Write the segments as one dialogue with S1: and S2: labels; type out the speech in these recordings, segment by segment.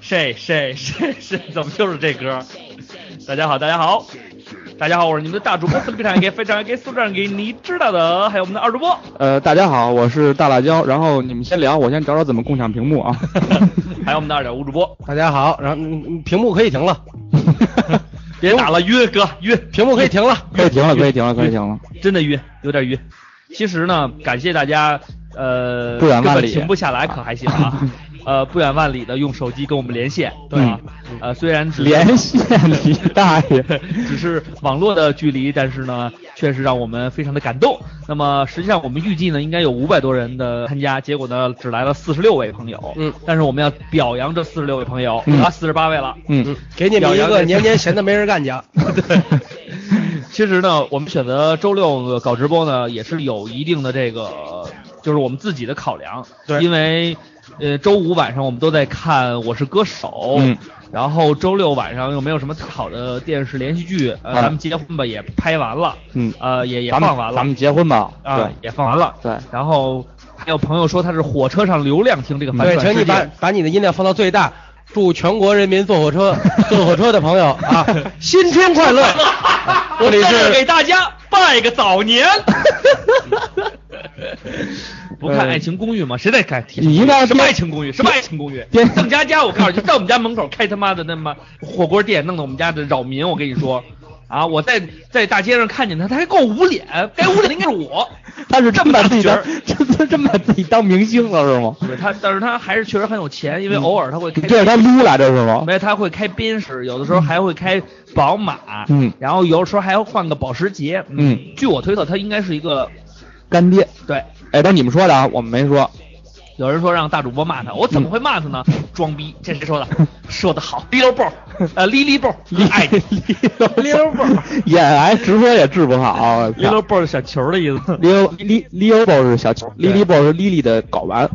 S1: 谁谁谁谁 怎么就是这歌？大家好，大家好，大家好，我是你们的大主播，非常给非常给苏站给你知道的，还有我们的二主播，
S2: 呃，大家好，我是大辣椒，然后你们先聊，我先找找怎么共享屏幕 啊。
S1: 还有我们的二点五主播，
S3: 大家好，然后嗯屏幕可以停了，
S1: 别打了，晕哥晕，
S3: 屏幕可以停了。
S2: 可以停了，可以停了，可以停了。
S1: 真的晕，有点晕。其实呢，感谢大家，呃，
S2: 不远万里
S1: 根本停不下来，可还行 啊。呃，不远万里的用手机跟我们连线，对吧？呃，虽然
S2: 嗯
S1: 只
S2: 连线你大爷！
S1: 只是网络的距离，但是呢，确实让我们非常的感动。那么实际上我们预计呢，应该有五百多人的参加，结果呢，只来了四十六位朋友。
S3: 嗯，
S1: 但是我们要表扬这四十六位朋友
S2: 嗯
S1: 啊，四十八位了。
S2: 嗯，
S3: 给你们一
S1: 表扬
S3: 个
S1: 这
S3: 年年闲的没人干家。
S1: 其实呢，我们选择周六搞直播呢，也是有一定的这个，就是我们自己的考量。
S3: 对
S1: 因为呃，周五晚上我们都在看《我是歌手》，
S2: 嗯，
S1: 然后周六晚上又没有什么特好的电视连续剧，呃，
S2: 啊
S1: 咱们结婚吧也拍完了，
S2: 嗯
S1: 呃，也也
S2: 咱们
S1: 放完了
S2: 咱，们结婚吧。
S1: 啊，也放完了，
S2: 对
S1: 然后还有朋友说他是火车上流量听这个反
S3: 对，
S1: 转
S3: 请
S1: 世
S3: 你把
S1: 界，
S3: 把你的音量放到最大。祝全国人民坐火车 坐火车的朋友啊， 新春快乐！啊这里
S1: 在这
S3: 是
S1: 给大家拜个 早年。不看《爱情公寓》吗？谁在看？
S2: 你应该
S1: 什么《爱情公寓》？什么《爱情公寓》？
S2: 电
S1: 邓家家，我告诉你，就在我们家门口开他妈的那么火锅店，弄得我们家的扰民。我跟你说，啊，我在在大街上看见他，他还跟我捂脸，该捂脸的应该是我。
S2: 他是真把自己
S1: 这么
S2: 当
S1: 大
S2: 真真真把自己当明星了是吗？
S1: 对他，但是他还是确实很有钱，因为偶尔他会开
S2: 嗯这是他撸来的是吗？
S1: 没有，他会开宾士，有的时候还会开宝马，
S2: 嗯
S1: 然后有的时候还要换个保时捷，
S2: 嗯，
S1: 据我推测，他应该是一个
S2: 干爹，
S1: 对。
S2: 哎，但你们说的啊，我们没说。
S1: 有人说让大主播骂他，我怎么会骂他呢？装逼，这谁说的？说的好，Lilo 蹦，呃，Lili 蹦，爱你
S2: 溜包，眼癌哎直播也治不好。啊
S1: ，Lilo 蹦是小球的意思。
S2: 溜溜溜包是小球，莉莉包是莉莉的睾 丸。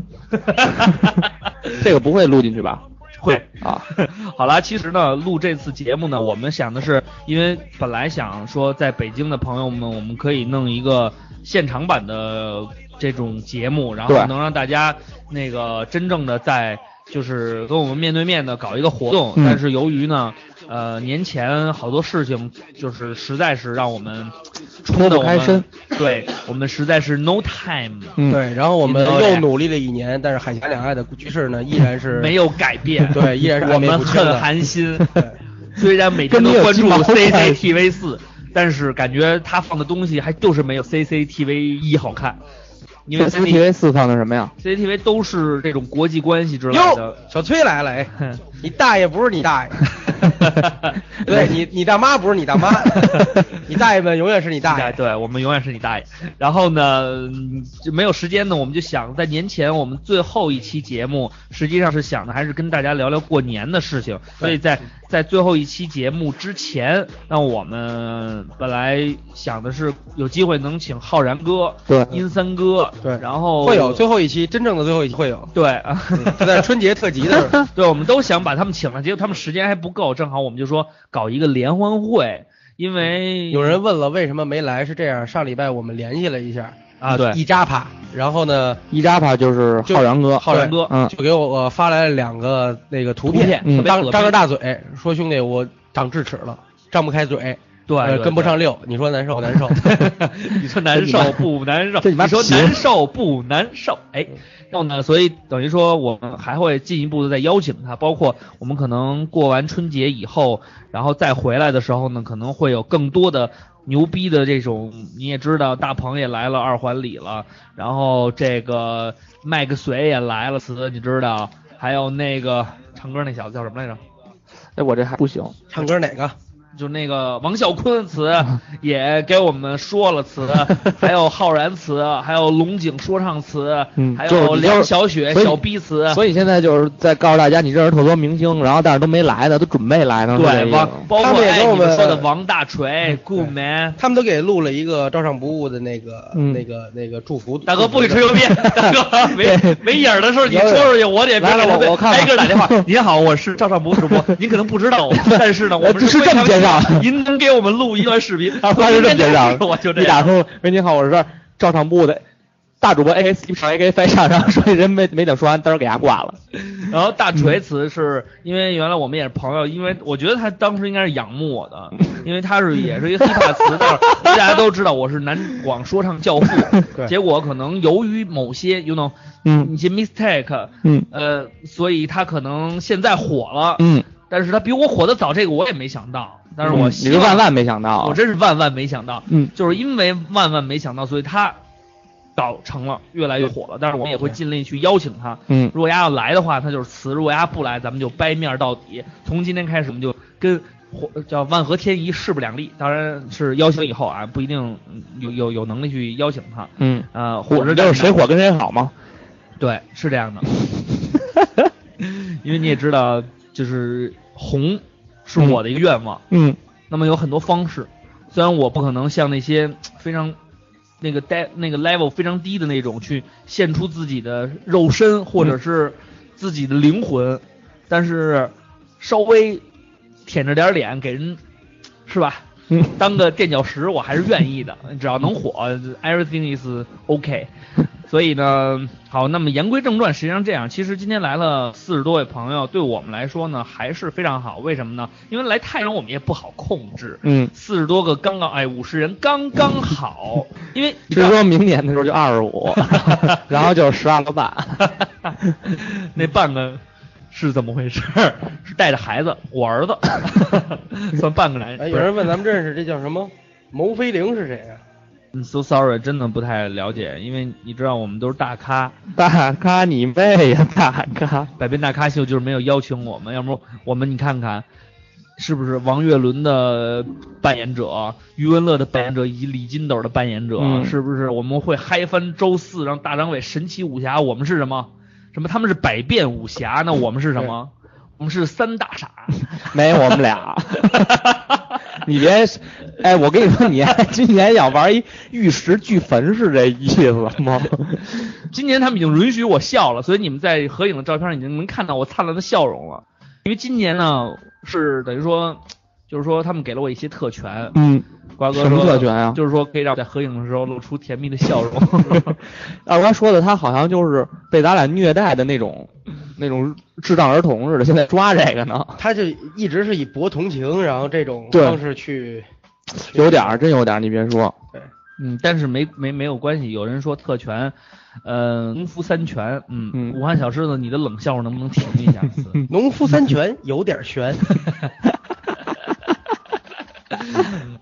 S2: 这个不会录进去吧？
S1: 会
S2: 啊，
S1: 好啦，其实呢，录这次节目呢，我们想的是，因为本来想说，在北京的朋友们，我们可以弄一个现场版的这种节目，然后
S2: 对
S1: 能让大家那个真正的在就是跟我们面对面的搞一个活动。
S2: 嗯
S1: 但是由于呢，呃，年前好多事情就是实在是让我们
S2: 脱不开身，
S1: 对我们实在是 no time。
S2: 嗯，
S3: 对，然后我们
S1: 嗯
S3: 又努力了一年，但是海峡两岸的局势呢依然是
S1: 没有改 变，
S3: 对依然是
S1: 我
S3: 暧昧
S1: 们
S3: 不清的
S1: 很寒心。虽然每天
S2: 跟你
S1: 都
S2: 有
S1: 关
S2: 鸡
S1: 注
S2: 毛关系
S1: CCTV 四，但是感觉他放的东西还就是没有 CCTV 一好看，因为
S2: 这 CCTV 四放的什么呀？
S1: CCTV 都是这种国际关系之类
S3: 哟
S1: 的。，
S3: 小崔来 了，哎，你大爷不是你大爷，对你你大妈不是你 大妈， 你大爷们永远是你大
S1: 哎，
S3: 爷。
S1: 对我们永远是你大爷。然后呢，嗯就没有时间呢，我们就想在年前我们最后一期节目，实际上是想的还是跟大家聊聊过年的事情。所以在在最后一期节目之前，那我们本来想的是有机会能请浩然哥、
S2: 对
S1: 阴森哥，
S3: 对
S1: 然后
S3: 会有最后一期，真正的最后一期会有， 嗯
S1: 对啊。
S3: 他在春节特辑的时候，
S1: 对，我们都想把他们请了，结果他们时间还不够，正好我们就说搞一个联欢会，因为
S3: 有人问了为什么没来，是这样，上礼拜我们联系了一下
S1: 啊，对，
S3: 一扎帕，然后呢，
S2: 一扎帕就是
S3: 就
S2: 浩然哥，
S3: 浩然
S1: 哥
S2: 嗯，
S3: 就给我我发来了两个那个图
S1: 图片
S2: 嗯
S1: 特别
S3: 张
S1: 可
S3: 张
S1: 悲
S3: 着大嘴说兄弟我长智齿了，张不开嘴，
S1: 对
S3: 呃
S1: 对
S3: 跟不
S1: 对
S3: 上六，你说难受难受，
S1: 你说难受不难受？
S2: 这你妈嗯
S1: 你说
S2: 贫
S1: 难受不难受？哎，然后呢，所以等于说我们还会进一步的再邀请他，包括我们可能过完春节以后，然后再回来的时候呢，可能会有更多的牛逼的这种，你也知道，大鹏也来了，二环里了，然后这个麦克隋也来了，词你知道，还有那个唱歌那小子叫什么来着？
S2: 哎，我这还不行，
S3: 唱歌哪个？
S1: 就那个王啸 坤词也给我们说了词，还有浩然词，还有龙井说唱词，
S2: 嗯
S1: 还
S2: 就是
S1: 有
S2: 你要
S1: 梁
S2: 是
S1: 小雪
S2: 所以
S1: 小啊逼词。
S2: 所以现在就是在告诉大家，你认识特多明星，然后但是都没来的，都准备来呢。是这
S1: 对，
S2: 意思
S1: 王包
S3: 他
S1: 括
S3: 们也
S1: 哎
S3: 跟我
S1: 你们
S3: 们嗯
S1: 说的王大锤、顾梅，
S3: 他们都给录了一个照上不误的那个、
S2: 嗯
S3: 那个那个祝福。
S1: 大哥不许吹牛逼， 大哥没没影儿的时候你
S2: 有
S1: 说
S2: 点
S1: 出去，我得别
S2: 来了
S1: 给他
S2: 我
S1: 们
S2: 我看看
S1: 挨个打 电话。您好，我是赵尚博主播，您可能不知道我，但是呢，我们
S2: 呃是
S1: 非
S2: 这么
S1: 常
S2: 介绍啊
S1: 希望您能给我们录一段视频，
S2: 二话是这么介绍
S1: 我就
S2: 的。
S1: 这
S2: 一打哎
S1: 样。
S2: 出，喂，您好，我是这儿照常部的。大主播 A K 上 A K 翻上，然后说人没没等说完，当时给他挂了。
S1: 然后大锤词是因为原来我们也是朋友，因为我觉得他当时应该是仰慕我
S2: 嗯
S1: 的，因为他是也是一个 hiphop 词，但是大家都知道我是南广说唱教父，
S3: 对
S1: 结果可能由于某些 you know
S2: 嗯
S1: 一些 mistake，
S2: 嗯
S1: 呃，所以他可能现在火了，
S2: 嗯，
S1: 但是他比我火的早，这个我也没想到，但是我
S2: 嗯
S1: 希
S2: 你是
S1: 望
S2: 万万没想到啊，
S1: 我真是万万没想到，
S2: 嗯
S1: 就是因为万万没想到，所以他搞成了，越来越火了。但是我们也会尽力去邀请他。
S2: 嗯
S1: 如果丫要来的话，他就是词；如果丫不来，咱们就掰面到底。从今天开始，我们就跟火叫万合天宜，势不两立。当然是邀请以后啊，不一定嗯有有有能力去邀请他。
S2: 嗯，
S1: 呃，火
S2: 火
S1: 是
S2: 是
S1: 这样
S2: 就是
S1: 的
S2: 谁火跟谁好嘛。
S1: 对，是这样的。因为你也知道，就是红是我的一个愿望。
S2: 嗯
S1: 那么有很多方式，虽然我不可能像那些嘖非常那个带那个 level 非常低的那种去献出自己的肉身或者是自己的灵魂，但是稍微舔着点脸给人嘖是吧，
S2: 嗯
S1: 当个垫脚石我还是愿意的，只要能火，everything is OK。所以呢，好，那么言归正传，实际上这样，其实今天来了四十多位朋友，对我们来说呢还是非常好。为什么呢？因为来太阳我们也不好控制，
S2: 嗯，
S1: 四十多个刚刚哎五十人刚刚好，
S3: 嗯
S1: 因为
S2: 是说明年的时候就二十 五，然后就是十二个半。
S1: 那半个是怎么回事？是带着孩子，我儿 子算半个男
S3: 哎，
S1: 人。
S3: 有人问咱们认识这叫什么？牟飞灵是谁啊呀、
S1: I'm 嗯 so sorry，真的不太了解，因为你知道我们都是大咖，
S2: 大咖你妹呀，大咖！
S1: 百变大咖秀就是没有邀请我们，要不我们你看看，是不是王岳伦的扮演者、余文乐的扮演者以及李金斗的扮演者，
S2: 嗯
S1: 是不是我们会嗨翻周四，让大张伟神奇武侠？我们是什么？什么？他们是百变武侠，那我们是什么？我们是三大傻。
S2: 没有我们 俩，你别，哎，我跟你说，你 还今年想玩一玉石俱焚是这意思 吗？
S1: 今年他们已经允许我笑了，所以你们在合影的照片上已经能看到我灿烂的笑容了。因为今年呢是等于说，就是说他们给了我一些特权。
S2: 嗯，
S1: 瓜哥
S2: 什么
S1: 说
S2: 特权啊
S1: 就是说可以让我在合影的时候露出甜蜜的笑 容。
S2: 二瓜说的他好像就是被咱俩虐待的那种，那种智障儿童似的，现在抓这个呢，
S3: 他就一直是以博同情，然后这种
S2: 对
S3: 方式去，
S2: 有点儿，真有点儿，你别说，
S1: 嗯，但是没没没有关系。有人说特权，呃，农夫三拳，嗯，
S2: 嗯
S1: 武汉小狮子，你的冷笑话能不能停一下？
S3: 农夫山泉有点悬。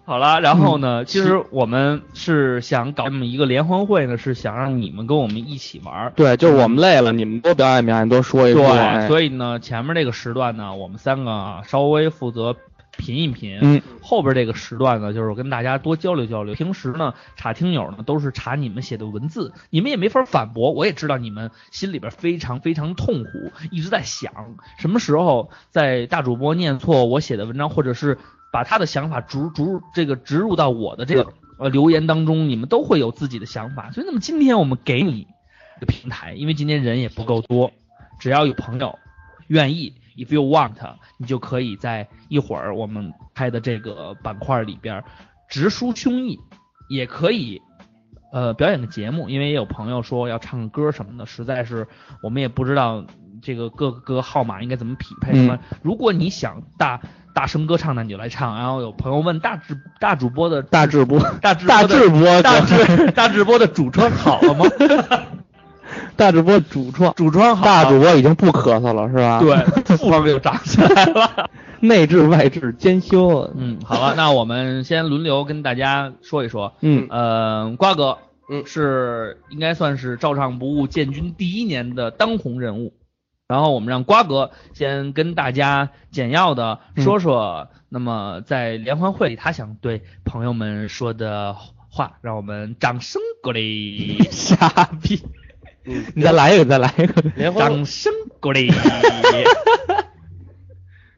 S1: 好了，然后
S2: 嗯
S1: 呢，其实我们是想搞这么一个联欢会呢，是想让你们跟我们一起玩儿。嗯
S2: 对，就是我们累了，你们多表演表演，多说一说，哎
S1: 对，
S2: 嗯以，
S1: 所以呢，前面这个时段呢，我们三个啊稍微负责品一品，
S2: 嗯，
S1: 后边这个时段呢，就是跟大家多交流交流。平时呢，查听友呢都是查你们写的文字，你们也没法反驳。我也知道你们心里边非常非常痛苦，一直在想什么时候在大主播念错我写的文章，或者是把他的想法植植这个植入到我的这个呃留言当中，你们都会有自己的想法。所以，那么今天我们给你一个平台，因为今天人也不够多，只要有朋友愿意，if you want，你就可以在一会儿我们开的这个板块里边直抒胸臆，也可以。呃，表演个节目，因为也有朋友说要唱个歌什么的，实在是我们也不知道这个各各个号码应该怎么匹配。什么、
S2: 嗯
S1: 如果你想大大声歌唱，那你就来唱。然后有朋友问大主大主播的
S2: 大智播，
S1: 大直
S2: 大智播，
S1: 大直大直播的主创好了吗？
S2: 大智播主创，
S1: 主创好，
S2: 大主播已经不咳嗽了是吧？，
S1: 对，副帮 就长起来了。
S2: 内治外治兼修，
S1: 嗯，好了，那我们先轮流跟大家说一说。
S2: 嗯
S1: 呃，瓜哥，
S3: 嗯
S1: 是应该算是照唱不误建军第一年的当红人物。然后我们让瓜哥先跟大家简要的
S2: 嗯
S1: 说说，那么在联欢会里他想对朋友们说的话，让我们掌声鼓励，
S2: 傻逼，
S3: 嗯，
S2: 你再来一个，你再来一个，
S3: 联欢
S1: 掌声 鼓励。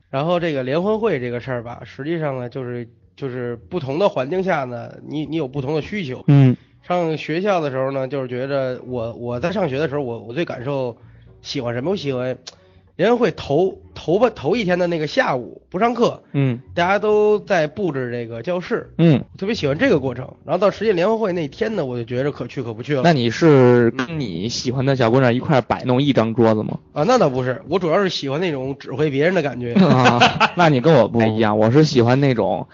S3: 然后这个联欢会这个事儿吧，实际上呢，就是就是不同的环境下呢，你你有不同的需求。
S2: 嗯
S3: 上学校的时候呢，就是觉着我我在上学的时候，我我最感受喜欢什么？我喜欢人会头头吧头一天的那个下午不上课，
S2: 嗯
S3: 大家都在布置这个教室，
S2: 嗯，
S3: 我特别喜欢这个过程。然后到实际联欢会那天呢，我就觉着可去可不去了。
S2: 那你是跟你喜欢的小姑娘一块儿摆弄一张桌 子吗？。
S3: 啊，那倒不是，我主要是喜欢那种指挥别人的感觉
S2: 啊，那你跟我不一样，我是喜欢那种，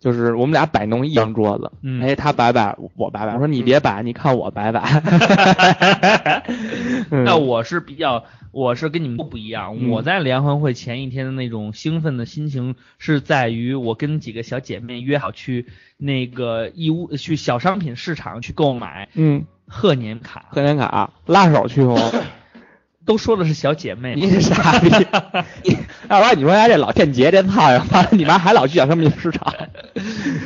S2: 就是我们俩摆弄一张桌子，
S1: 嗯
S2: 哎，他摆摆，我摆摆，我说你别摆，你看我摆摆， 嗯
S1: 那我是比较，我是跟你们都不一样。
S2: 嗯
S1: 我在联欢会前一天的那种兴奋的心情，是在于我跟几个小姐妹约好去那个义乌去小商品市场去购买
S2: 嗯，
S1: 贺年卡。
S2: 贺年卡拉手去吗？哦
S1: 都说的是小姐妹，
S2: 你是傻逼，你要不然你说人家这老天杰这操呀，完了你妈还老去小商品市场，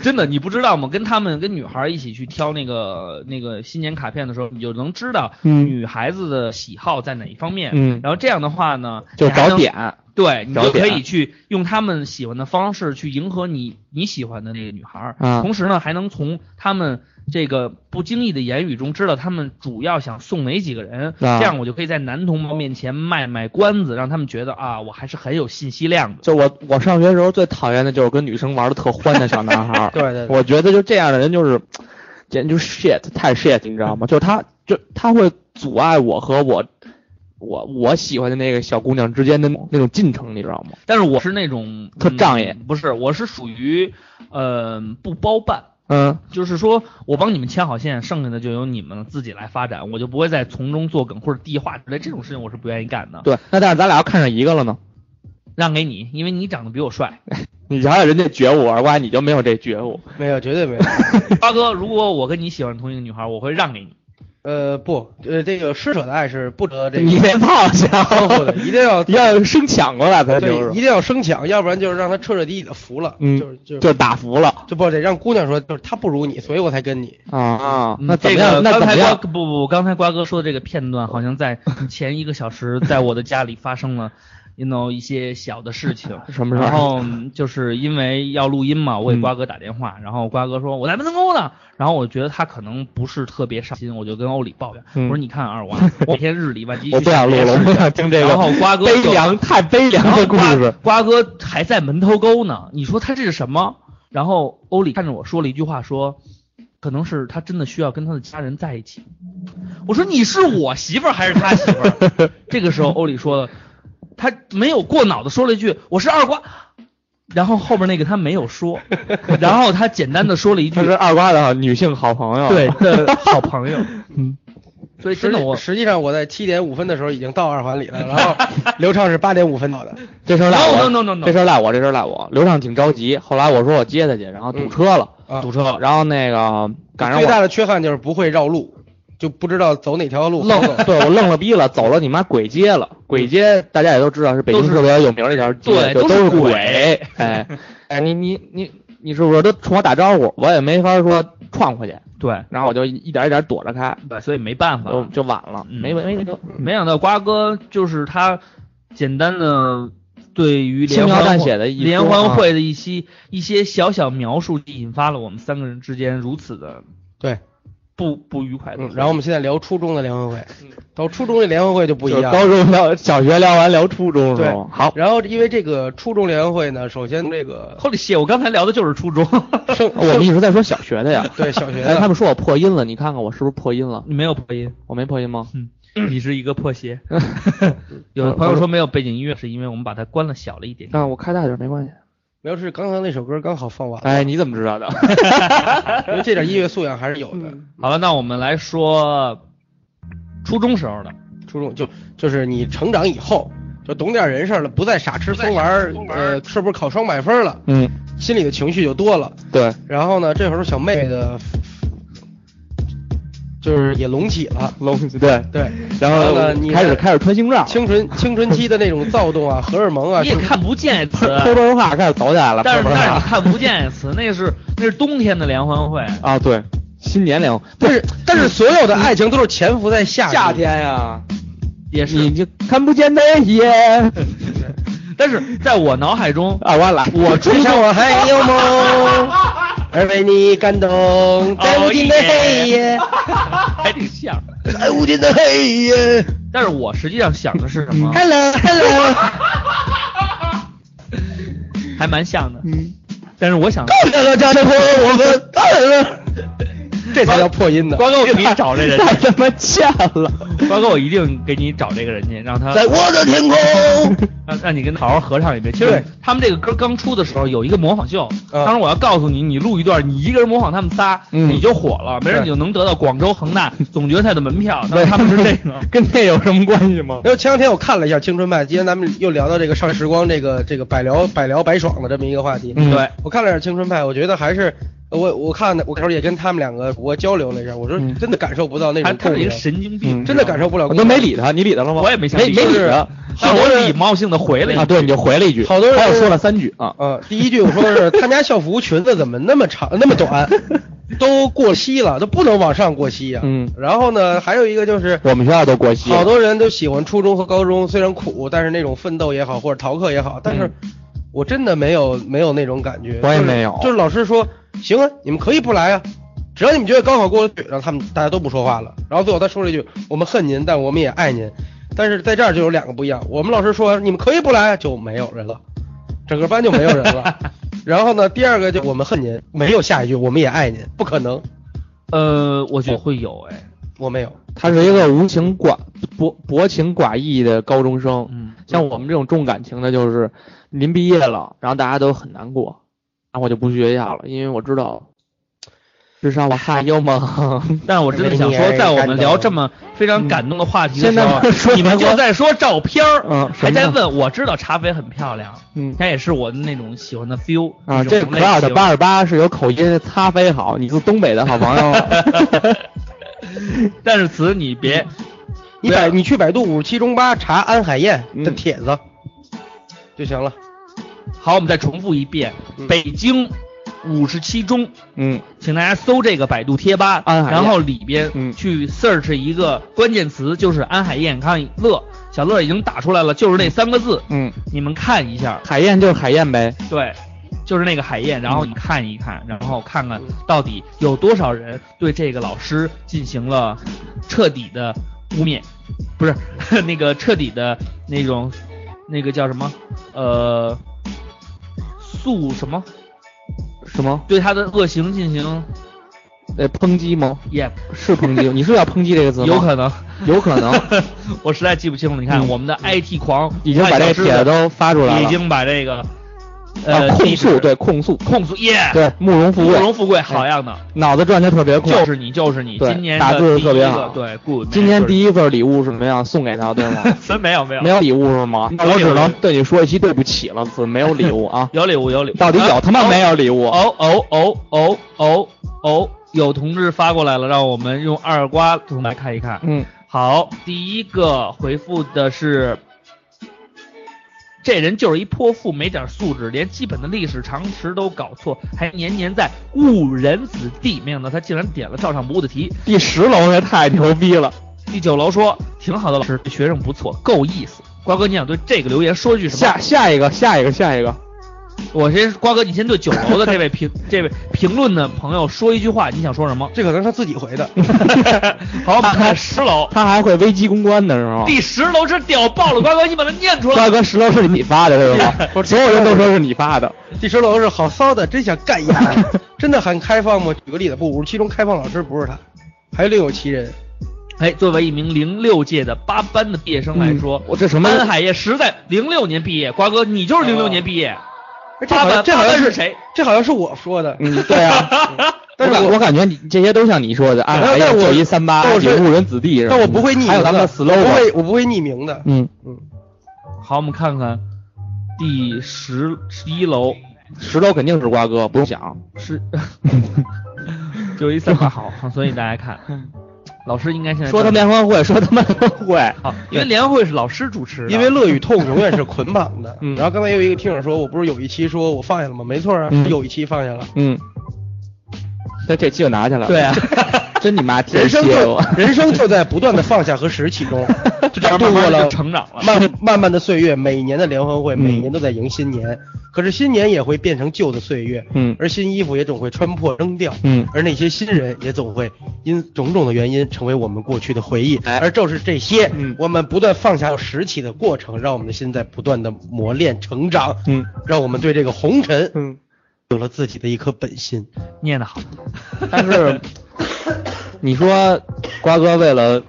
S1: 真的，你不知道吗？跟他们跟女孩一起去挑那个那个新年卡片的时候，你就能知道
S2: 嗯
S1: 女孩子的喜好在哪一方面。
S2: 嗯
S1: 然后这样的话呢，
S2: 就
S1: 你还
S2: 找
S1: 能，
S2: 点，
S1: 对你
S2: 找
S1: 就可
S2: 点
S1: 以去用他们喜欢的方式去迎合你你喜欢的那个女孩儿。
S2: 啊
S1: 同时呢，还能从他们这个不经意的言语中知道他们主要想送哪几个人。
S2: 啊
S1: 这样我就可以在男同胞面前卖卖关子，让他们觉得啊，我还是很有信息量的。
S2: 就我我上学的时候最讨厌的就是跟女生玩的特欢的小男孩 儿，
S3: 对对对
S2: 我觉得就这样的人就是，简直就是 shit，太 shit，你知道 吗？就是他，就他会阻碍我和我，我我喜欢的那个小姑娘之间的那种进程，你知道吗？
S1: 但是我是那种
S2: 特
S1: 嗯
S2: 仗义
S1: 不是，我是属于呃不包办，
S2: 嗯，
S1: 就是说我帮你们牵好线，剩下的就由你们自己来发展，我就不会再从中作梗或者递话之类这种事情，我是不愿意干的。
S2: 对。那但是咱俩要看上一个了呢，
S1: 让给你，因为你长得比我帅。
S2: 你瞧瞧人家觉悟，而我你就没有这觉悟。
S3: 没有，绝对没有。
S1: 八哥，如果我跟你喜欢同一个女孩，我会让给你。
S3: 呃，不，呃，这个施舍的爱是不折这
S2: 你
S3: 个
S2: 别泡
S3: 相互的，
S2: 下，
S3: 一定要
S2: 要生抢过来才就
S3: 对，一
S2: 是，
S3: 定要生抢，要不然就是让他彻彻底底的服了，
S2: 嗯
S3: 就是就是
S2: 就打服了
S3: 就不得让姑娘说，就是他不如你，所以我才跟你。
S2: 啊啊！
S1: 嗯
S2: 那怎
S1: 这
S2: 么
S1: 个
S2: 样？那怎
S1: 刚
S2: 么
S1: 才瓜
S2: 样？
S1: 不不不，刚才瓜哥说的这个片段，好像在前一个小时，在我的家里发生了，you know 一些小的事情。
S2: 什么事儿
S1: 然后嗯就是因为要录音嘛，我给
S2: 嗯
S1: 瓜哥打电话，然后瓜哥说我在门头沟呢，然后我觉得他可能不是特别上心，我就跟欧里抱怨，
S2: 嗯
S1: 我说你看啊 二娃，我每天日理万机，
S2: 我不想录了，我不想听这个。
S1: 然后瓜哥
S2: 悲
S1: 就
S2: 凉，太悲凉
S1: 然后
S2: 的故
S1: 瓜
S2: 事。
S1: 瓜哥还在门头沟呢，你说他这是什么？然后欧里看着我说了一句话说，可能是他真的需要跟他的家人在一起。我说你是我媳妇儿还是他媳妇儿？ 这个时候欧里说了，他没有过脑子说了一句我是二瓜，然后后边那个他没有说，然后他简单的说了一句
S2: 他是二瓜的女性好朋友。
S1: 对的好朋友，
S2: 嗯，
S1: 所以
S3: 实
S1: 真的
S3: 际
S1: 我
S3: 实际上我在七点五分的时候已经到二环里 了，然后刘畅是八点五分到的。
S2: 这事儿赖我
S1: No, no, no, no, no.
S2: 这事儿赖我，这事儿赖我。刘畅挺着急，后来我说我接他去，然后堵
S1: 嗯
S2: 车了，
S3: 啊，
S1: 堵车了，
S2: 然后那个赶上
S3: 最大
S2: 我
S3: 的缺憾就是不会绕路，就不知道走哪条路。
S2: 愣了，对我愣了逼了，走了你妈鬼街了。鬼街大家也都知道是北京
S1: 都是
S2: 特别有名的一条街，
S1: 对
S2: 就
S1: 都
S2: 都是
S1: 是鬼
S2: 鬼。哎哎，你你你你是不是都冲我打招呼？我也没法说撞回去，
S1: 对
S2: 然后我就一点一点躲着开，
S1: 对，所以没办法，
S2: 就就晚了，
S1: 嗯
S2: 没没没辙。
S1: 没想到瓜哥就是他简单的对于联
S2: 轻描
S1: 欢
S2: 淡
S1: 会
S2: 写的一说啊
S1: 联欢会的一些一些小小描述，引发了我们三个人之间如此的
S3: 对，
S1: 不不愉快的
S3: 嗯
S1: 回忆。
S3: 然后我们现在聊初中的联欢会，到初中的联欢会就不一
S2: 就是
S3: 样。
S2: 高中聊，小学聊完聊初中是
S3: 对
S2: 吗？好，
S3: 然后因为这个初中联欢会呢，首先这个
S1: 后里谢，我刚才聊的就是 初中，
S3: 生
S2: 我们一直在说小学的呀。
S3: 对小学
S2: 哎，他
S3: 的
S2: 们说我破音了，你看看我是不是破音了？
S1: 你没有 破音，
S2: 我没破音吗？
S1: 嗯，你是一个 破鞋。有的朋友说没有背景音乐，是因为我们把它关了小了一点点。
S2: 啊，嗯我开大点没关系。
S3: 没有是刚刚那首歌刚好放完了，
S2: 哎，你怎么知道的？
S3: 因为这点音乐素养还是有的。
S1: 嗯好了，那我们来说初中时候的。
S3: 初中就就是你成长以后就懂点人事儿了，不再傻吃疯玩儿，呃，是不是考双百分了？
S2: 嗯，
S3: 心里的情绪就多了。
S2: 对，
S3: 然后呢，这会儿小妹妹的，就是也隆起了，
S2: 龙对。
S3: 对，
S2: 然后
S3: 呢，你
S2: 开始
S3: 的
S2: 开始穿胸罩，
S3: 青春青春期的那种躁动啊，荷尔蒙啊，
S1: 你也
S3: 是不是
S1: 看不见词，
S2: 偷偷话开始走起来了。
S1: 但是
S2: 偷偷
S1: 但是
S2: 话
S1: 你看不见词，那是那是冬天的联欢会。
S2: 啊，对，新年龄
S3: 但是但是所有的爱情都是潜伏在夏
S2: 夏
S3: 天。
S2: 天呀，
S1: 也是
S2: 你就看不见的夜。
S1: 但是在我脑海中，
S2: 啊，我来，我
S3: 追上我还有梦， 而为你感
S1: 哦
S3: 动，在无尽的黑夜，
S1: 还挺像。
S3: 在无尽的黑夜。
S1: 但是我实际上想的是什么？
S4: Hello Hello，
S1: 还蛮像的。
S4: 嗯，
S1: 但是我想，
S4: 到点了，家家朋友，我 们到点了，
S3: 这才叫破音呢。
S1: 瓜哥，我给你找这 人，
S2: 太他妈欠了！
S1: 瓜哥，我一定给你找这个人去，让他
S4: 在我的天 空。
S1: 让让你跟他好好合唱一遍。其实
S3: 对
S1: 他们这个歌刚出的时候有一个模仿秀，
S3: 嗯
S1: 当时我要告诉你，你录一段，你一个人模仿他们仨，
S2: 嗯
S1: 你就火了，没准你就能得到广州恒大总决赛的门票。当时他
S2: 他
S1: 们
S2: 们
S1: 是
S2: 是
S1: 这
S2: 这
S1: 个
S2: 个，， 跟这有什么关系吗？
S3: 然哎后前两天我看了一下《青春派》，今天咱们又聊到这个少时光这个这个百聊百聊百爽的这么一个话题。
S2: 嗯
S1: 对，
S3: 我看了一下《青春派》，我觉得还是我我看的，我开始也跟他们两个我交流了一下，我说
S2: 嗯
S3: 真的感受不到那
S1: 他
S3: 种
S1: 他
S3: 共
S1: 是一
S3: 鸣
S1: 个，神经病，
S2: 嗯
S3: 真的感受不了
S2: 我
S3: 共
S2: 都
S3: 鸣。
S2: 没理他，你理他了吗？
S1: 我也没想
S2: 没
S1: 理
S2: 没理他，
S1: 但是我礼貌性的回了一
S2: 啊，
S1: 句，
S2: 对，你就回了一句，
S3: 好多人
S2: 还有说了三句啊，
S3: 啊，第一句我说的是他们家校服裙子怎么那么长那么 短，都过膝了，都不能往上过膝呀、
S2: 嗯
S3: 然后呢，还有一个就是
S2: 我们学校都过膝了，
S3: 好多人都喜欢初中和高中，虽然苦，但是那种奋斗也好，或者逃课也好，但是我真的没有没有那种感觉，
S2: 嗯我也
S3: 就是
S2: 没有
S3: 就是老师说行啊，你们可以不来啊，只要你们觉得高考过得去，然后他们大家都不说话了，然后最后他说了一句我们恨您，但我们也爱您，但是在这儿就有两个不一样，我们老师说完你们可以不来啊就没有人了，整个班就没有人 了。然后呢，第二个就我们恨您，没有下一句我们也爱您，不可能，
S1: 呃，我觉得会有哎，
S3: 我没 有。
S2: 他是一个无情寡薄薄情寡义的高中生，
S1: 嗯，
S2: 像我们这种重感情的，就是临毕业了，然后大家都很难过，然后我就不去学校了，因为我知道，至少我还有梦。
S1: 但是我真的想说，在我们聊这么非常感动的话题的
S2: 嗯
S1: 时
S2: 现在不是
S1: 候，
S2: 说
S1: 你们就在说照片儿，
S2: 嗯什
S1: 还
S2: 么呀
S1: 在问。我知道茶杯很漂亮，
S2: 嗯
S1: 它也是我那种喜欢的 feel
S2: 啊，
S1: 一
S2: 这
S1: 种
S2: 可好
S1: 类
S2: 的
S1: 型
S2: 八二八是有口音，擦飞好，你是东北的好朋 友。
S1: 但是此你别，
S3: 你百你去百度五七中八查安海燕的
S2: 嗯
S3: 帖子、就行了。
S1: 好，我们再重复一遍，
S3: 嗯？
S1: 北京五十七中，
S2: 嗯，
S1: 请大家搜这个百度贴吧，
S2: 安海燕
S1: 然后里边
S2: 嗯
S1: 去 search 一个关键词，就是安海燕康乐，小乐已经打出来了，就是那三个字，
S2: 嗯，
S1: 你们看一下，
S2: 海燕就是海燕呗。嗯
S1: 对，就是那个海燕，然后你看一看，然后看看到底有多少人对这个老师进行了彻底的污蔑，不是 那个彻底的那种那个叫什么呃诉什么
S2: 什么？
S1: 对他的恶行进行
S2: 呃，抨击吗？
S1: 也
S2: 是抨击，你是要抨击这个字吗？
S1: 有可能。
S2: 有可能
S1: 我实在记不清了，你看、
S2: 嗯
S1: 我们的 IT 狂
S2: 已经把这个帖子都发出来了。
S1: 已经把这个
S2: 啊，
S1: 呃、
S2: 控
S1: 地址
S2: 诉对控诉，
S1: 控诉耶，
S2: 对慕容复
S1: 慕容
S2: 贵，哎
S1: 富贵好样的，
S2: 脑子转的特别快。
S1: 就是你，就是你。
S2: 对
S1: 今年
S2: 打
S1: 的
S2: 字
S1: 第
S2: 特别
S1: 一个
S2: 好
S1: 对，good。
S2: 今天第
S1: 一，
S2: 一份礼物是什么呀？送给他，对 吗？
S1: 真没有没有
S2: 没有礼物是吗？
S1: 有
S2: 那我
S1: 礼物。
S2: 只能对你说一句对不起了，子没有礼物啊
S1: 有礼物有礼物，
S2: 到底有他妈没有礼物？
S1: 哦哦哦哦哦哦，有同志发过来了，让我们用二瓜同来看一看。
S2: 嗯，
S1: 好，第一个回复的是。这人就是一泼妇，没点素质，连基本的历史常识都搞错，还年年在误人子弟。没想到他竟然点了照常不误的题，
S2: 第十楼 那太牛逼了。
S1: 第九楼说挺好的，老师对学生不错，够意思。瓜哥，你想对这个留言说句什么？
S2: 下下一个，下一个，下一个。
S1: 我先瓜哥，你先对九楼的这位 评这位评论的朋友说一句话，你想说什么
S3: 这可能是他自己回 的。
S1: 好，我们看十楼，
S2: 他还会危机公关呢，是吗？
S1: 第十楼是屌爆了，瓜哥，你把它念出来
S2: 瓜。哥，十楼是你发 的，是吗？所有人都说是你发的。
S3: 第十楼是好骚的，真想干呀！ 真的很开放吗？举个例子，不，五十七中开放老师不是他，还另有其人。
S1: 哎，作为一名零六届的八班的毕业生来说
S2: 嗯，我这什么
S1: 安海叶实在零六年毕业，瓜哥你就是零六年毕
S2: 哦
S1: 业，
S3: 哎这好
S1: 八班
S3: 像这好像
S1: 八班是
S3: 是
S1: 谁？
S3: 这好像是我说的。
S2: 嗯，对啊。
S3: 但是
S2: 我
S3: 我
S2: 我感觉你这些都像你说的，啊，
S3: 但
S2: 还有
S3: 但我
S2: 九一三八，
S3: 但我
S2: 有
S3: 是
S2: 误人子弟，是吧
S3: 但我不会匿名的，
S2: 还有咱们的
S3: 我不
S2: slogan，
S3: 会，我不会匿名的。
S2: 嗯，
S1: 好，我们看看第十十一楼
S2: 十楼肯定是瓜哥，不用想。
S1: 是九一三八好，所以大家 看，老师应该现在
S2: 说他们联欢会，说他们联欢会，
S1: 好，因为联欢会是老师主持的，
S3: 因为乐与痛永远是捆绑的。
S2: 嗯
S3: 然后刚才有一个听友说，我不是有一期说我放下了吗？没错啊，
S2: 嗯
S3: 有一期放下了。
S2: 嗯，那这期就拿下来了。
S1: 对啊，
S2: 真你妈
S3: 人
S2: 天
S3: 生
S2: 蝎
S3: 就。
S2: 我
S3: 人生就在不断的放下和拾起 中，就这样度过
S1: 慢慢
S3: 了
S1: 就成长了
S3: 漫漫漫的岁月。每年的联欢会，
S2: 嗯
S3: 每年都在迎新年，可是新年也会变成旧的岁月，
S2: 嗯
S3: 而新衣服也总会穿破扔掉，
S2: 嗯
S3: 而那些新人也总会因种种的原因成为我们过去的回忆，
S2: 哎
S3: 而正是这些，
S2: 嗯
S3: 我们不断放下拾起的过程，让我们的心在不断的磨练成长，
S2: 嗯，
S3: 让我们对这个红尘，
S2: 嗯，
S3: 有了自己的一颗本心。
S1: 念得好，
S2: 但 是你说瓜哥为了，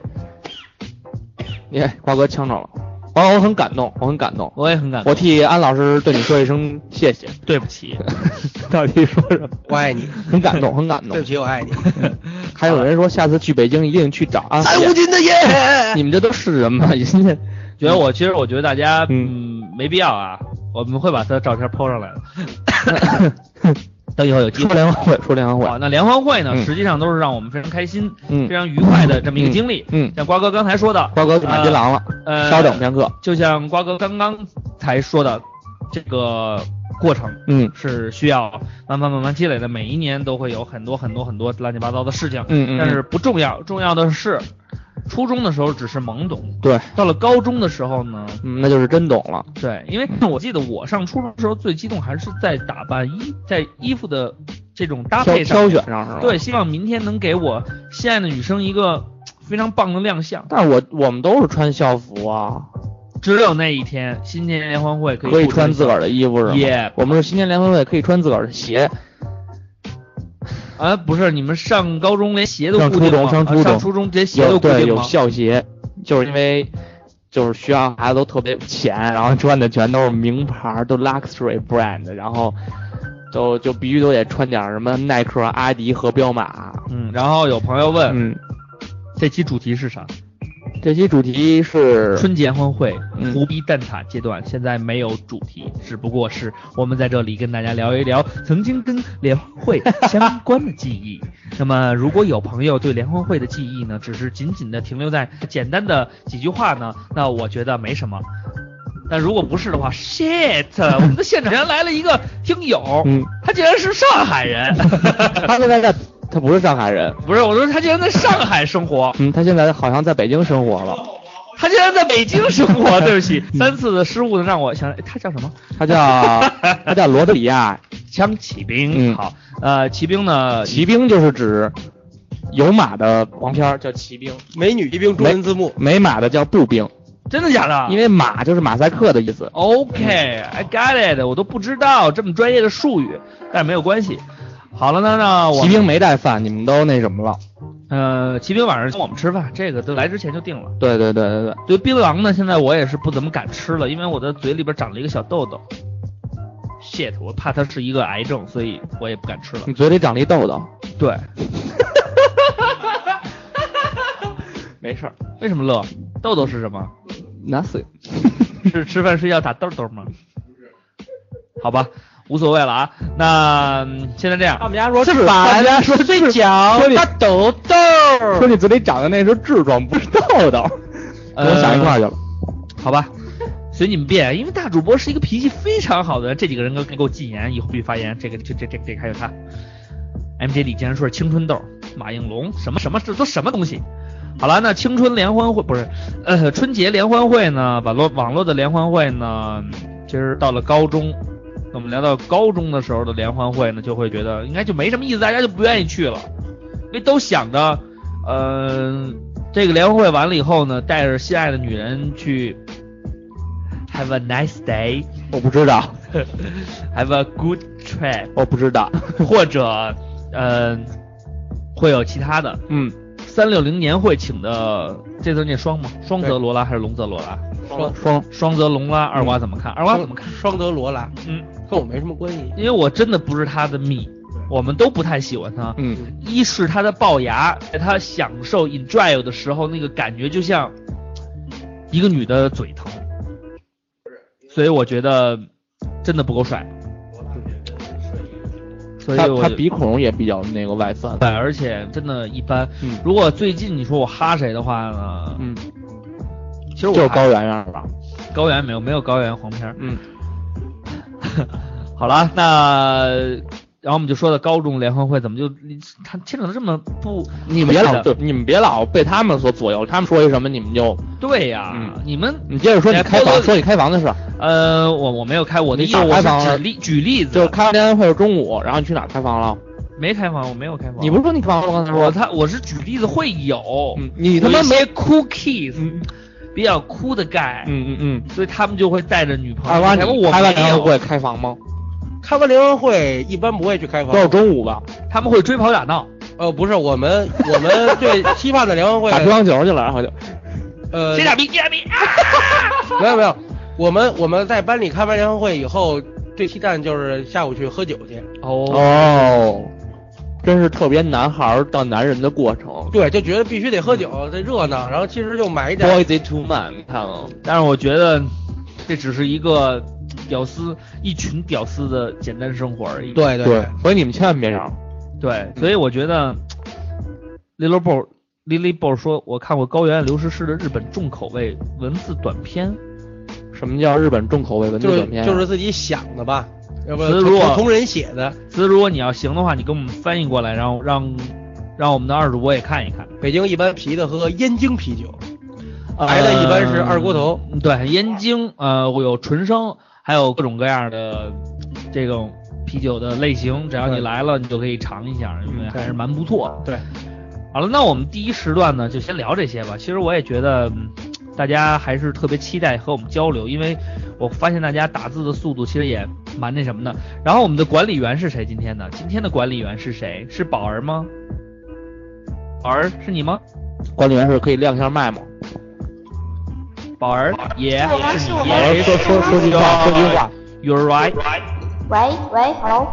S2: 你看瓜哥呛着了，瓜哥我很感动，我很感动，
S1: 我也很感
S2: 我
S1: 动。
S2: 替安老师对你说一声谢谢。
S1: 对不起，
S2: 到底说什么？
S3: 我爱你，
S2: 很感动，很感
S3: 对
S2: 动
S3: 不。起，我爱你。
S2: 还有人说下次去北京一定去找 安
S4: 在
S2: 老
S4: 无
S2: 师。
S4: 尽的夜，
S2: 你们这都是人吗？人家
S1: 觉得我其实我觉得大家
S2: 嗯
S1: 嗯没必要啊，我们会把他的照片 PO 上来的。 等以后有机
S2: 说
S1: 会。哦
S2: 联欢会，说联欢
S1: 好，
S2: 会，
S1: 那联欢会呢，
S2: 嗯
S1: 实际上都是让我们非常开心、
S2: 嗯
S1: 非常愉快的这么一个经历。
S2: 嗯嗯
S1: 像瓜哥刚才说的，
S2: 瓜哥去买槟榔了，
S1: 呃
S2: 稍等片刻。
S1: 就像瓜哥刚刚才说的，这个过程
S2: 嗯
S1: 是需要慢慢慢慢积累的，每一年都会有很多很多很多乱七八糟的事情，
S2: 嗯嗯嗯
S1: 但是不重要，重要的是，初中的时候只是懵懂，
S2: 对，
S1: 到了高中的时候呢，
S2: 嗯，那就是真懂了。
S1: 对，因为我记得我上初中的时候最激动还是在打扮衣，在衣服的这种搭
S2: 挑
S1: 配上
S2: 挑
S1: 面，
S2: 选上是吧？
S1: 对，，希望明天能给我心爱的女生一个非常棒的亮相。
S2: 但是我我们都是穿校服啊，
S1: 只有那一天，新年联欢会可以
S2: 可以
S1: 不
S2: 穿自个儿的衣服是吗？
S1: Yeah
S2: 我们是新年联欢会，可以穿自个儿的鞋。
S1: 啊，不是，你们上高中连鞋都
S2: 上
S1: 固
S2: 初
S1: 定
S2: 中
S1: 吗？
S2: 上
S1: 啊
S2: 初中
S1: 初中连鞋
S2: 有
S1: 都固
S2: 对
S1: 定
S2: 有
S1: 吗？
S2: 校鞋，就是因为就是学校孩子都特别有钱，然后穿的全都是名牌，都 luxury brand，然后都就必须都得穿点什么耐克、阿迪和彪马。
S1: 嗯，然后有朋友问，
S2: 嗯，
S1: 这期主题是啥？
S2: 这期主题是
S1: 春节欢会
S2: 嗯，
S1: 胡逼蛋挞阶段，现在没有主题，只不过是我们在这里跟大家聊一聊曾经跟联欢会相关的记 忆。那么，如果有朋友对联欢会的记忆呢，只是仅仅的停留在简单的几句话呢，那我觉得没什么。但如果不是的话，shit，我们的现场竟然来了一个听友，
S2: 嗯
S1: 他竟然是上海人，
S2: 他现在在他不是上海人，
S1: 不是，我说他竟然在上海生活，
S2: 嗯，他现在好像在北京生活了，
S1: 他竟然在北京生活，对不起，三次的失误呢让我想，哎他叫什么？
S2: 他 叫他叫罗德里亚，
S1: 枪骑兵，
S2: 嗯
S1: 好，呃，骑兵呢，
S2: 骑兵就是指有马的黄片儿叫
S1: 嗯
S2: 骑兵，
S3: 美女一兵中文字幕，
S2: 没马的叫步兵，
S1: 真的假的？哦
S2: 因为马就是马赛克的意思。
S1: OK，I、got it，我都不知道这么专业的术语，但是没有关系。好了呢，那我
S2: 骑兵没带饭，你们都那什么了？
S1: 呃，骑兵晚上请我们吃饭，这个都来之前就定了。
S2: 对对对对对，
S1: 对槟榔呢，现在我也是不怎么敢吃了，因为我的嘴里边长了一个小痘痘。shit，我怕它是一个癌症，所以我也不敢吃了。
S2: 你嘴里长了一痘痘，
S1: 对，
S2: 没事儿
S1: 为什么乐？痘痘是什么？
S2: ，nothing。
S1: 是吃饭睡觉打豆豆吗？好吧，无所谓了啊。那嗯现在这样，
S2: 们家说
S1: 是
S2: 他们家说
S1: 睡觉
S2: 说你
S1: 打豆豆。
S2: 说你嘴里长的那是痔疮，不是痘痘，跟我想一块儿去了。
S1: 呃好吧，随你们便，因为大主播是一个脾气非常好的人，这几个人都给我禁言，以后必发言。这个这这这这个还有他，MJ 李建顺、青春痘、马应龙，什么什么这都什么东西？好了，那青春联欢会不是，呃，春节联欢会呢？网络网络的联欢会呢？其实到了高中，我们聊到高中的时候的联欢会呢，就会觉得应该就没什么意思，大家就不愿意去了，因为都想着，嗯、这个联欢会完了以后呢，带着心爱的女人去 have a nice day，have
S2: 我不知 道，
S1: a good trip，
S2: 我不知道。
S1: 或者，嗯、会有其他的。
S2: 嗯，
S1: 三六零年会请的，这字念双吗？双泽罗拉还是龙泽罗拉？
S3: 双
S2: 双嗯
S1: 双泽龙拉，二瓜怎么看？二瓜怎么看？
S3: 双德罗拉，
S1: 嗯，
S3: 跟我没什么关系。
S1: 因为我真的不是他的蜜，我们都不太喜欢他。
S2: 嗯
S1: 一是他的龅牙，在他享受 enjoy 的时候，那个感觉就像一个女的嘴疼，所以我觉得真的不够帅。所以
S2: 他
S1: 我
S2: 他鼻孔也比较那个外翻。
S1: 对，而且真的一般。
S2: 嗯
S1: 如果最近你说我哈谁的话呢？
S2: 嗯，
S1: 其
S2: 就
S1: 实我
S2: 是
S1: 哈
S2: 高啊嗯圆圆吧。
S1: 高原没 有没有高原黄片儿。
S2: 嗯，
S1: 好了，那然后我们就说的高中联欢会怎么就他牵扯的这么不
S2: 你们别老对，你们别老被他们所左右，他们说一什么你们就，
S1: 对呀、
S2: 嗯
S1: 你们
S2: 你接着说你开房，说你开房的事儿，
S1: 呃，我我没有开，我的
S2: 你
S1: 意思
S2: 哪
S1: 我
S2: 开房
S1: 是
S2: 了
S1: 举例举例
S2: 就是
S1: 子，
S2: 开完联欢会是中午，然后你去哪儿开房了？
S1: 没开房，我没有开房。
S2: 你不是说你开房了吗？刚才
S1: 我
S2: 说，
S1: 他我是举例子会有，
S2: 嗯你他
S1: 有
S2: 妈
S1: 一
S2: 没
S1: 些 cool kids，、
S2: 嗯
S1: 比较酷的 guy，、
S2: 嗯嗯嗯，
S1: 所以他们就会带着女朋
S2: 二
S1: 友。
S2: 瓜
S1: 你
S2: 你
S1: 看我
S2: 开完
S1: 没
S2: 联欢
S1: 有，
S2: 会开房吗？
S3: 开完联欢会一般不会去开房
S2: 都，是中午吧，
S1: 他们会追跑打闹，
S3: 呃，不是我们我们 对期盼的联欢会
S2: 打，乒乓球去了，然后就
S3: 呃，
S1: 谁傻逼谁傻逼。
S3: 没有没有，我们我们在班里开完联欢会以后，最期待就是下午去喝酒去，
S1: 哦，
S2: 哦，真是特别男孩儿到男人的过程。
S3: 对，就觉得必须得喝酒，得热闹，然后其实就买一点
S2: Boys to man，你看啊了吗？
S1: 但是我觉得这只是一个屌丝一群屌丝的简单生活而已。
S3: 对对对，
S2: 所以你们千万别嚷。
S1: 对，所以我觉得 Lily b o Lily b o 说，我看过高原流失诗的日本重口味文字短片，
S2: 什么叫日本重口味文字
S3: 就
S2: 短片
S3: 是
S2: 啊？
S3: 就是自己想的吧，要不然
S1: 词
S3: 同
S1: 如果
S3: 同人写的。
S1: 所以如果你要行的话，你给我们翻译过来，然后让让我们的二主播也看一看。呃
S3: 北京一般啤的喝燕京啤酒，白的一般是二锅头
S1: 嗯对，燕京呃有纯生，还有各种各样的这种啤酒的类型，只要你
S3: 对
S1: 来了，你就可以尝一下，因为
S3: 嗯对
S1: 还是蛮不错的。
S3: 对，
S1: 好了，那我们第一时段呢，就先聊这些吧。其实我也觉得，嗯大家还是特别期待和我们交流，因为我发现大家打字的速度其实也蛮那什么的。然后我们的管理员是谁？今天呢？今天的管理员是谁？是宝儿吗？宝儿是你吗？
S2: 管理员是可以亮一下麦吗？
S1: 宝儿也
S5: 是我吗是我吗
S2: 老师说说说句话，说句话。
S1: ，You're right。
S5: 喂喂，hello，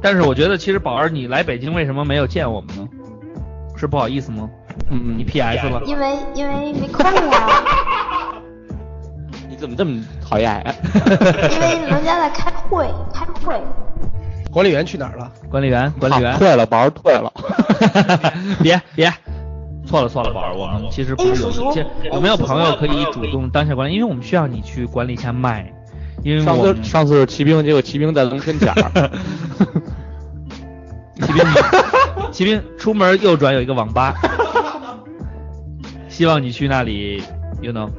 S1: 但是我觉得其实宝儿你来北京为什么没有见我们呢？是不好意思吗？
S2: 嗯，
S1: 你 PS 了？
S5: 因为因为没空 呀，
S2: 你怎么这么讨厌啊 呀？
S5: 因
S6: 哎
S5: 为人家在开会，开会。
S3: 管理员去哪儿了？
S1: 管理员，管理员
S2: 好，啊退了，宝儿退了。
S1: 别别，错了错了，宝儿，我们其实不是有
S5: 哎叔叔
S1: 其实有没有朋友可以主动当下管理？因为我们需要你去管理一下麦，因为
S2: 上
S1: 我
S2: 次
S1: 们
S2: 上次是骑兵，结果骑兵在龙身前儿。
S1: 骑兵你，骑兵出门右转有一个网吧，希望你去那里，you know。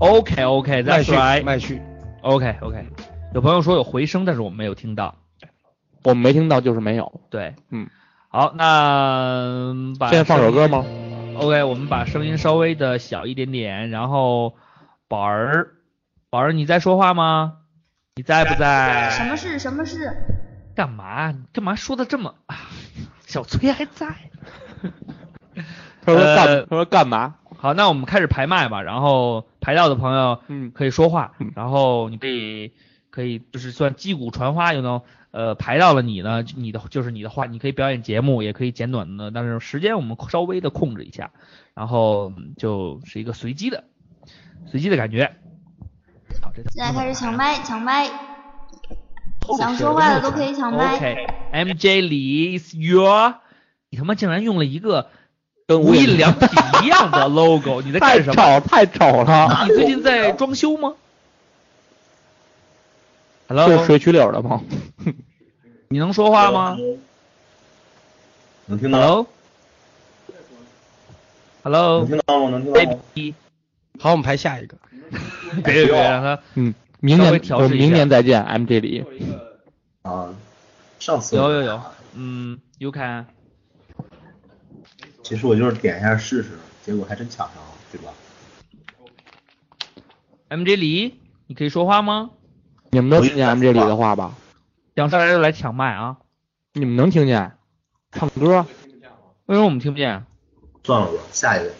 S1: OK OK，
S3: 麦
S1: that's
S3: 序
S1: right。
S3: 麦序，
S1: OK OK，有朋友说有回声，但是我们没有听到。
S2: 我们没听到，就是没有。
S1: 对，
S2: 嗯，
S1: 好，那嗯把
S2: 现在放首歌吗？
S1: 声音？OK，我们把声音稍微的小一点点，然后宝儿，宝儿你在说话吗？你在不在？
S5: 什么事？什么事？
S1: 干嘛？你干嘛说的这么？ 啊小崔还在。
S2: 他说干，
S1: 呃
S2: 他说干嘛？
S1: 好，那我们开始排麦吧，然后排到的朋友
S2: 嗯
S1: 可以说话，
S2: 嗯
S1: 然后你可以可以就是算击鼓传花，又能呃排到了你呢，就你的就是你的话，你可以表演节目，也可以简短的，但是时间我们稍微的控制一下，然后嗯就是一个随机的随机的感觉。好，这
S5: 现在开始抢麦，抢麦，
S1: 哦
S5: 想说话的都可以抢麦。
S1: OK，MJ、Lee is your，你他妈竟然用了一个
S2: 跟
S1: 无印良品一样的 logo，你在
S2: 太
S1: 干什么？
S2: 丑，太丑了。
S1: 你最近在装修吗
S2: 这是
S1: ？Hello，
S2: 水曲柳的吗？
S1: 你能说话
S7: 啊
S1: 吗
S7: 能听到？
S1: ？Hello，Hello，
S7: 能听到吗？能听到吗？
S1: baby，
S3: 好，我们排下一个。
S1: 别别别让哎他
S2: 嗯，明
S1: 稍微
S2: 年
S1: 调试
S2: 我
S1: 一下
S2: 明年再见，MJ 李。
S7: 啊，上次
S1: 有有有，嗯，You can，
S7: 其实我就是点一下试试，结果还真抢上了，对吧？
S1: MJ 李，你可以说话吗？
S2: 你们都听见 MJ 李的话吧？
S1: 想上来就来抢麦啊，
S2: 你们能听见？唱歌，
S1: 为什么我们听不见？啊
S7: 算了吧，下一个，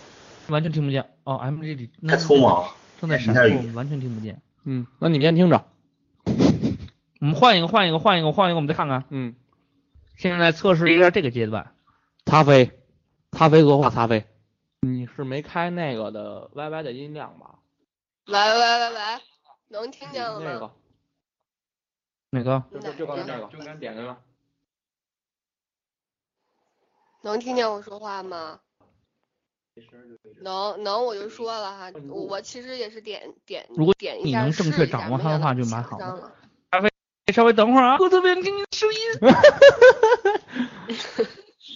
S1: 完全听不见哦，MJ 李
S7: 太匆，忙了。
S1: 正在闪
S7: 一下
S1: 烁，
S7: 雨
S1: 我们完全听不见。
S2: 嗯，那你们先听着，
S1: 我们换一个，换一个，换一个，换一个，我们再看看。
S2: 嗯，
S1: 现在测试一下这个阶段。
S2: 擦飞，擦飞说话，擦飞。你是没开那个的 YY 的音量吧？
S8: 喂喂喂喂，能听见了
S2: 那
S8: 吗？
S2: 个，
S1: 哪个？
S2: 就就就刚才那个，就刚才点的那个。
S8: 能听见我说话吗？能能，我就说了哈，我我其实也是点点
S1: 如果
S8: 点
S1: 你
S8: 一下
S1: 能
S8: 试一
S1: 正确
S8: 下
S1: 掌握
S8: 没
S1: 它的
S8: 想
S1: 话
S8: 到
S1: 就蛮
S8: 紧
S1: 好的
S8: 张了
S1: 稍微等会儿啊，我这边给你收音。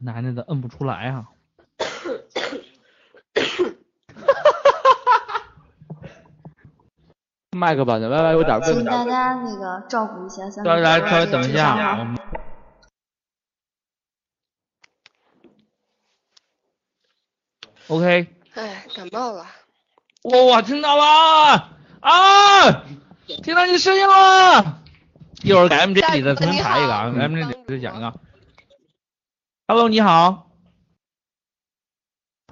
S1: 男的的摁不出来啊。
S2: 麦克板的 YY 有点
S5: 请
S2: 问题，
S5: 大家那个照顾一下三
S1: 大
S5: 位。
S1: 家稍微等一下，啊我们OK，
S8: 哎，感冒了，
S1: 哇哇，听到了啊，听到你声音了。一会儿给 MJ 里再重新排一个啊
S8: 下一个你
S1: ，MJ
S8: 好
S1: 里再讲一个。Hello，你好，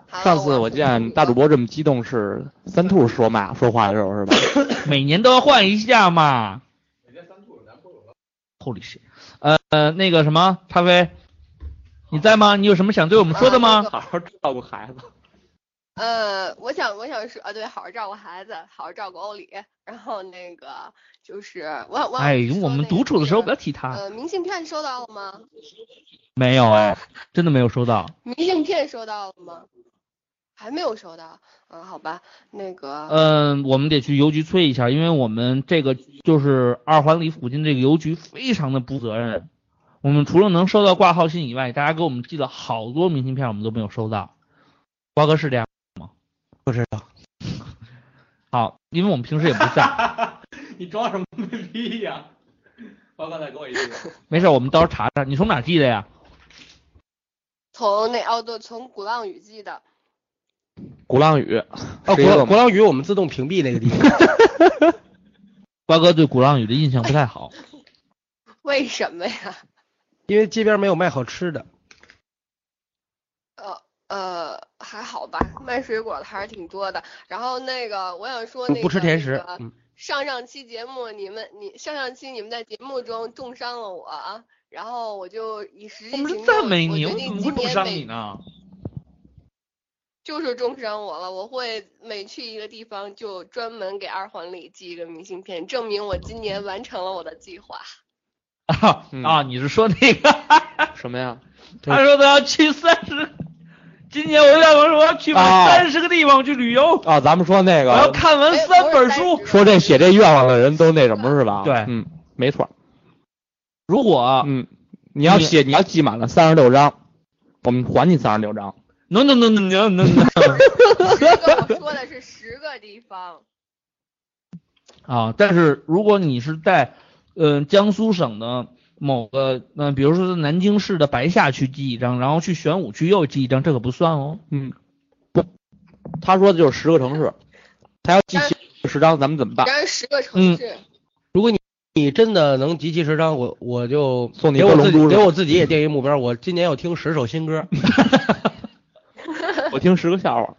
S8: 好
S2: 上次我见大主播这么激动是三兔说嘛说话的时候是吧？
S1: 每年都要换一下嘛。Holy shit！呃，那个什么，咖啡，你在吗？你有什么想对我们说的
S8: 啊那
S1: 吗
S8: 个？
S2: 好好照顾孩子。
S8: 呃，我想我想说啊，对，好好照顾孩子，好好照顾欧里。然后那个就是我我想
S1: 哎，
S8: 说
S1: 我们
S8: 那
S1: 独
S8: 个
S1: 处的时候
S8: 那
S1: 不
S8: 个
S1: 要提他。
S8: 呃，明信片收到了吗？
S1: 没有哎，真的没有收到。
S8: 明信片收到了吗？还没有收到。嗯，好吧，那个
S1: 嗯，我们得去邮局催一下，因为我们这个就是二环里附近这个邮局非常的不责任。我们除了能收到挂号信以外，大家给我们寄了好多明信片，我们都没有收到。瓜哥是这样吗？
S3: 不知道。
S1: 好，因为我们平时也不在，
S2: 你装什么逼呀、包括再给我一个。
S1: 没事，我们到时候查查。你从哪儿寄的呀？
S8: 从那哦对，从鼓浪屿寄的。
S2: 鼓浪屿，
S3: 哦，
S2: 是
S3: 鼓
S2: 一个
S3: 浪鼓浪屿我们自动屏蔽那个地方。
S1: 瓜哥对鼓浪屿的印象不太好。
S8: 为什么呀？
S3: 因为街边没有卖好吃的。
S8: 呃呃，还好吧，卖水果的还是挺多的。然后那个我想说
S3: 不
S8: 那个
S3: 不吃甜
S8: 那
S3: 食
S8: 个
S3: 嗯
S8: 上上期节目你们你上上期你们在节目中重伤了我啊，然后我就以实际
S1: 我们是
S8: 行动，
S1: 赞美
S8: 我
S1: 你，
S8: 决
S1: 我
S8: 定
S1: 怎么会
S8: 今
S1: 重
S8: 年
S1: 伤
S8: 每
S1: 你呢？
S8: 就是重伤我了，我会每去一个地方就专门给二环里寄一个明信片，证明我今年完成了我的计划。
S1: 啊
S2: 嗯
S1: 啊，你是说那个？
S2: 什么呀？
S1: 他说他要去三十，今年我要我说我要去
S2: 啊
S1: 三十个地方去旅游，
S2: 啊，咱们说那
S1: 我要
S2: 个，
S1: 看完三本书。
S2: 说这写这愿望的人都那什么是吧？
S1: 对
S2: 嗯，没错。
S1: 如果
S2: 嗯，你要写，你要记满了三十六章，我们还你三十六章。
S1: no no no no no no no
S8: 十个，我说的是十个地方。
S1: 啊，但是如果你是在呃江苏省的某个，那、比如说是南京市的白下区记一张，然后去玄武区又记一张，这可不算哦。
S2: 嗯，不，他说的就是十个城市，他要记十章，咱们怎么办？嗯
S8: 然而十个城市，
S3: 如果你你真的能集齐十张，我我就
S2: 送你一
S3: 给
S2: 个
S3: 我自己
S2: 龙珠是
S3: 给
S2: 吧
S3: 我自己也定一目标，我今年要听十首新歌。
S2: 我听十个笑话。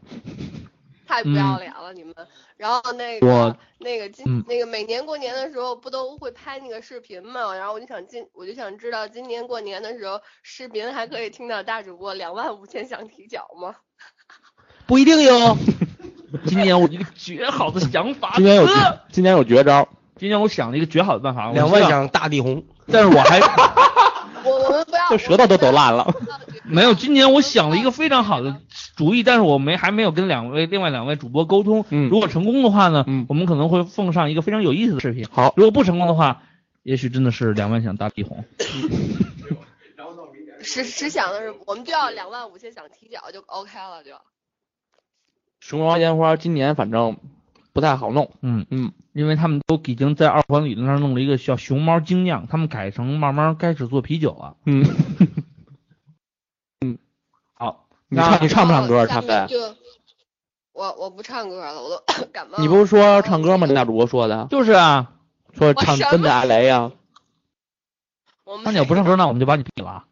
S8: 太不要脸了你们。然后那
S2: 我
S8: 个那个今、
S1: 嗯
S8: 那个每年过年的时候不都会拍那个视频嘛？然后我就想今我就想知道今年过年的时候视频还可以听到大主播两万五千响提脚吗？
S3: 不一定哟，
S1: 今年我有一个绝好的想法，
S2: 今年有
S1: 呃
S2: 今年有绝招，
S1: 今年我想了一个绝好的办法，我
S3: 两万
S1: 希望，
S3: 响大地红，
S1: 但是我还
S8: 我 我们不要，
S2: 这舌头都抖烂了。
S1: 没有，今年我想了一个非常好的主意，但是我没还没有跟两位另外两位主播沟通。
S2: 嗯
S1: 如果成功的话呢，
S2: 嗯
S1: 我们可能会奉上一个非常有意思的视频。
S2: 好，
S1: 如果不成功的话，也许真的是两万响大地红。
S8: 实实想的是，我们就要两万五千想踢脚就 OK 了就。
S2: 熊猫烟花今年反正不太好弄。
S1: 嗯
S2: 嗯，
S1: 因为他们都已经在二环里那儿弄了一个叫熊猫精酿，他们改成慢慢开始做啤酒了。嗯
S2: 嗯，
S1: 好，
S2: 你唱你
S1: 那
S2: 唱不唱歌？
S8: 然
S2: 他
S8: 后下面
S2: 飞，
S8: 嗯就我我不唱歌了，我都感冒了。
S2: 你不是说唱歌吗？这大主播说的，
S1: 就是啊，
S2: 说唱跟着阿雷啊呀。
S8: 我们
S1: 那你要不唱歌，那我们就把你毙了啊。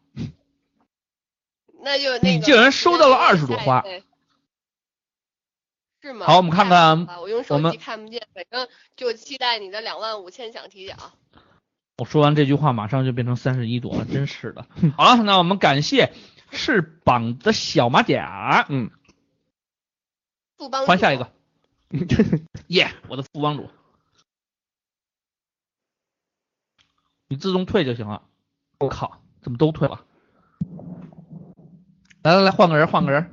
S8: 那就那个
S1: 你竟然收到了20朵花，
S8: 是吗？
S1: 好我们看看
S8: 太好了我用
S1: 我
S8: 手
S1: 们
S8: 机看不见，反正就期待你的两万五千想踢脚。
S1: 我说完这句话，马上就变成三十一朵了，真是的。
S2: 嗯
S1: 好了，那我们感谢翅膀的小马甲，
S2: 嗯，
S8: 富邦
S1: 换下一
S8: 主
S1: 个， 耶、我的副帮主，你自动退就行了。
S2: 哦
S1: 我靠，怎么都退了？来来来，换个人，换个人。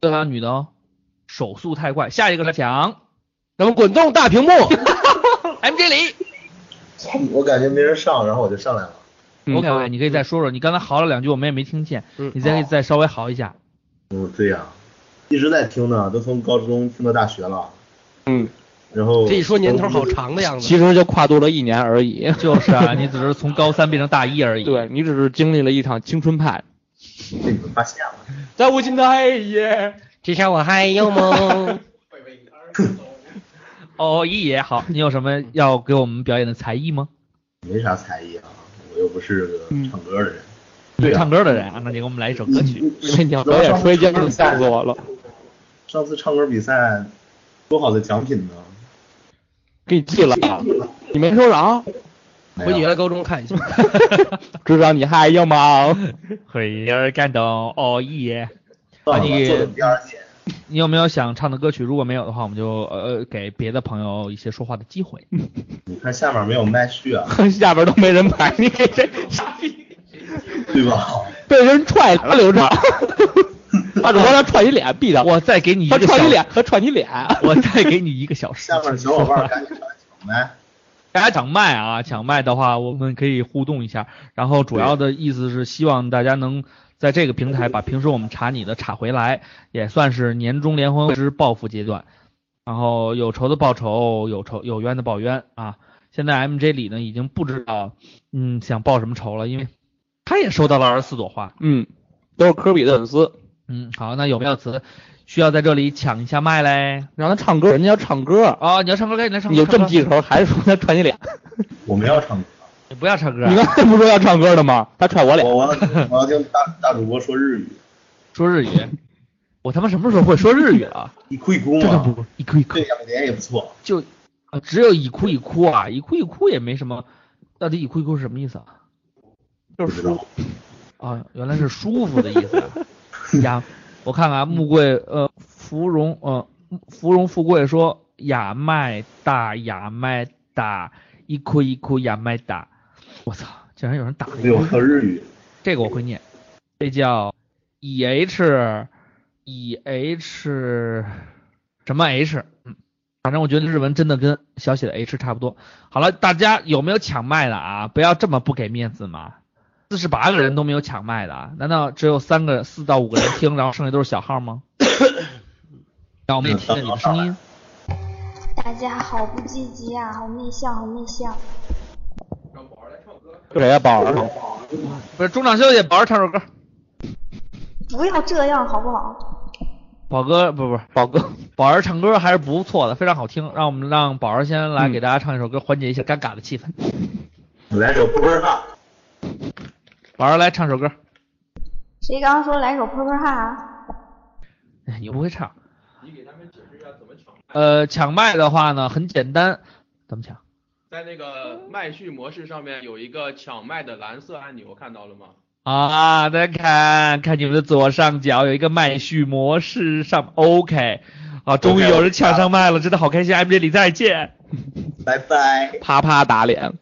S1: 对吧？女的哦，手速太快。下一个来讲
S3: 咱们滚动大屏幕，
S1: MJ 李。
S7: 我感觉没人上，然后我就上来了。
S2: 嗯哦
S1: OK OK，你可以再说说，你刚才嚎了两句，我们也没听见，
S3: 嗯
S1: 你再可以再稍微嚎一下。
S7: 嗯，对呀、一直在听呢，都从高中听到大学了。
S2: 嗯，
S7: 然后
S3: 这一说年头好长的样子。
S2: 其实就跨度了一年而已。
S1: 就 是啊，你只是从高三变成大一而已。
S2: 对你只是经历了一场青春派，
S7: 被你们发现了。
S2: 在无尽的黑夜。
S3: 至少我还有 梦。
S1: 哦，一爷好，你有什么要给我们表演的才艺吗？
S7: 没啥才艺啊，我又不是个唱歌的人。
S1: 对、唱歌的人啊，那你给我们来一首歌
S7: 嗯
S1: 曲。
S2: 你要表演摔跤就吓死我了，
S7: 上次唱歌比赛，多好的奖品呢！
S2: 给你记了啊！你没收着，
S7: 没
S3: 回
S7: 有
S3: 你原来高中看一下。
S2: 至少你还有吗？
S1: 会儿感动，哦一爷，
S7: 算
S1: 把
S7: 了吧
S1: 你
S7: 坐等第二届。
S1: 你有没有想唱的歌曲？如果没有的话，我们就呃给别的朋友一些说话的机会。
S7: 你看下面没有麦序啊，
S2: 下边都没人排，你给谁傻逼
S7: 对吧？
S2: 被人踹了，刘畅。他主播他踹你脸，闭上。
S1: 我再给你一
S2: 他
S1: 个小
S2: 踹你脸，他踹你脸。
S1: 我再给你一个小时
S7: 下。面的小伙伴赶紧上来 抢麦。
S1: 大家抢麦啊，抢麦的话，我们可以互动一下。然后主要的意思是希望大家能在这个平台把平时我们查你的查回来，也算是年终联欢会之报复阶段。然后有仇的报仇，有仇有冤的报冤啊！现在 MJ 李呢已经不知道嗯想报什么仇了，因为他也收到了二十四朵花。
S2: 嗯，都是科比的粉丝，
S1: 嗯，好，那有没有词需要在这里抢一下麦嘞？
S2: 让他唱歌，人家要唱歌。
S1: 哦，你要唱歌，赶紧来唱歌。
S2: 你就这么
S1: 唱歌
S2: 记仇，还是说他踹你脸？
S7: 我们要唱歌，
S1: 你不要唱歌啊
S2: 你，刚才不说要唱歌的吗？他踹我脸。
S7: 我我要我要听大大主播说日语，
S1: 说日语。我他妈什么时候会说日语了？
S7: 一哭一哭
S1: 这个
S7: 嘛，
S1: 不一哭一哭
S7: 这两年也不错。
S1: 就啊，只有一哭一哭啊，一哭一哭也没什么。到底一哭一哭是什么意思啊？
S7: 不知道，
S1: 啊，原来是舒服的意思、啊。 呀，我看看啊，木贵呃，芙蓉呃，芙蓉富贵说呀麦大呀麦大，一哭一哭呀麦大。我操，竟然有人打了一
S7: 对，我
S1: 哭，
S7: 说日语，
S1: 这个我会念，这叫 e h e h 什么 h，嗯，反正我觉得日文真的跟小写的 h 差不多。好了，大家有没有抢麦的啊？不要这么不给面子嘛！四十八个人都没有抢麦的啊？难道只有三个、四到五个人听，然后剩下都是小号吗？让我们也听听你的声音。
S5: 大家好不积极啊，好内向，好内向。
S2: 谁呀，宝儿？
S1: 不是中场休息，宝儿唱首歌。
S5: 不要这样好不好？
S1: 宝哥不不，宝哥，宝儿唱歌还是不错的，非常好听。让我们让宝儿先来给大家唱一首歌，缓解一下尴尬的气氛。
S7: 我来首《不分哈》。
S1: 宝儿来唱首歌，
S5: 谁刚刚说来首喷喷哈啊？
S1: 哎你不会唱。你给他们解释一下怎么抢。呃，抢麦的话呢，很简单，怎么抢？
S9: 在那个麦序模式上面有一个抢麦的蓝色按钮，看到了吗？
S1: 啊，大家看看你们的左上角有一个麦序模式上，OK，啊，终于有人抢上麦了，真的好开心，MJ 李再见。
S7: 拜拜。
S2: 啪啪打脸。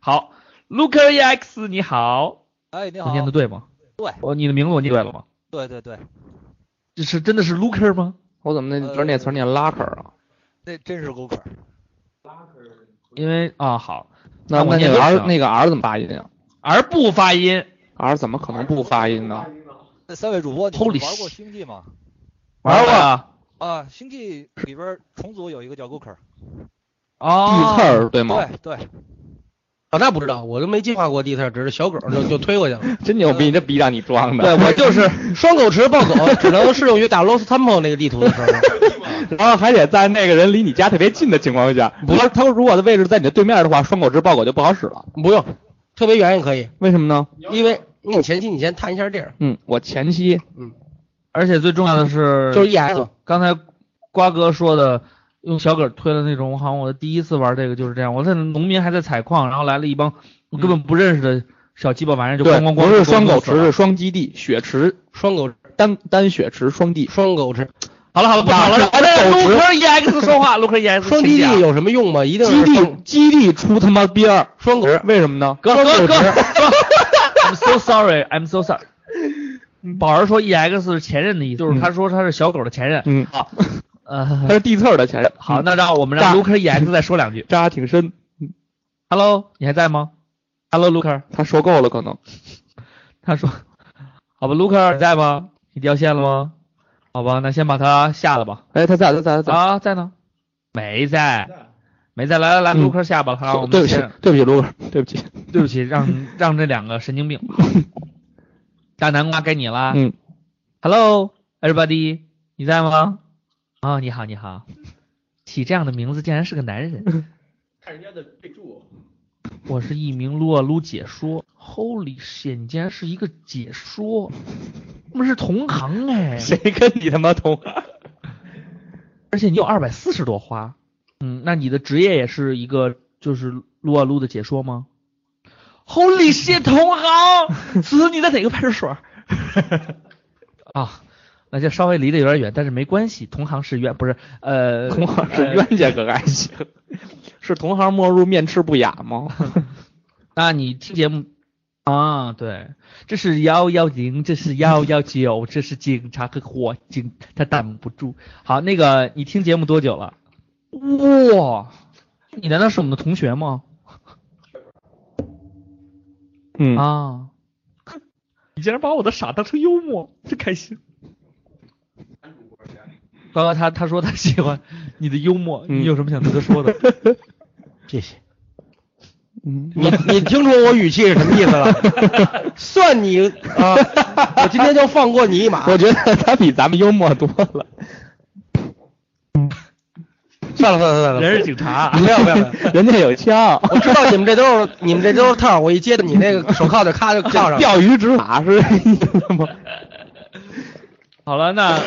S1: 好，Looker EX 你好，
S10: 哎，你
S1: 我
S10: 好，
S1: 念的对吗？
S10: 对
S1: 哦，你的名字我念对了吗？
S10: 对对对，
S1: 这是真的是 Looker 吗？
S2: 我怎么那觉得那词儿念拉克啊？
S10: 那真是够可。
S1: 因为啊好，
S2: 那
S1: 我
S2: 那
S1: 念
S2: 个
S1: 的
S2: R 那个 R 怎么发音啊
S1: 而不发音，
S2: ？R 怎么可能不发音呢？
S10: 那三位主播，你
S1: Holy
S10: 们玩过星际吗？
S1: 玩过
S10: 啊，星际里边重组有一个叫 Goker，
S1: 哦
S2: 地刺儿对吗？
S10: 啊对对，
S3: 啊，那不知道，我都没进化过地特，只是小狗 就就推过去了。
S2: 真牛逼，这逼让你装
S3: 对
S2: 的。
S3: 我 就是双狗池暴走，只能适用于打 Lost Temple 那个地图的时候。
S2: 然后还得在那个人离你家特别近的情况下，不是他如果的位置在你的对面的话，双狗之暴狗就不好使了。
S3: 不用，特别远也可以，
S2: 为什么呢？
S3: 因为你前期你先探一下地儿，
S2: 嗯，我前期
S1: 而且最重要的是，
S3: 就是 EX。
S1: 刚才瓜哥说的，用小梗推的那种，我好像我第一次玩这个就是这样。我在农民还在采矿，然后来了一帮我根本不认识的小鸡巴玩意儿，
S2: 嗯
S1: 就
S2: 对
S1: 咣咣咣。
S2: 不是双狗池
S1: 就
S2: 是双基地血池
S3: 双狗
S2: 单单血池双地。
S3: 双狗池
S1: 好了好了，不吵
S2: 哪
S1: 了。让
S2: 儿的狗
S1: 卢
S2: 池
S1: 克 EX 说话，卢克 EX
S3: 双基
S1: 请
S3: 地
S1: 讲
S3: 有什么用吗？一定是
S2: 基地基地出他妈边儿，
S3: 双狗
S2: 为什么呢？
S1: 哥
S3: 双
S1: 哥
S3: 狗
S1: 哥
S3: 池
S2: 嗯
S1: 哥，I'm so sorry，I'm so sorry。宝儿说 EX 是前任的意思，就是他说他是小狗的前任。
S2: 嗯，
S1: 好，
S2: 他
S1: 呃，
S2: 是地刺儿的前任。
S1: 好，
S2: 嗯
S1: 那让我们让
S2: 大
S1: Luker EX E 再说两句。
S2: 扎挺深，
S1: Hello，你还在吗？Hello，Luker，
S2: 他说够了可能。
S1: 他说，好吧，Luker 你在吗？你掉线了吗？好吧，那先把他下了吧。
S2: 哎，他在，他在，他在。
S1: 啊，在呢？没在，没在。来来来
S2: 嗯
S1: ，Luker 下吧，哈，我们
S2: 对不起
S1: 先，
S2: 对不起，卢哥，对不起。
S1: 对不起，让让这两个神经病。大南瓜该你啦。
S2: 嗯
S1: Hello, everybody，你在吗？啊、你好，你好。起这样的名字竟然是个男人。
S9: 看人家的备注，
S1: 我是一名撸啊撸解说。Holy shit，你竟然是一个解说，我们是同行哎。
S2: 跟你他妈同？
S1: 而且你有二百四十朵花。嗯，那你的职业也是一个就是撸啊撸的解说吗？Holy shit，同 行，子你在哪个派出所？啊，那就稍微离得有点远，但是没关系，同行是冤，不是呃，
S2: 同行是
S1: 呃
S2: 冤家可还行？ 是同行莫入面赤不雅吗？
S1: 那你听节目啊？对，这是幺幺零，这是幺幺九，这是警察和火警，他挡不住。好，那个你听节目多久了？哇，你难道是我们的同学吗？
S2: 嗯，
S1: 啊，你竟然把我的傻当成幽默，真开心。刚刚他他说他喜欢你的幽默，
S2: 嗯
S1: 你有什么想对他说的？
S3: 谢谢。
S2: 嗯
S3: 你你听出我语气是什么意思 了？算你啊！我今天就放过你一马。
S2: 我觉得他比咱们幽默多了。
S3: 算了算了算了，
S1: 人是警察
S3: 不要不要不要！
S2: 人家有枪，
S3: 我知道你们这都是你们这都是套儿，我一接你那个手铐就咔就铐上了。
S2: 钓鱼执法是这意思 吗？
S1: 好了，那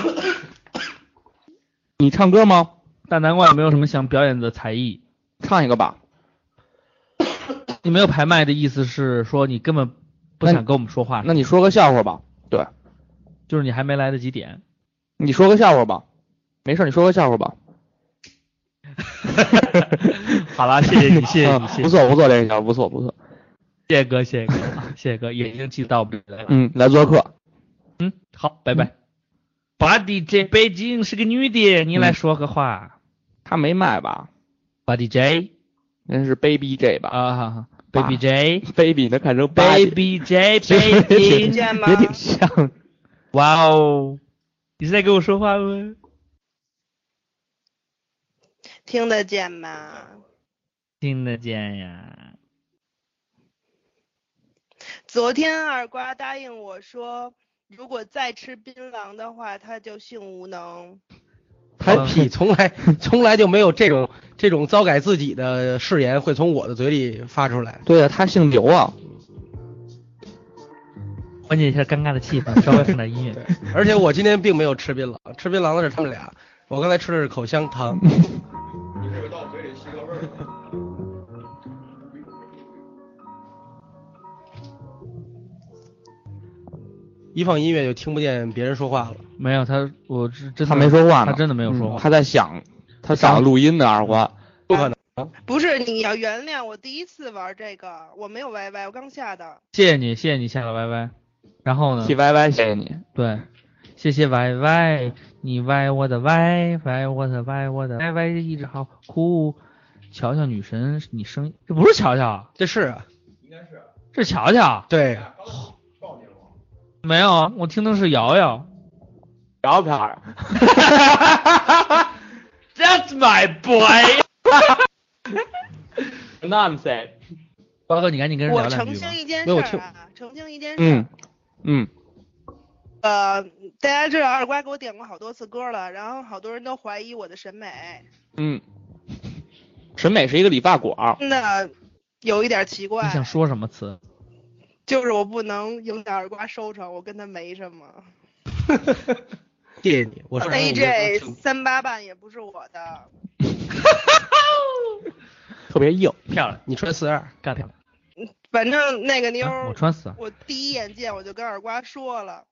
S2: 你唱歌吗？
S1: 大南瓜有没有什么想表演的才艺？
S2: 唱一个吧。
S1: 你没有排麦的意思是说你根本不
S2: 那
S1: 想跟我们说话，
S2: 那你哎说个笑话吧。对，
S1: 就是你还没来得及点。
S2: 你说个笑话吧。没事，你说个笑话吧。
S1: 好了，谢谢你，谢谢你，
S2: 啊
S1: 谢
S2: 不
S1: 谢你
S2: 错不错，这个笑话不错不错。
S1: 谢谢哥，谢谢哥，谢谢哥，也已经记到我们这里来了。
S2: 嗯，来做客。
S1: 嗯，好，拜拜。Body J 北京是个女的，你来说个话。
S2: 他嗯没卖吧？
S1: Body J
S2: 那是 Baby J 吧？
S1: 啊好好，Baby J。
S2: baby 能看成
S1: Baby J
S2: 也
S1: Baby，
S2: 挺也挺像。
S1: 哇哦！你是在跟我说话吗？
S11: 听得见吗？
S1: 听得见呀。
S11: 昨天二瓜答应我说，如果再吃槟榔的话，他就性无能。
S3: 他屁，从来从来就没有这种这种糟改自己的誓言会从我的嘴里发出来。
S2: 对啊，他姓刘啊。
S1: 缓解一下尴尬的气氛，稍微放点 音乐。
S3: 而且我今天并没有吃槟榔，吃槟榔的是他们俩，我刚才吃的是口香 糖。
S9: 一会儿到嘴里是个味儿了。
S3: 一放音乐就听不见别人说话了。
S1: 没有他，我是真的
S2: 他没说话呢
S1: 他真的没有说
S2: 嗯
S1: 话。
S2: 他在想，他找录音呢，二瓜。
S3: 不可能，
S11: 不是，你要原谅我第一次玩这个，我没有 YY，我刚下的。
S1: 谢谢你，谢谢你下了 YY。然后呢
S2: 替？歪歪谢谢你。
S1: 对，谢谢 YY，你歪我的歪，歪我的歪，我的 YY 一直好哭。瞧瞧女神，你声音这不是瞧瞧，
S3: 这是啊，
S1: 这是瞧瞧。
S3: 对，
S1: 没有，我听的是瑶瑶。
S2: 聊片儿，
S1: That's my boy。
S2: nonsense。
S1: 瓜哥，你赶紧跟人
S11: 我
S1: 聊两
S11: 澄
S1: 句吧
S11: 清。一件事
S3: 没有
S11: 儿
S3: 听
S11: 啊，澄清一件事儿。
S2: 嗯嗯，
S11: 呃，大家知道二瓜给我点过好多次歌了，然后好多人都怀疑我的审美，
S2: 嗯，审美是一个理发馆儿，
S11: 真的有一点奇怪
S1: 你。想说什么词？
S11: 就是我不能影响二瓜收成，我跟他没什么。
S3: 谢谢你，我是
S11: AJ 三八半也不是我的，
S2: 特别硬。
S1: 漂亮，
S3: 你穿四二，
S1: 干得漂亮
S11: 反正那个妞
S1: 啊！
S11: 儿
S1: 我，穿死。
S11: 我第一眼见我就跟二瓜说了，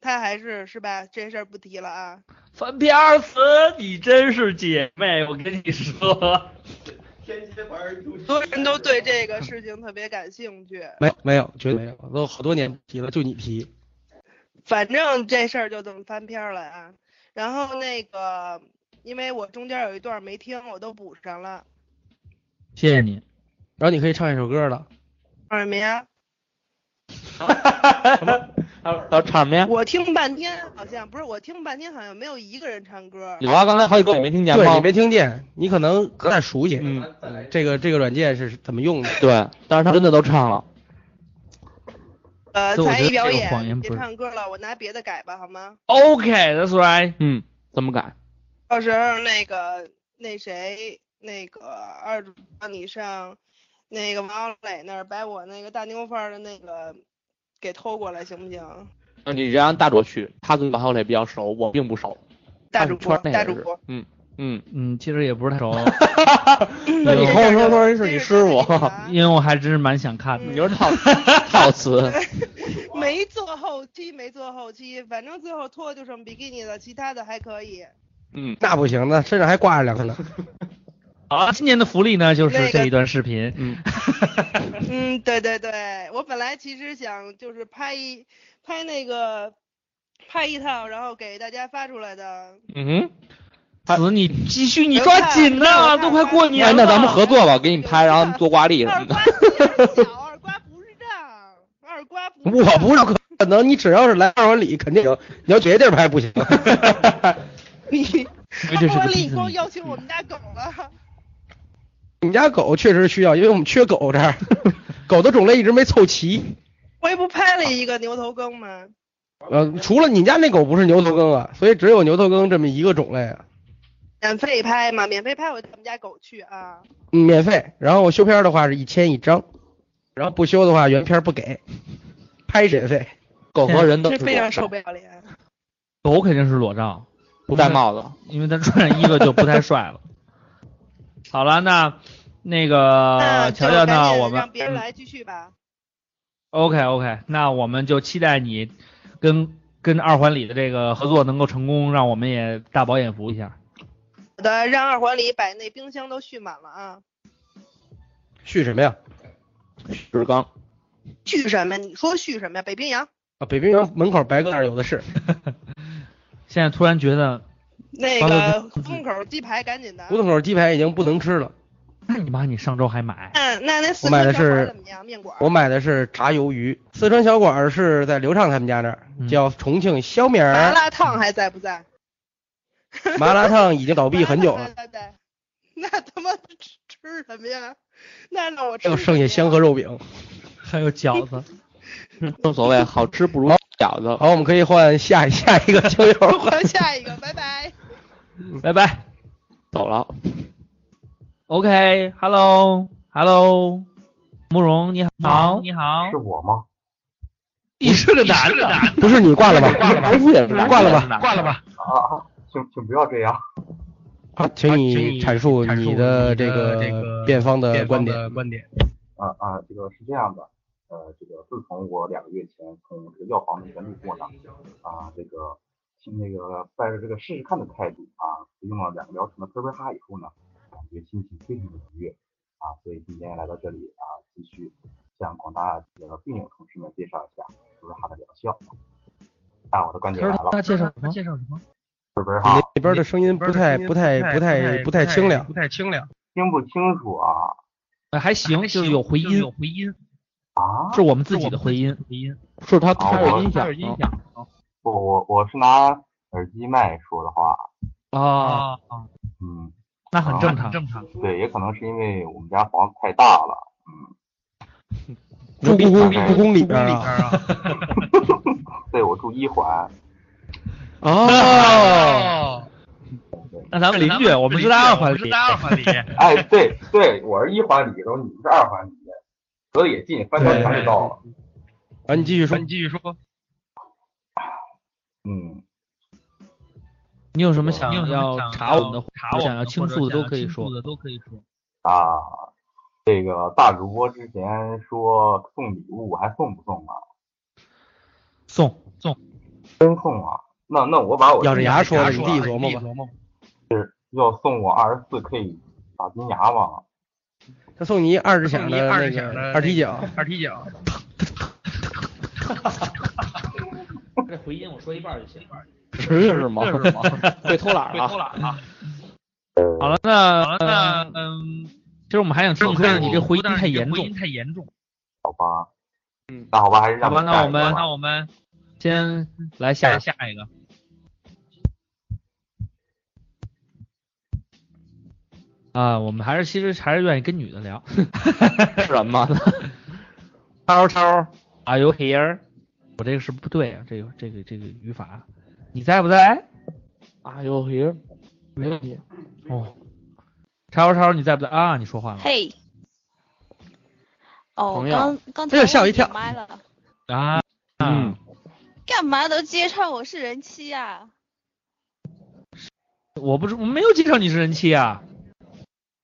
S11: 他还是是吧？这事儿不提了啊。
S1: 翻篇二死，你真是姐妹，我跟你 说。
S9: 天蝎反而就
S11: 所有人都对这个事情特别感兴趣，
S3: 没没有，绝对没有，都好多年提了，就你提。
S11: 反正这事儿就这么翻篇儿了啊。然后那个，因为我中间有一段没听，我都补上了。
S1: 谢谢你。
S3: 然后你可以唱一首歌 了，
S11: 唱什么呀？
S2: 到场面
S11: 我听半天好像不是，我听半天好像没有一个人唱歌。
S2: 有啊，刚才好几个你没听见
S3: 对
S2: 吗？
S3: 你没听见，你可能不太熟悉。
S2: 嗯
S3: 嗯，这个这个软件是怎么用的？
S2: 对，但是他真的都唱了。
S11: 呃，
S1: 所以我
S11: 才
S1: 觉
S11: 艺表
S1: 得这个谎言
S11: 演，
S1: 不
S11: 别
S1: 是
S11: 唱歌了，我拿别的改吧，好吗？
S1: OK，that's、right。
S2: 嗯，怎么改？
S11: 到时候那个那谁那个二主让你上那个王小磊那儿把我那个大妞范儿的那个给偷过来行不行？
S2: 那你让大卓去，他跟王小磊比较熟，我并不熟。
S11: 大主播，
S2: 他是圈内
S11: 大
S2: 人
S11: 主播，
S2: 嗯嗯，
S1: 嗯，其实也不是太熟，
S2: 那你后说说人是你师傅，
S1: 因为我还真是蛮想看的。
S2: 你就是 套套词。
S1: 嗯
S11: 没做后期，没做后期，反正最后脱就剩比基尼了，其他的还可 以。
S2: 嗯，
S3: 那不行，那身上还挂着两 个呢。
S1: 好了，今年的福利呢，就是
S11: 那个
S1: 这一段视频。
S2: 嗯，
S11: 嗯，对对对，我本来其实想就是拍一拍那个拍一套，然后给大家发出来的。
S2: 嗯
S1: 子，你继续， 你抓紧呐、都快过
S2: 哼，
S1: 年
S2: 哎，
S1: 了。
S2: 那咱们合作吧，我给你拍，然后多挂历什
S11: 二
S2: 么的
S11: 瓜。很小，二瓜不让，二瓜不
S3: 我
S11: 让
S3: 不是可能，你只要是来二环里，肯定有。你要别地儿拍不 行。
S11: 你，
S1: 为这是
S11: 二瓜
S1: 个嗯机
S11: 里
S1: 子
S11: 光
S1: 迷
S11: 邀请我们家狗了。
S3: 我们家狗确实需要，因为我们缺狗这儿， 狗的种类一直没凑齐。
S11: 我也不拍了一个牛头梗吗？
S3: 呃，除了你家那狗不是牛头梗啊，所以只有牛头梗这么一个种类啊，
S11: 免费拍嘛，免费拍我带我们家狗去啊。
S3: 嗯免费。然后我修片儿的话是一千一张，然后不修的话原片儿不给，拍水费。
S2: 狗和 人都
S11: 这
S2: 是
S11: 非常
S2: 我
S11: 臭不要脸。
S1: 狗肯定是裸照，
S2: 不戴帽子。
S1: 因为他穿上衣服就不太帅了。好了，那那
S11: 那
S1: 个
S11: 就
S1: 乔乔
S11: 赶
S1: 啊呢？
S11: 紧
S1: 我们嗯
S11: 让别人来继续吧。
S1: OK OK，那我们就期待你跟跟二环里的这个合作能够成功，让我们也大饱眼福一下。
S11: 好的，让二环里把那冰箱都蓄满了啊。
S3: 续什么呀？
S2: 石刚，
S11: 蓄什么？你说蓄什么呀？北冰洋
S3: 啊，北冰洋门口白鸽那儿有的是，
S1: 现在突然觉得，
S11: 那个胡同口鸡排，赶紧的啊。
S3: 胡同口鸡排已经不能吃了。
S1: 那你妈你上周还买？
S11: 那那那四
S3: 我买
S11: 川
S3: 的
S11: 小馆
S3: 是
S11: 怎么样？面馆儿。
S3: 我买的是炸鱿鱼，四川小馆儿是在刘畅他们家那儿，
S1: 嗯
S3: 叫重庆肖米
S11: 麻
S3: 儿
S11: 辣烫还在不在？
S3: 麻辣烫，已经倒闭很久
S11: 麻辣
S3: 了
S11: 烫。还在不在。那他妈吃吃什么 呀？那让我吃
S3: 还
S11: 什么
S3: 有
S11: 呀。
S3: 剩下香河肉饼。
S1: 还有饺子，
S2: 正所谓好吃不如饺子。
S3: 好，我们可以换下下一个 球友。
S11: 换下一个，拜拜。
S1: 拜拜。
S2: 走了，
S1: OK，Hello，Hello，慕容你好，你好，
S4: 是我吗？
S1: 你是个男的，
S3: 不是你挂了吧？
S2: 挂了吧，不也是
S3: 挂了吧。
S1: 挂了吧。
S4: 啊啊，请请不要这样。
S3: 好，请你阐述
S1: 阐述
S3: 你的
S1: 你的
S3: 这
S1: 这个
S3: 个辩方的观点。
S1: 观点。
S4: 啊啊，这个是这样的，呃，这个自从我两个月前从这个药房那边路过呢，啊，这个听那个带着这个试试看的态度啊，服用了两个疗程的科贝哈以后呢，感觉心情非常的愉悦啊，所以今天来到这里啊，继续向广大这个病友同志们介绍一下科贝哈的疗效。那我的观点来了，
S1: 介绍什么？介绍什么？
S4: 科贝
S3: 你
S4: 哈
S3: 那边的声音不太、不太、不太、不太清亮。
S4: 听不清楚啊
S1: 呃还行，就是有回音，有回音，
S4: 啊！
S1: 是我们自己的回音，回音。
S2: 是
S4: 哦
S2: 他开着音响
S1: 有音
S3: 嗯
S1: 响
S4: 我我我是拿耳机麦说的话，
S2: 啊，
S1: 啊，
S4: 嗯。
S1: 那很正常，
S4: 啊
S1: 正常。
S4: 对，也可能是因为我们家房子太大了，嗯，
S3: 住故宫故宫里边啊。
S1: 啊，
S4: 对我住一环，
S1: 哦，那咱们邻居，啊我们是在二环里，
S4: 哎，对对，我是一环里，然后你是二环里，隔得也近，翻条船就到了，
S3: 啊，你继续说。
S4: 嗯，
S1: 你有什么想要查我们的，查想要倾诉的都可以说。
S4: 啊，这个大主播之前说送礼物还送不送啊？
S1: 送送，
S4: 真送啊？那那我把我
S3: 咬着牙说
S4: 说
S3: 的，你自己琢磨吧。
S4: 要送我二十四 K 打金牙吗？
S3: 他送你二十响的那个二踢脚，
S1: 二踢脚。 这回音我说一半就行。
S2: 是吗？
S1: 是 吗
S2: 会偷懒
S1: 会
S2: 啊！
S1: 偷懒啊！好了，那好了，那嗯，其实我们还想知道，但是你这回音太严重，太严重。
S4: 好吧，嗯，那好吧，还是
S1: 好
S4: 让
S1: 吧，那
S4: 下
S1: 我们
S4: 一个吧
S1: 那我们先来下下一个。啊，我们还是其实还是愿意跟女的聊。
S2: 什 么？超超
S1: ，Are you here？我这个是不对啊，这个这个这个语法，你在不在？
S2: 啊，有有，没问题。
S1: 哦，超超你在不在啊？你说话了
S6: 嘿，哦
S1: 朋，友
S6: 刚刚才
S1: 哎呦吓我一跳
S6: 忘记麦了，
S1: 啊？嗯，
S6: 干嘛都揭穿我是人妻啊？
S1: 我不是我没有介绍你是人妻啊。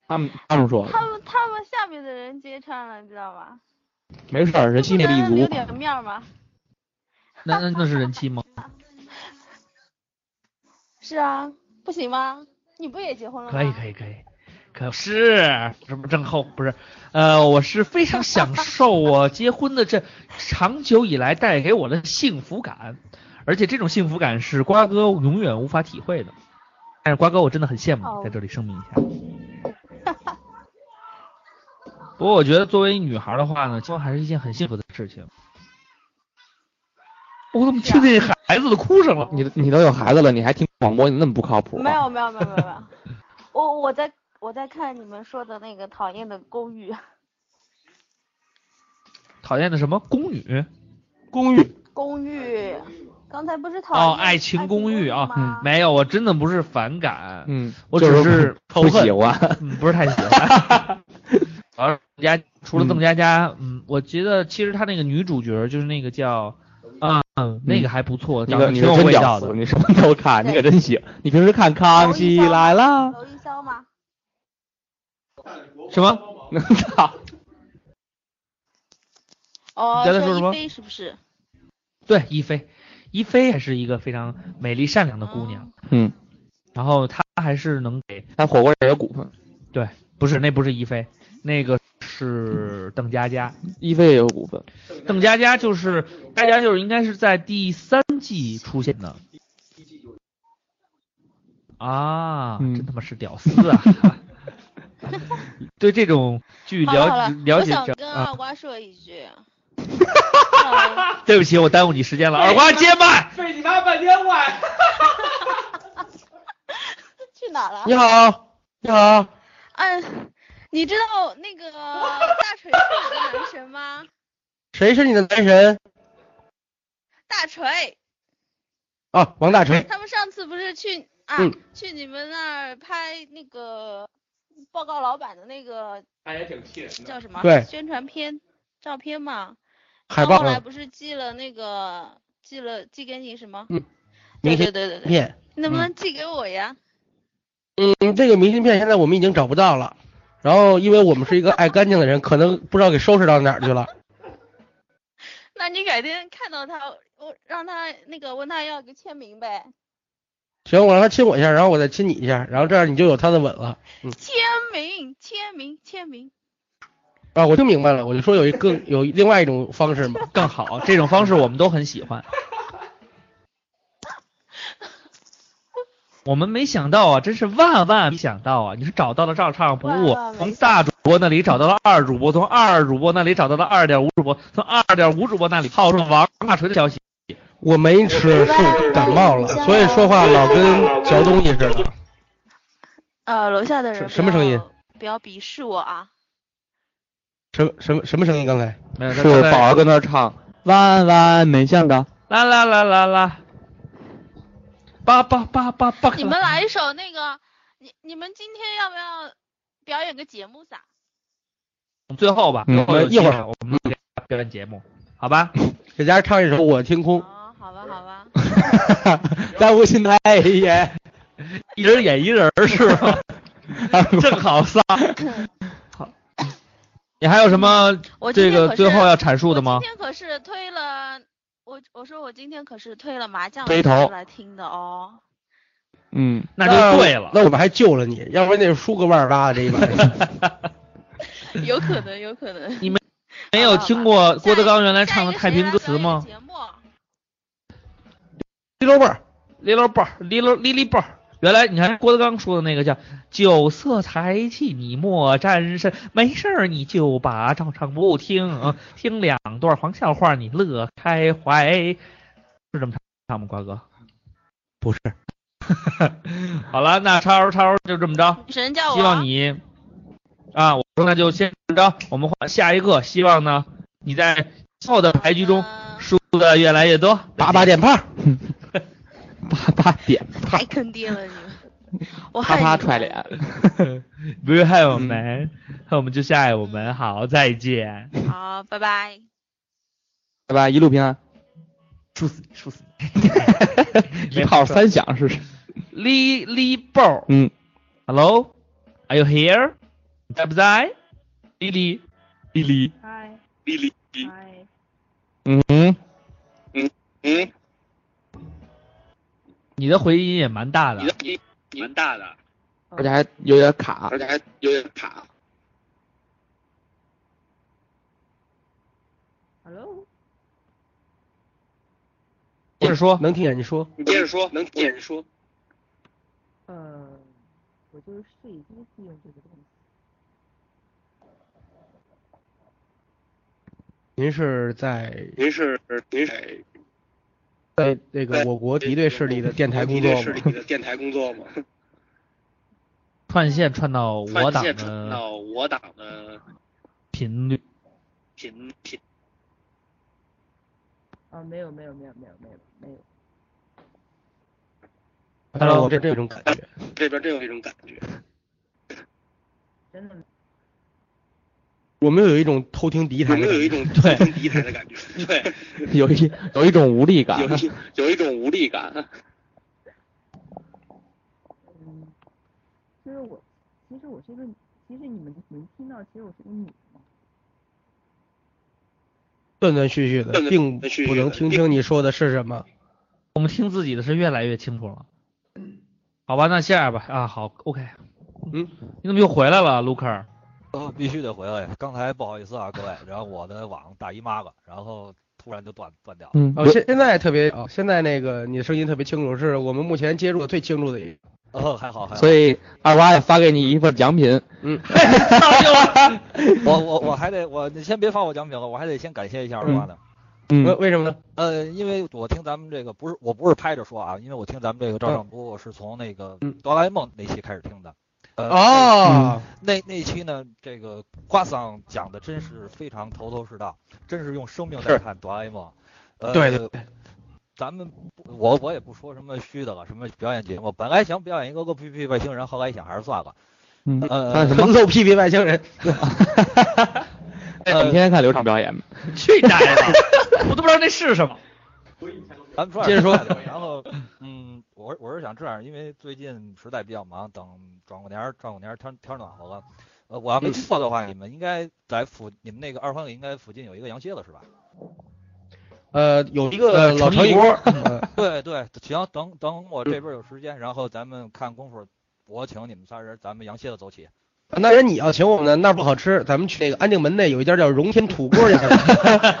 S2: 他们他们说
S6: 他们他们下面的人揭穿了，你知道吗？
S2: 没事儿，人气
S6: 不
S2: 内
S6: 能
S2: 力
S6: 留
S2: 足。
S6: 点面儿吗？
S1: 那那那是人妻吗？
S6: 是啊，不行吗？你不也结婚了吗？
S1: 可以可以可以，可是这不正后不是，呃，我是非常享受我结婚的这长久以来带给我的幸福感，而且这种幸福感是瓜哥永远无法体会的。但是瓜哥我真的很羡慕你，在这里声明一下。不过我觉得作为女孩的话呢，结婚还是一件很幸福的事情。我怎么听见孩子的哭声了？
S2: 你你都有孩子了，你还听广播，你那么不靠谱啊
S6: 没有没有没有没有没 有，我我在我在看你们说的那个讨厌的公寓，
S1: 讨厌的什么宫女？
S3: 公寓
S6: 公寓，刚才不是讨厌
S1: 哦，爱情公寓啊，嗯没有，我真的不是反感，
S2: 嗯，
S1: 我只
S2: 就是不
S1: 仇恨
S2: 喜欢，
S1: 嗯不是太 喜欢。主要是邓家除了邓家佳，嗯，我觉得其实她那个女主角就是那个叫，啊，嗯那个还不错，
S2: 你
S1: 长得
S2: 个你
S1: 挺
S2: 是
S1: 有
S2: 真
S1: 味
S2: 屌
S1: 道
S2: 丝，
S1: 的。
S2: 你什么都看，你可真行。你平时看《康熙来了
S6: 娄艺潇吗？
S1: 什 么？》
S2: 操，
S6: 哦，
S1: 你刚才说什么
S6: 一菲是不是？
S1: 对，一菲，一菲还是一个非常美丽善良的姑娘，
S2: 嗯，
S1: 然后她还是能给，
S2: 他火锅也有股份，
S1: 对，不是那不是一菲，那个是邓家佳。
S2: 一菲也有股份。
S1: 邓家佳就是大家就是应该是在第三季出现的。啊，
S2: 嗯
S1: 真他妈是屌丝啊！ 对这种剧
S6: 好了好
S1: 了
S6: 了，
S1: 了
S6: 我
S1: 解
S6: 想
S1: 这
S6: 跟二
S1: 啊，
S6: 瓜说一句，
S1: 对不起，我耽误你时间了，二瓜接麦。
S9: 费你妈半天话。
S6: 去哪了？
S3: 你好，你好，
S6: 嗯，你知道那个大锤是你的男神 吗？
S3: 谁是你的男神
S6: 大锤，
S3: 啊？王大锤。
S6: 他们上次不是去啊、
S3: 嗯
S6: 去你们那儿拍那个报告老板的那个
S9: 他也挺气人的。
S6: 叫什么
S3: 对
S6: 宣传片照片嘛？
S3: 海
S6: 然后
S3: 报嗯
S6: 后来
S3: 上
S6: 不是寄了那个寄了寄给你什么？
S3: 嗯
S6: 对
S3: 明
S6: 对
S3: 信
S6: 对对对，
S3: 片，
S6: 你能不能寄给我呀？
S3: 嗯，这个明信片现在我们已经找不到了。然后，因为我们是一个爱干净的人，可能不知道给收拾到哪儿去了。
S6: 那你改天看到他，我让他那个问他要个签名呗，
S3: 行，我让他亲我一下，然后我再亲你一下，然后这样你就有他的吻了。嗯，
S6: 签名签名签名，
S3: 啊，我听明白了，我就说有一更有另外一种方式嘛，
S1: 更好，这种方式我们都很喜欢。我们没想到啊，真是万万没想到啊！你是找到了照唱不误
S6: 万万，没
S1: 从大主播那里找到了二主播，从二主播那里找到了二点五主播，从二点五主播那里套上王大锤的消息。
S3: 我没吃，是我感冒了，所以说话老跟嚼东西似的。
S6: 呃，楼下的人
S3: 什什么声音？
S6: 不要鄙视我啊！
S3: 什么什么什么声音？刚才
S1: 没有，
S2: 是宝儿跟那儿唱《万万没想到》，
S1: 啦啦啦啦啦，叭叭叭叭叭。
S6: 你们来一首那个，你你们今天要不要表演个节目撒？
S1: 最后吧，
S2: 嗯
S1: 最后有
S3: 一会儿
S1: 机会我们表演节目，好吧？
S3: 给大家唱一首《我天空》，
S6: 啊，好吧好 吧，
S2: 在无心的黑夜，
S1: 一人演一人儿是吧？正好仨。好，你还有什么
S6: 我今
S1: 呃这
S6: 天
S1: 个
S6: 可
S1: 最
S6: 是
S1: 后要阐述的吗
S6: 今？天可是推了，我我说我今天可是推了麻将的
S2: 推头
S6: 歌来听的哦。
S2: 嗯，
S1: 那就对了。
S3: 那我们还救了你，要不然得输个万尔拉这一把。
S6: 有可能，有可能。
S1: 你们没有听过郭德纲原来唱的《太平歌词》吗？
S6: 节目
S3: Little Bird。
S1: Little Bird，Little Lily Bird。原来你看郭德纲说的那个叫“酒色财气你莫沾身”，没事儿你就把照唱不误听，啊听两段黄笑话你乐开怀，是这么唱吗？瓜哥，
S10: 不是。
S1: 好了，那超超就这么着，
S6: 神叫我
S1: 希望你啊，我说那就先这么着，我们换下一个，希望呢你在以后的牌局中
S6: 呃
S1: 输的越来越多，
S3: 八八 点胖，
S2: 八八点
S6: 太坑爹了 你，我
S2: 啪
S6: 恨
S2: 啪
S6: 你
S2: 踹
S6: 们
S2: 脸。 嗯
S1: 不用害我们，那我们就下一我们好，再见。
S6: 好，拜拜。
S2: 对吧？一路平安，
S1: 输死你，输死
S2: 一炮三响是是。
S1: 你。Li Li Bo
S2: 嗯
S1: Hello，Are you here？你在不在？Lily
S2: ，Lily
S12: 嗨，
S1: Lily，
S12: 嗨，
S2: 嗯
S1: 嗯嗯，你的回音也蛮大的。
S12: 蛮大的，
S2: 而且还有点卡，而且还
S12: 有点卡。Hello，
S3: 接着说，能听见你说。
S12: 你接着说，能接着说。呃，我就是试一第一次用这个东西。
S3: 您是在
S12: 您是您是
S3: 在哎那个我国敌对势力的电台工作
S12: 是
S3: 吗？
S12: 你的电台工作吗？
S1: 串线串到 我党
S12: 现传
S1: 的
S12: 到我党的
S1: 频率，
S12: 频频。啊，没有没有没有没有没有没有，
S3: 但是我这这种感觉，
S12: 这边真有一种感觉。真的
S3: 我们有一种偷听敌台的感
S12: 有
S3: 觉，
S12: 没有一种
S2: 对
S12: 听敌台的感觉？ 对，
S2: 有一有一种无力感。
S12: 有一有一种无力感。
S13: 嗯，就是我，其实我是个，其实你们能听到，其实我是个女的嘛。
S3: 断断续续的，并不能听清你说的是什么。
S1: 我们听自己的是越来越清楚了。好吧，那这样吧，啊，好，OK，
S3: 嗯，
S1: 你怎么又回来了，卢克 尔？
S10: 哦，必须得回来。刚才不好意思啊，各位，然后我的网大姨妈了，然后突然就断断掉了。
S2: 嗯
S3: 哦，现现在特别，哦，现在那个你的声音特别清楚，是我们目前接触的最清楚的一个。
S10: 哦，还好还好。
S2: 所以二娃也发给你一份奖品。
S3: 嗯，
S10: 我我我还得我你先别发我奖品了，我还得先感谢一下二娃呢。
S2: 嗯
S3: 为为什么呢？
S10: 呃，因为我听咱们这个不是我不是拍着说啊，因为我听咱们这个照相图，我是从那个哆啦 A 梦那期开始听的。呃，
S3: 哦
S10: 那那期呢，这个瓜桑讲的真是非常头头是道，真是用生命在
S2: 是
S10: 看哆啦 A 梦。呃，
S2: 对对对
S10: 咱们不我我也不说什么虚的了，什么表演节目，本来想表演一个露屁屁外星人，后来一想还是算了。
S2: 嗯，
S10: 呃
S2: 看什 么？
S3: 露屁屁外星 人。呃
S2: 我们天天看刘 畅表演。
S1: 去大爷的，我都不知道那是什么。
S10: 咱们说
S1: 接着说
S10: 点快的吧然后，嗯，我我是想这样，因为最近实在比较忙，等转过年儿转过年儿天天暖和了，呃，我要没记错的话，你们应该在附你们那个二环里应该附近有一个羊蝎子是吧？
S3: 呃，有一个老
S10: 城
S3: 一呃
S10: 锅
S3: 锅，
S10: 儿。 对对，行，等等我这边有时间，然后咱们看功夫，我请你们仨人，咱们羊蝎子走起。
S3: 啊那人你要请我们呢，那儿不好吃，咱们去那个安定门内有一家叫荣天土锅家，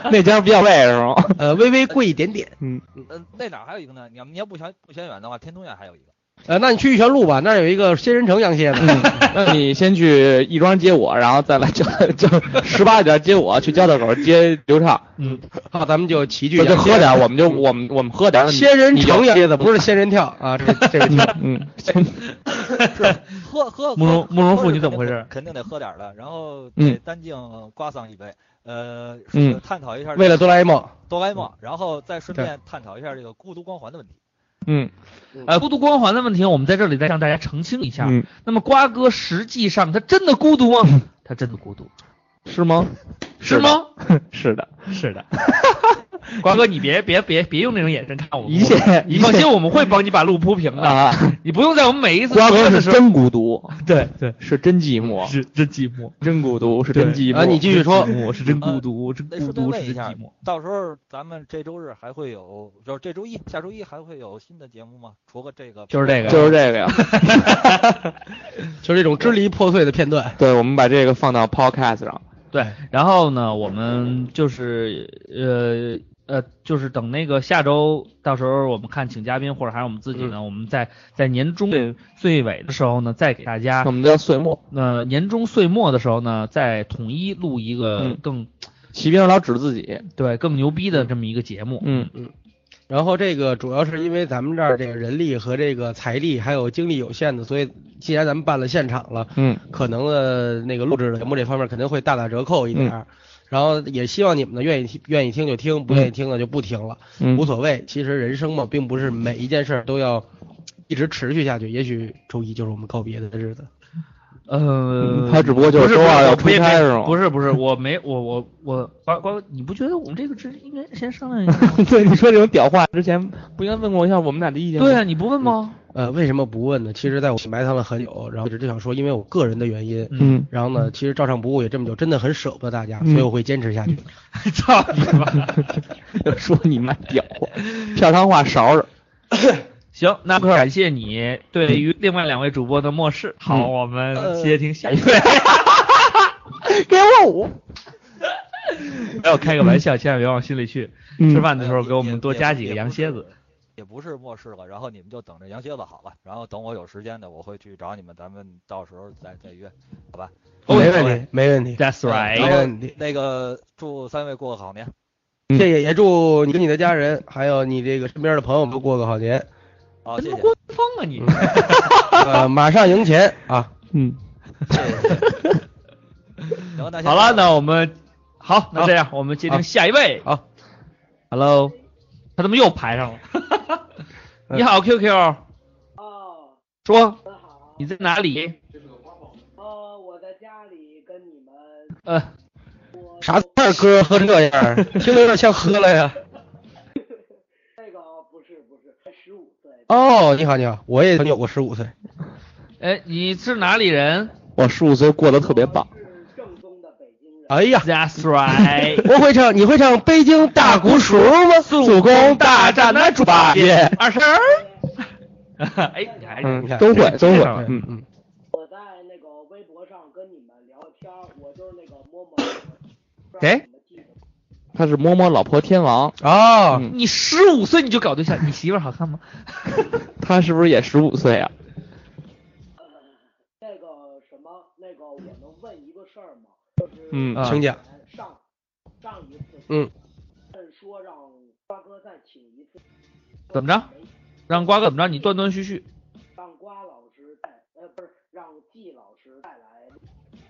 S2: 那家比较贵是吗？
S3: 呃，微微贵一点点。
S2: 嗯，
S10: 嗯，那哪儿还有一个呢？你要你要不嫌不嫌远的话，天通苑还有一个。
S3: 呃，那你去玉泉路吧，那儿有一个仙人城羊蝎子。
S2: 嗯那你先去亦庄接我，然后再来交交十八点接我，去交道口接刘畅。
S3: 嗯，好，咱们就齐聚
S2: 就
S3: 羊蝎
S2: 就
S3: 子。
S2: 喝点，我们
S1: 嗯
S2: 就我们我们喝点。
S3: 仙人
S2: 你就
S3: 城羊蝎子，不 是仙人跳啊，这个这个跳。
S2: 嗯，
S10: 喝喝
S1: 慕容慕容复，你怎么回
S10: 肯定
S1: 事？
S10: 肯定得喝点儿的，然后
S1: 嗯
S10: 得单敬瓜桑一杯，呃，
S1: 嗯
S10: 是探讨一下
S3: 为了哆啦 A 梦，
S10: 哆啦 A 梦，然后再顺便探讨一下这个孤独光环的问题。
S2: 嗯，
S1: 呃，孤独光环的问题，我们在这里再让大家澄清一下。
S2: 嗯
S1: 那么瓜哥实际上他真的孤独 吗？他真的孤独，
S2: 是吗？
S1: 是吗？
S2: 是的，
S1: 是的。瓜哥，你别别别别用那种眼神看我们，
S2: 一切
S1: 你
S2: 一
S1: 放
S2: 切
S1: 心，我们会帮你把路铺平的
S2: 啊。
S1: 你不用在我们每一次
S2: 瓜
S1: 直播
S2: 哥
S1: 的
S2: 是
S1: 时候
S2: 真孤独，
S1: 对对，
S2: 是真寂寞，
S1: 是真寂寞，
S2: 真孤独是真寂寞。
S1: 啊你继续说啊
S2: 我是真孤独，真
S10: 那顺便问一下，到时候咱们这周日还会有，就是这周一、下周一还会有新的节目吗？除了这个，
S1: 就是这个
S2: 就是这个呀。
S3: 就是这种支离破碎的片段。
S2: 对，我们把这个
S1: 啊
S2: 放到 Podcast 上。
S1: 对，然后呢，我们就是呃呃，就是等那个下周，到时候我们看请嘉宾或者还是我们自己呢，
S2: 嗯
S1: 我们在在年终岁岁尾的时候呢，再给大家
S2: 我们叫岁末。
S1: 呃，年终岁末的时候呢，再统一录一
S2: 嗯
S1: 个更
S2: 骑兵老指自己，
S1: 对更牛逼的这么一个节目。
S2: 嗯
S1: 嗯，
S3: 然后这个主要是因为咱们这儿这个人力和这个财力还有精力有限的，所以既然咱们办了现场了，
S2: 嗯，
S3: 可能呃那个录制的节目这方面肯定会大打折扣一
S2: 嗯
S3: 点儿。然后也希望你们呢愿意听愿意听就听，不愿意听呢就不听了，
S2: 嗯
S3: 无所谓。其实人生嘛，并不是每一件事儿都要一直持续下去。也许周一就是我们告别的日子。
S1: 呃，
S2: 他只不过就是
S1: 不是
S2: 周二要
S1: 不是
S2: 出差是吗
S1: 不是不是，我没我我我关关，你不觉得我们这个这应该先商量一下吗？
S2: 对你说这种屌话之前不应该问过一下我们俩的意见吗？
S1: 对啊，你不问吗？
S3: 呃，为什么不问呢？其实，在我埋藏了很久，然后一直就想说，因为我个人的原因，
S2: 嗯，
S3: 然后呢，其实照唱不误也这么久，真的很舍不得大家，
S2: 嗯
S3: 所以我会坚持下去。
S1: 嗯 操你妈！
S2: 说你妈屌， 漂亮话勺着。
S1: 行，那感谢你对于另外两位主播的漠视。
S3: 嗯
S1: 好，我
S10: 呃
S1: 们接听下一位。
S2: 给我五。
S1: 没有开个玩笑，千万别往心里去。
S2: 嗯
S1: 吃饭的时候给我们多加几个羊蝎子。
S10: 也不是漠视了，然后你们就等着羊蝎子好了，然后等我有时间的，我会去找你们，咱们到时候再再约，好吧？
S3: 没问题，没问题。
S1: 哦 That's right
S3: 没问题。
S10: 那个祝三位过个好年，
S1: 嗯
S3: 谢谢，也祝你跟你的家人，还有你这个身边的朋友们都过个好年。
S10: 好，谢谢。嗯
S1: 疯啊 你！
S3: 呃，马上赢钱啊！
S2: 嗯，
S10: 行，那
S1: 好了，那我们好，那这样我们接听下一位。
S3: 好
S1: ，Hello，他怎么又排 上了？你好，QQ。哦。说。你在哪里？呃，
S3: 啥菜儿歌喝成这样儿，听着有点像喝了呀。哦，你好，你好，我也曾经有过十五岁，
S1: 哎，你是哪里人？
S2: 我十五岁过得特别棒，
S3: 哎呀
S1: ，That's right，
S3: 我会唱，你会唱《北京大鼓鼠》吗？
S2: 祖
S3: 公
S2: 大战的猪八戒，
S1: 二十二。哎，你还
S2: 嗯，都 会都会，嗯嗯，
S1: 哎，
S2: 他是摸摸老婆天王，嗯
S3: 哦，
S1: 你十五岁你就搞对象，你媳妇儿好看吗？
S2: 他是不是也十五岁啊？嗯
S3: 啊请讲。嗯，
S1: 怎么着？让瓜哥怎么着？你断断续续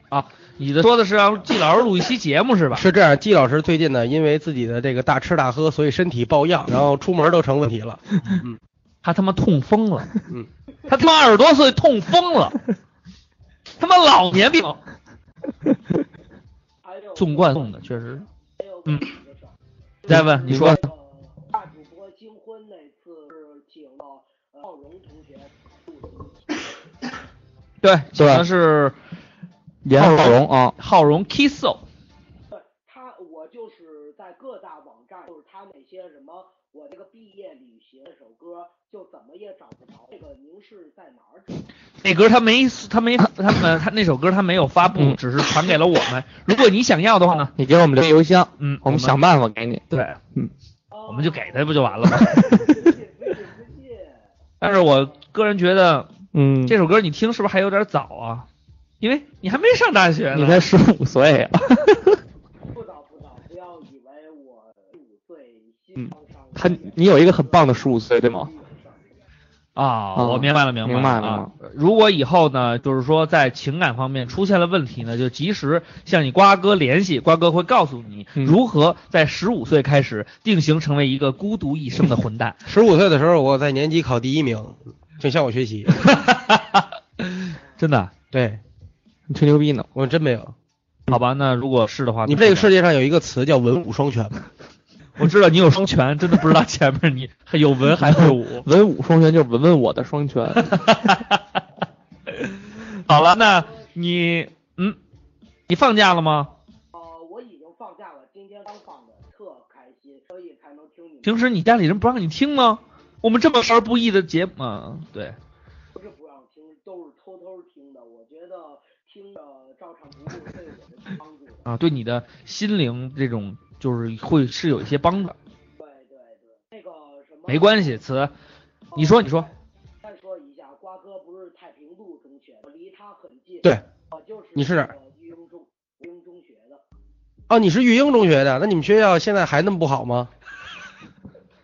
S1: 啊！你的说的是让季老师录一期节目是吧？
S3: 是这样，季老师最近呢，因为自己的这个大吃大喝，所以身体抱恙，然后出门都成问题了。
S1: 他他妈痛风了，
S3: 嗯，
S1: 他他妈二十多岁痛风了，他妈老年病。纵贯送的确实，嗯，再问你说，对，讲的是
S2: 严浩荣啊，
S1: 浩荣 Kisso，那歌他没他没他们他那首歌他没有发布，只是传给了我们。如果你想要的话呢，
S2: 嗯你给我们留邮箱，
S1: 嗯
S2: 我们
S1: 我们
S2: 想办法给你。
S1: 对，
S2: 嗯，
S1: 我们就给他不就完了吗？ 但是我个人觉得，
S2: 嗯
S1: 这首歌你听是不是还有点早啊？因为你还没上大学呢，
S2: 你才十五岁啊， 嗯他你有一个很棒的十五岁，对吗？
S1: 啊、
S2: 嗯
S1: 我明白了，
S2: 明
S1: 白了
S2: 白了
S1: 啊。如果以后呢，就是说在情感方面出现了问题呢，就及时向你瓜哥联系，瓜哥会告诉你
S2: 嗯
S1: 如何在十五岁开始定型成为一个孤独一生的混蛋。
S3: 十五岁的时候，我在年级考第一名，请向我学习。
S1: 真的？啊
S3: 对，
S2: 你吹牛逼呢？。
S3: 我真没有。
S1: 好吧，那如果是的话，
S3: 你们这个世界上有一个词叫文武双全吗？
S1: 我知道你有双拳，真的不知道前面你还有文还会 武
S2: 文武双全就是文文我的双全，
S1: 好了，那你嗯，你放假了吗？平时你家里人不让你听吗？我们这么少儿不宜的节目，啊对，啊，对你的心灵这种就是会是有一些帮助。
S14: 那个什么，
S1: 没关系，词，你说你说，
S14: 再说一下，瓜哥不是太平路中学，我离他很近。
S3: 对
S14: 我就是
S3: 你是哪儿
S14: 育英中育英中学的。
S3: 哦，你是育英中学的，那你们学校现在还那么不好吗？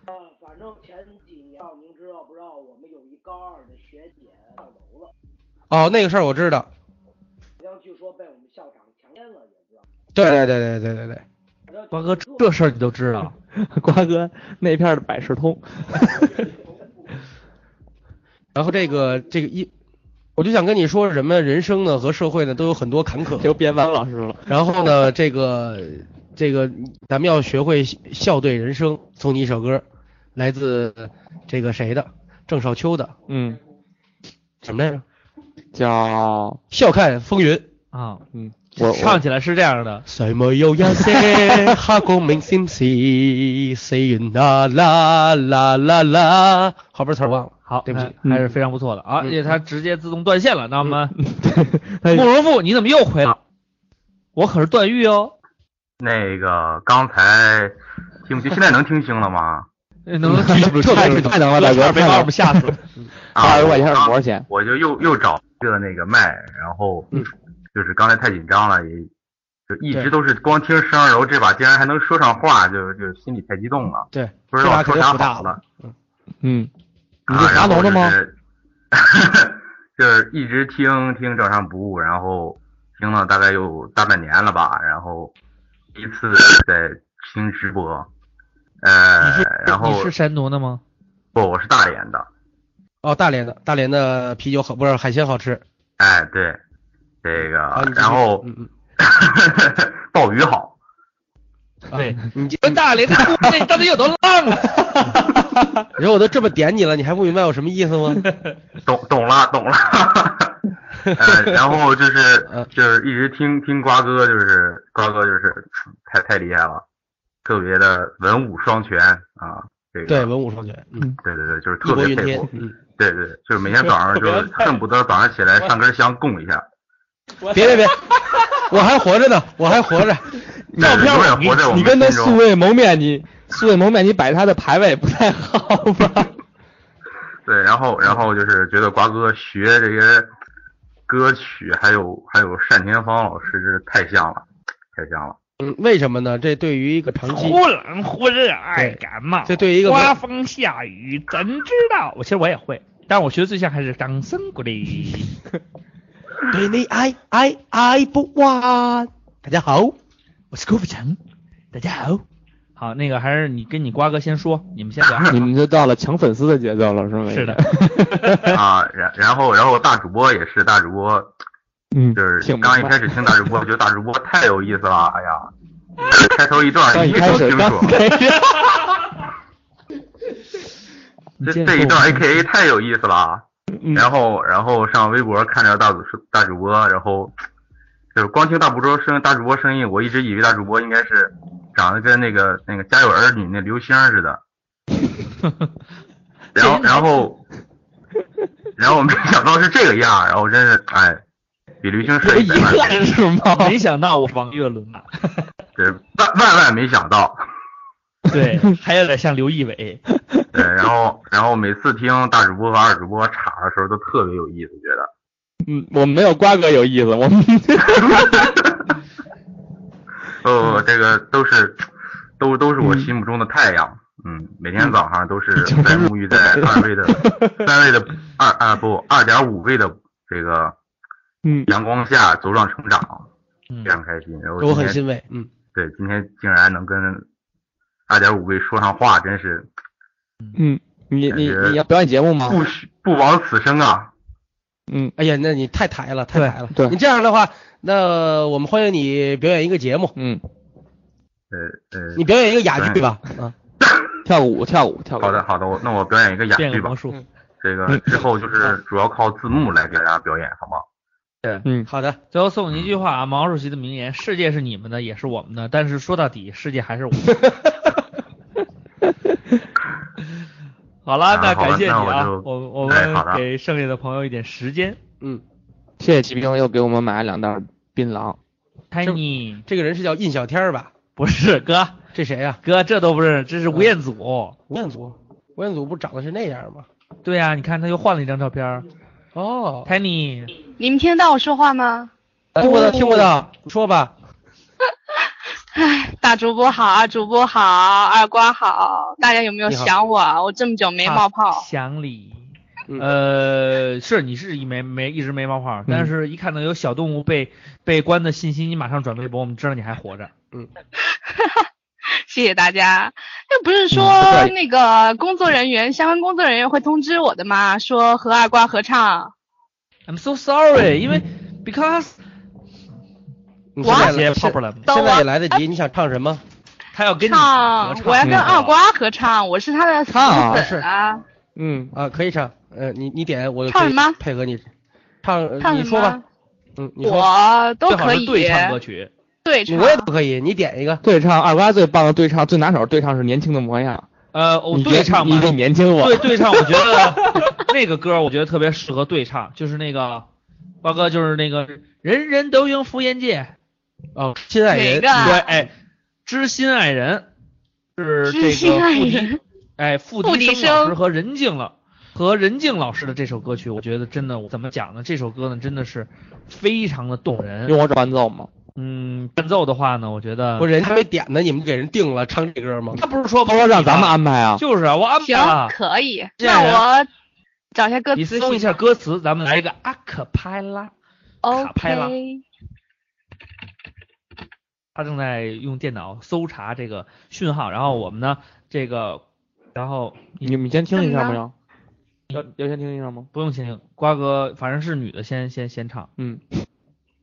S14: 啊，反正前几年，您知道不知道？我们有一高二的学姐跳楼了，
S3: 哦，那个事儿我知道。
S14: 好像据说被我们校长强奸了，也知道。
S3: 对对对对对对对。
S1: 瓜哥这事儿你都知 道，
S2: 瓜哥那片儿的百事通，
S3: 然后这个这个一，我就想跟你说什么，人生呢和社会呢都有很多坎坷。
S2: 又变弯老师了。
S3: 然后呢，这个这个咱们要学会笑对人生，送你一首歌，来自这个谁的？郑少秋的
S2: 嗯，
S3: 什么来着？
S2: 叫
S3: 笑看风云。
S1: 啊，
S2: 嗯，我
S1: 唱起来是这样的。
S3: 谁没有一 些刻骨铭心事？四月啦啦啦啦啦，后边词儿忘了。
S1: 好，
S3: 对不起，
S1: 还
S2: 嗯
S1: 是非常不错的啊，而且它直接自动断线了。那么，
S2: 哎
S1: 慕容复，你怎么又回来了？我可是段 誉哦。
S4: 那个刚才听不清，现在能听清了吗？
S1: 能能
S2: 特别太能了，大哥，
S1: 别把我们吓死。
S2: 八十块钱耳膜钱，
S4: 啊我就又又找一个那个麦，然后就是刚才太紧张了，也就一直
S3: 嗯对
S4: 都是光听声儿，然后这把竟然还能说上话，就就心里太激动了，
S3: 对，
S4: 不知
S3: 这
S4: 道
S3: 把
S4: 说
S3: 肯定
S4: 啥
S3: 不大
S4: 好了。
S2: 嗯，
S4: 你
S2: 这啥毛病吗？
S4: 就是一直听听照常不误，然后听了大概有大半年了吧，然后第一次在听直播，呃，然后
S1: 你是山东的吗？
S4: 不，我是大连的，
S3: 哦，大连的，大连的啤酒好，不是海鲜好吃。
S4: 哎，对，这个
S1: 啊
S3: 你，继续
S4: 然后
S1: 嗯
S4: 鲍鱼好，
S1: 啊
S3: 对，你这
S1: 跟大连的姑娘，到底有多浪啊？
S3: 你说我都这么点你了，你还不明白我什么意思吗？
S4: 懂懂了啊懂了， 呃，然后就是
S3: 嗯
S4: 就是一直听听瓜哥，就是瓜哥就是太太厉害了，特别的文武双全啊，这个
S3: 对，文武双全，嗯，
S4: 对对对，就是
S3: 义
S4: 特
S3: 薄
S4: 别
S3: 云
S4: 佩
S3: 天
S4: 服，，
S3: 嗯，
S4: 对对，就是每天早 上就恨不得早上起来上根香供一下，
S3: 别别别，
S2: 啊
S3: 我还活着呢，我还活着。
S4: 照片永远活在我
S2: 你
S4: 们
S2: 跟他
S4: 心
S2: 素
S4: 中。
S2: 未谋面，你素未谋面，你摆他的排位不太好吧？
S4: 对，然后然后就是觉得瓜哥学这些歌曲，还有还有单田芳老师，真是太像了，太像了。
S3: 嗯，为什么呢？这对于一个长期，
S1: 忽冷忽热，爱感冒。
S3: 这对于一个
S1: 刮风下雨，怎知道？我其实我也会，但是我学的最像还是掌声鼓励。
S3: 对你爱爱爱不完。大家好，我是郭富城。大家好，
S1: 好，那个还是你跟你瓜哥先说，你们先 聊。
S2: 你们就到了抢粉丝的节奏了，是吗？
S1: 是的，
S4: 啊，然然后然后大主播也是大主播，
S2: 嗯，
S4: 就是刚一开始听大主播，觉得大主播太有意思了，哎呀， 开头一
S2: 刚
S4: 段
S2: 一
S4: 一
S2: 开
S4: 都
S2: 始
S4: 清
S2: 刚
S4: 楚，
S2: 开始，
S4: 这这一段 A K A 太有意思了。啊
S2: 嗯
S4: 然后然后上微博看着大主大主播，然后就是光听大主播声大主播声音，我一直以为大主播应该是长得跟那个那个《家有儿女》那刘星似的。然后然后然后没想到是这个样儿，然后真是哎，比刘星帅一百万遍，
S2: 是吗？
S1: 没想到我王岳伦啊，
S4: 对，万万万没想到。
S1: 对，还有点像刘仪伟。
S4: 对，然后然后每次听大主播和二主播插的时候都特别有意思，觉得。
S2: 嗯，我们没有瓜哥有意思，我们
S4: 哦，这个都是，都都是我心目中的太阳。嗯，每天早上都是在沐 浴在二位的三位的二啊不二点五位的这个
S2: 嗯
S4: 阳光下茁壮成长，非常开心。然后
S3: 我嗯很
S4: 今天
S3: 欣慰，嗯，
S4: 对今天竟然能跟二点五位说上话，真是
S2: 嗯，你你
S4: 感觉
S2: 你要表演节目吗？
S4: 不虚不枉此生啊！
S2: 嗯，
S3: 嗯哎呀，那你太抬了，太抬了。
S2: 对
S3: 你这样的话，那我们欢迎你表演一个节目，
S2: 嗯，
S4: 呃呃，
S3: 你表演一个哑剧吧，啊，
S2: 跳个舞跳个舞跳个
S4: 好
S2: 舞，嗯
S4: 的好的，我那我表演一个哑剧吧。
S1: 术
S4: 这个之后就是主要靠字幕来给大家表演，好吗？
S1: 对，
S2: 嗯，
S3: 好的。
S1: 最后送你一句话啊，毛主席的名言：世界是你们的，也是我们的，但是说到底，世界还是我们的。 好了，那
S4: 好吧
S1: 感谢你
S4: 那我
S1: 啊
S4: 就，
S1: 我我
S4: 哎好
S1: 们
S4: 的
S1: 给剩下的朋友一点时间。
S3: 嗯
S2: 谢谢骑兵又给我们买了两袋槟榔，
S1: ，Tiny
S3: 这个人是叫印小天儿吧？
S1: 不是哥，
S3: 这谁啊呀、
S1: 哥，这都不认识，这是吴彦祖。
S3: 吴彦祖，吴彦祖不长得是那样吗？
S1: 对啊呀、你看他又换了一张照片。
S3: 哦哎
S1: ，Tiny，
S15: 你们听得到我说话吗？
S3: 听过的，听过的，你说吧。
S15: 唉，大主播好，二主播好，二瓜好，大家有没有
S1: 你好啊
S15: 想我啊？我这么久没冒泡，
S1: 想你。
S15: 嗯
S1: 呃，是你是一没没一直没冒泡，但是一看到有小动物被被关的信息，你马上转微博，我们知道你还活着。
S3: 嗯，
S15: 谢谢大家。那不是说
S1: 嗯不客气
S15: 那个工作人员，相关工作人员会通知我的吗？说和二瓜合唱。
S1: I'm so sorry，因为 because
S3: 你现在
S1: 哇
S3: 来
S1: 现
S3: 现在也来得
S15: 哎
S3: 及，你想唱什么？
S1: 他要跟
S15: 唱，我要跟二瓜合唱，我是他的死
S3: 唱啊
S15: 粉啊。
S2: 嗯
S3: 啊，可以唱。呃，你你点我就
S15: 唱
S3: 可以
S15: 什么
S3: 配合你唱，呃
S15: 唱
S3: 你
S15: 什
S3: 说吧
S15: 么。
S3: 嗯，你说。
S15: 我都可以。
S1: 曲。
S15: 对
S3: 你
S15: 唱啊
S3: 我。也不可以，你点一个。
S2: 对唱二瓜最棒的对唱，最拿手的对唱是年轻的模样。
S1: 呃，我
S2: 你
S1: 对唱
S2: 你
S1: 吧
S2: 比，年轻我。
S1: 对对唱，我觉得 那个歌我觉得特别适合对唱，就是那个瓜哥，就是那个人人都应福烟戒，
S3: 哦，亲爱
S1: 对，
S3: 人，
S15: 啊
S1: 哎，知心爱人是这个
S15: 知心爱
S1: 付迪
S15: 人，
S1: 哎，付
S15: 付
S1: 笛
S15: 笛
S1: 生老师
S15: 声
S1: 和任静老和任静老师的这首歌曲，我觉得真的我怎么讲呢？这首歌呢真的是非常的动 人。
S2: 用我找伴奏吗？
S1: 嗯，伴奏的话呢，我觉得
S3: 不是人还没点呢，你们给人定了唱这歌吗？
S1: 嗯他不是说
S2: 不让咱们安排啊？
S1: 就是啊，我安排
S15: 行
S1: 了，。
S15: 可以。
S1: 这
S15: 那
S1: 样人
S15: 我找一下歌
S1: 你
S15: 词。
S1: 搜一下歌词，咱们来一个啊阿可拍拉，拍了
S15: OK。
S1: 他正在用电脑搜查这个讯号，然后我们呢，这个，然后
S2: 你们先听一下
S1: 怎么
S2: 没
S1: 着
S2: 有？要要先听一下吗？
S1: 不用先听，瓜哥反正是女的先先先唱，
S2: 嗯，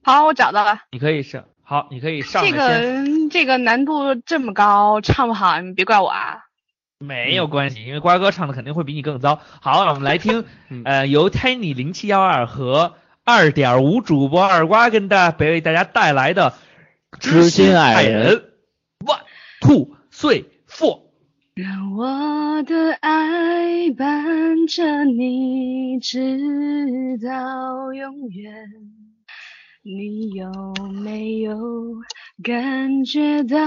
S15: 好，我找到了。
S1: 你可以上，好，你可以上来
S15: 这
S1: 先，
S15: 个这个难度这么高，唱不好你们别怪我啊。
S1: 没有关系，因为瓜哥唱的肯定会比你更糟。好，我们 来听，
S2: 嗯
S1: 呃，由 Tiny 零七幺二和二点五主播二瓜跟大家为大家带来的《
S2: 知心爱
S1: 爱
S2: 人
S1: 人》One Two Three Four。
S16: 让我的爱伴着你，直到永远。你有没有感觉到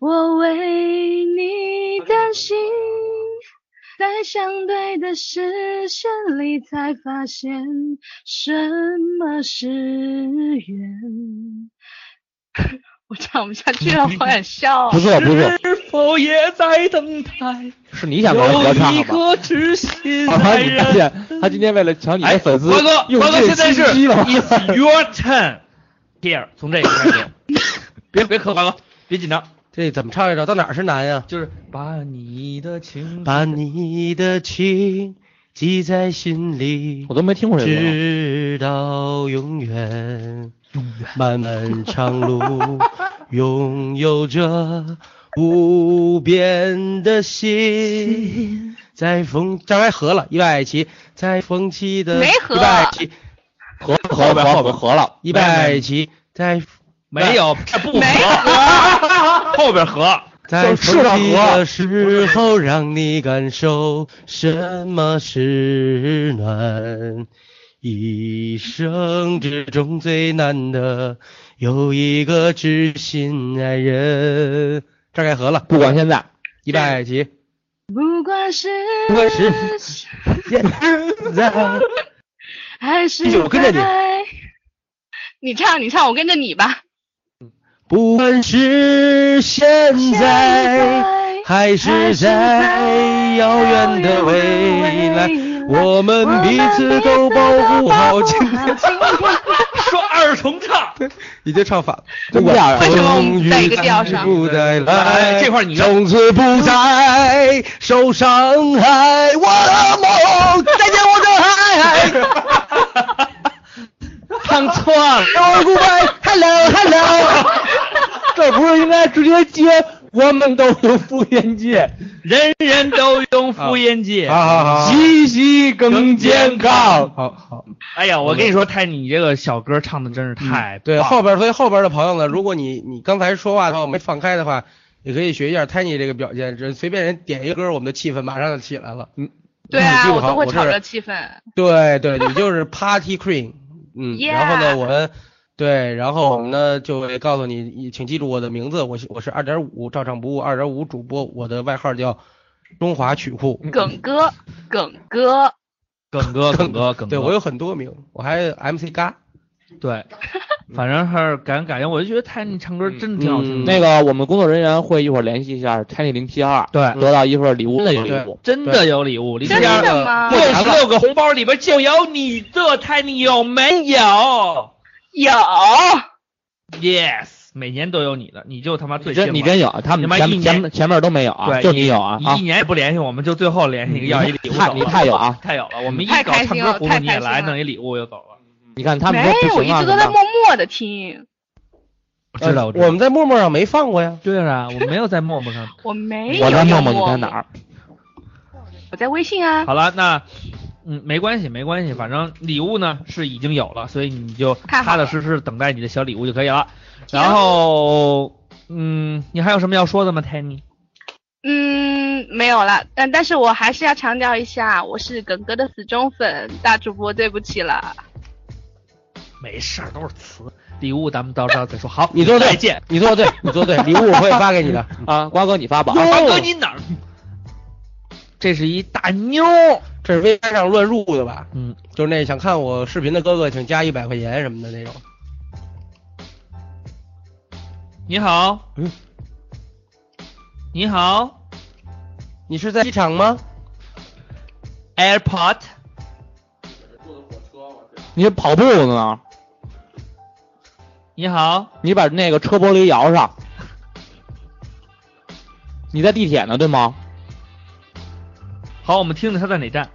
S16: 我为你担心？在相对的视线里，才发现什么是缘。
S15: 我唱不下去了，我想笑。
S2: 不错不错
S1: 是否也在等待？
S2: 是你想跟人合唱的吧？
S1: 个知心哎
S2: 二瓜，你发现他今天为了抢你的粉丝，
S1: 瓜哥，
S2: 用
S1: 瓜哥
S2: 尽
S1: 现在是
S2: 心机了吗
S1: It's your turn here，从这个开始， 别别磕瓜哥，别紧张，
S3: 这怎么唱来着？到哪儿是难呀？
S1: 就是把你的情
S3: 把你的情记在心里，
S2: 我都没听过这歌
S3: 直到永远。漫漫长路拥有着无边的心，在风张开合了，一百爱奇，在风起的
S15: 没
S3: 一
S15: 合
S3: 百爱奇，
S2: 合合了合了合了，
S3: 一百爱奇，在
S1: 没有哎不
S3: 没
S1: 合，后边合，
S3: 在
S1: 就是
S3: 风
S1: 了
S3: 起
S1: 合
S3: 的时候，让你感受什么是暖。一生之中最难得有一个知心爱人。这儿该合了，
S2: 不管现在，
S3: 一百爱奇，
S16: 不管是
S3: 不管是现在，
S16: 还是
S3: 继续我跟着你
S16: 在
S15: 你唱，你唱，我跟着你吧。
S3: 不管是现在还是在遥远的未来，我们彼此都保护好今天。
S1: 说二重唱，
S3: 已经唱反了，
S2: 真不要人
S3: 终于
S2: 为什么我们在一个调上
S3: 不再来，
S1: 哎这块儿你
S3: 从此不再受伤害。我的梦，再见我的爱。
S2: 唱错了
S3: Your goodbye，Hello Hello。
S2: 这不是应该直接接？我们都有福烟戒，
S1: 人人都用敷衍剂。
S3: 好好好好
S2: 息息更健康。
S3: 好好，
S1: 哎呀，我跟你说，泰尼，你这个小歌唱的真是太棒
S3: 对
S1: 了
S3: 后边，所以后边的朋友呢，如果你你刚才说话的话我没放开的话，也可以学一下 Tiny 这个表现，这随便人点一个歌，我们的气氛马上就起来了。嗯，
S15: 对啊，
S3: 嗯
S15: 我都会
S3: 这
S15: 炒热
S3: 个好我是
S15: 气氛。
S3: 对对，你就是 Party Queen，嗯
S15: Yeah
S3: 然后呢，我们对，然后我们呢就会告诉你，请记住我的名字，我是我是二点五，照常不误，二点五主播，我的外号叫中华曲库
S15: 耿哥，耿哥，
S1: 耿哥，耿哥，耿哥，
S3: 对我有很多名，我还 MC 嘎，
S1: 对，反正还是感感觉，哎我就觉得泰尼唱歌真的挺好听的。
S2: 嗯那个我们工作人员会一会儿联系一下 Tiny 零七二，
S1: 对
S2: 得到一份礼物，
S1: 真的有
S2: 礼
S1: 礼
S2: 物
S1: 物，，真的有礼物，零七
S15: 真的吗
S1: 二六十六个红包里边就有你的，泰尼有没有
S15: 有，
S1: ？Yes，每年都有你的，你就他妈最
S2: 你真
S1: 幸
S2: 你
S1: 运
S2: 真有，他们
S1: 你妈
S2: 前
S1: 一年
S2: 前面前面都没有啊，
S1: 对，
S2: 就你有啊
S1: 你
S2: 啊
S1: 一！年也不联系我们，就最后联系一个要一礼物
S2: 太
S1: 走了
S2: 你太有啊
S1: 太有了，我们一
S15: 太
S1: 搞
S15: 开
S1: 唱
S15: 心
S1: 歌
S15: 了
S1: 葫芦
S15: 太
S1: 你
S15: 开
S1: 也
S15: 心
S1: 来
S15: 了
S1: 弄一礼物就走了。
S2: 你看他们
S15: 没
S2: 说
S15: 有，
S2: 不
S15: 我一
S2: 行啊，
S15: 直
S2: 怎
S15: 都
S2: 么
S15: 在
S2: 办
S15: 默默的听，
S1: 我知道，我知道
S3: 哎我们在陌陌上没放过呀，
S1: 对啊，我没有在陌陌上。
S15: 我没有
S2: 我在默
S15: 用
S2: 默，你
S15: 过
S2: 在哪儿？
S15: 我在微信啊，
S1: 好了，那嗯，没关系，没关系，反正礼物呢是已经有了，所以你就
S15: 太好
S1: 踏踏
S15: 了
S1: 实实等待你的小礼物就可以了。然后，嗯，你还有什么要说的吗，Tanny？
S15: 嗯，没有了，但但是我还是要强调一下，我是耿哥的死忠粉，大主播对不起了，
S1: 没事儿，都是词。礼物咱们到时候再说。好，
S3: 你做对
S1: 再见。
S3: 你做对，你做对，礼物我会发给你 的，
S2: 啊，瓜哥你发吧。
S1: 大哥，你哪儿？这是一大妞。
S3: 这是微商上乱入的吧？
S1: 嗯，
S3: 就是那想看我视频的哥哥，请加一百块钱什么的那种。
S1: 你好。
S3: 嗯
S1: 你好
S3: 你是在机场吗？
S1: ，Airport。
S2: 你是跑步呢？啊
S1: 你好，
S2: 你把那个车玻璃摇上。你在地铁呢，对吗？
S1: 好，我们听听他在哪站。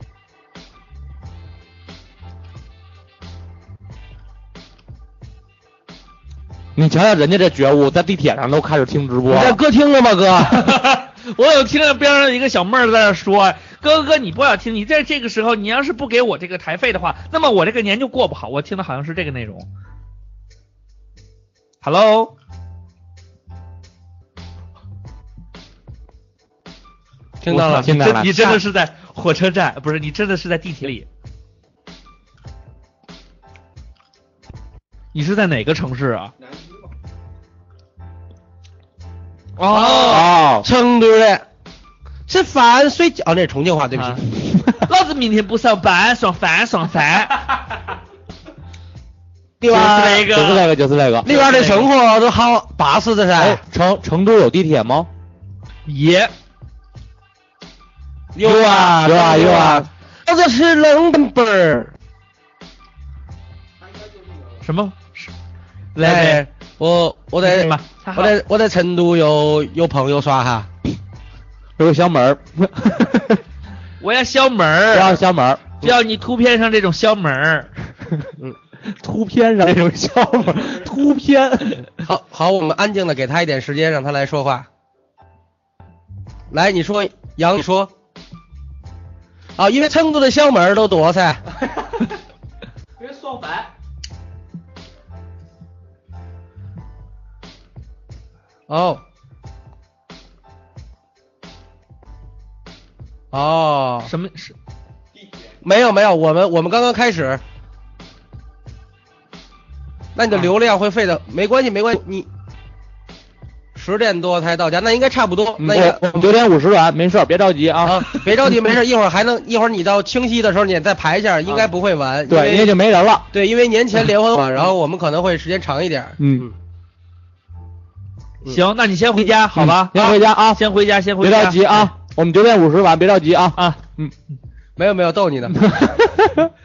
S2: 你瞧瞧人家这觉悟，在地铁上都开始听直播
S3: 你在
S2: 了。
S3: 歌厅了吗，哥？
S1: 我有听到边上一个小妹儿在那说：“哥哥，你不要听，你在这个时候，你要是不给我这个台费的话，那么我这个年就过不好。”我听的好像是这个内容。Hello，
S3: 听到了，
S2: 听到了
S1: 你真的是在火车站，不是？你真的是在地铁里？你是在哪个城市啊？ 哦，
S2: 哦，
S3: 撑着嘞，吃饭睡觉。哦，那是重庆话，对不
S1: 啊
S3: 起。
S1: 老子明天不上班，爽翻爽翻。
S3: 另外
S1: 这个
S2: 就是这个，就是这个。
S3: 那边的生活都好巴适的噻
S2: 哎。，成成都有地铁吗？
S1: 耶，
S3: 有
S2: 啊有啊有啊，
S3: 我这是冷本本儿。
S1: 什么？
S3: 来，我我在
S1: 是吧他好
S3: 我在我在成都有有朋友耍哈，
S2: 有个小门儿，
S1: 我要小门
S2: 不要
S1: 儿，
S2: 小门儿，
S1: 就要你图片上这种小门儿。
S2: 图片上那种小门 儿，图片。
S3: 好好，我们安静的给他一点时间，让他来说话。来，你说杨，你说。啊，因为成都的小门儿都多 噻。
S9: 因为双白。
S3: 哦。哦，
S1: 什么是？
S3: 没有没有，我们我们刚刚开始。那你的流量会费的，没关系没关系，你十点多才到家，那应该差不多。
S1: 嗯
S3: 那个
S2: 我九点五十元，没事儿，别着急啊。
S3: 别着急，没事，一会儿还能，一会儿你到清晰的时候你再排一下，
S1: 嗯
S3: 应该不会晚。
S2: 对，
S3: 因
S2: 因为
S3: 为
S2: 就没人了。
S3: 对，因为年前联欢
S1: 嗯
S3: 嘛，然后我们可能会时间长一点。
S2: 嗯，
S1: 行，那你先回家，好吧？
S2: 嗯先回家啊
S1: 先回家，
S3: 嗯
S1: 先回
S2: 别
S1: 家。
S2: 着急啊，我们九点五十完，别着急啊。
S1: 啊，
S3: 没有没有，逗 你的。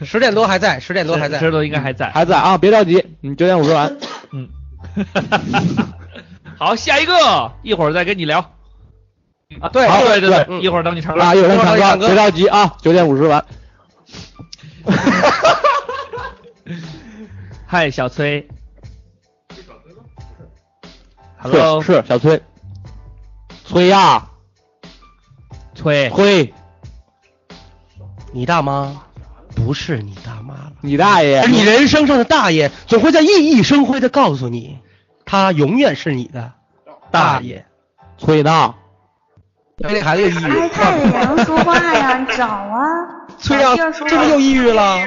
S3: 十点多还在，十点多还在。嗯
S1: 石头应该还在。
S2: 还在啊，别着急，嗯，九点五十完。
S1: 嗯。好，下一个，一会儿再跟你聊。啊，
S3: 对
S1: 好
S3: 对
S1: 对
S3: 对
S1: 对，一会儿等你唱歌。
S2: 啊，有人唱
S3: 一会儿唱
S2: 歌，
S3: 歌
S2: 别着急啊，九点五十 完。
S1: 嗨，小崔。Hello，
S2: 是是小崔，崔呀，
S1: 崔，
S2: 崔，
S3: 你大妈不是你大妈了，
S2: 你大爷
S3: 而！你人生上的大爷总会在熠熠生辉的告诉你，他永远是你的大爷。
S2: 崔呢？
S3: 哎，这孩子又抑郁
S5: 哎，
S3: 了，
S5: 快点让人说话呀，你找啊。
S3: 崔亮
S5: 把地儿
S3: 这
S5: 说
S3: 不又抑郁了？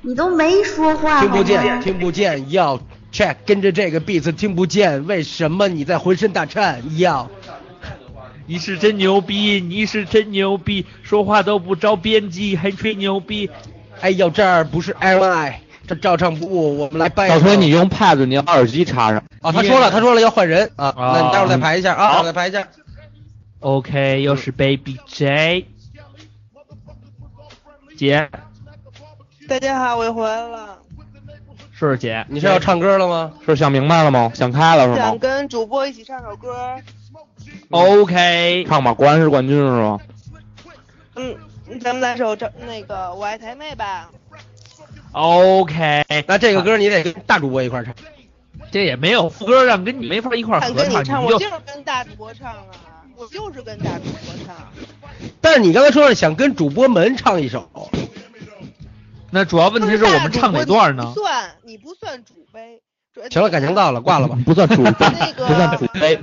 S5: 你都没说话，
S3: 听不
S5: 好
S3: 见，
S5: 吗
S3: 听不见，要 check，跟着这个 beat 听不见，为什么你在浑身打颤？要
S1: 你是真牛逼，你是真牛逼，说话都不着边际，还吹牛逼。
S3: 哎呦，这儿不是 L I，这哎照唱不误，我们来掰。
S2: 到时候你用 pad，你要把耳机插上。
S1: 哦
S3: 啊，他说了，他说了要换人啊，
S1: 啊
S3: 那你待会儿再排一下啊，待会儿再排一下。
S1: OK，又是 Baby J，姐
S11: 大家好，我又回来了，
S1: 是姐，
S3: 你是要唱歌了吗？
S2: 是想明白了吗？想开了是
S11: 想
S2: 吗
S11: 跟主播一起唱首歌。
S1: ？OK，
S2: 唱吧，果然是冠军是吗？
S11: 嗯，咱们来首这那个《我爱台妹》吧。
S1: OK，啊
S3: 那这个歌你得跟大主播一块儿唱。
S1: 这也没有副歌让跟你没法一块儿
S11: 敢
S1: 合
S11: 跟你
S1: 唱，
S11: 唱，
S1: 你
S11: 我
S1: 就
S11: 就是跟大主播唱啊，我就是跟大主播唱。
S3: 但是你刚才说是想跟主播们唱一首，
S1: 那主要问题是我们唱哪段呢
S11: 不？算，你不算主呗。主
S3: 行了，感情到了，挂了吧。
S2: 不算主，
S11: 那
S2: 不算主
S11: 个
S2: 杯，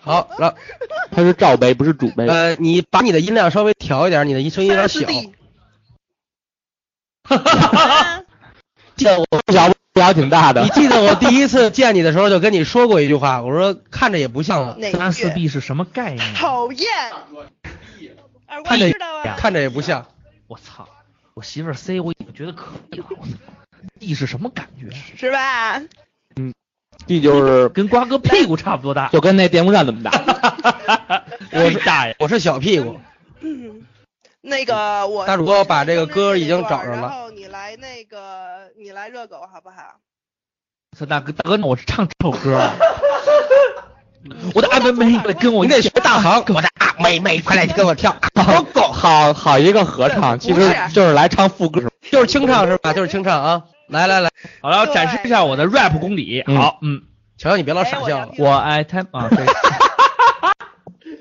S3: 好，然后
S2: 他是罩杯，不是主杯。
S3: 呃，你把你的音量稍微调一点，你的声音有点小。
S2: 记得我从小表挺大的
S3: 你。记得我第一次见你的时候就跟你说过一句话，我说看着也不像啊了，
S11: 哪
S1: 三
S11: 句
S1: 四 B 是什么概念？
S11: 讨厌。二瓜
S3: 看着
S11: 知道啊？
S3: 看着也不像。
S1: 我操！我媳妇儿 C 我已经觉得可以了，我操！D 是什么感觉？啊
S11: 是吧？
S2: D 就是
S1: 跟瓜哥屁股差不多大，
S2: 就跟那电风扇这么大。
S1: 我是大爷，
S3: 我是小屁股。
S11: 嗯， 那个我
S3: 大主播把这个歌已经找上
S11: 然
S3: 了，
S11: 后你来那个你来热狗好不好？
S1: 操大哥大哥，那我唱这首歌啊。我的阿妹妹来跟我
S3: 你
S1: 一
S3: 得
S1: 起
S3: 学，大行，我的啊妹妹，快来跟我 跳。啊狗狗
S2: 好好一个合唱，其实就是来唱副歌。
S3: 就是清唱是吧？就是清唱啊！来来来，
S1: 好了，展示一下我的 rap 功底。好，嗯，
S3: 乔乔你别老傻笑了。
S1: 我爱他啊， 对，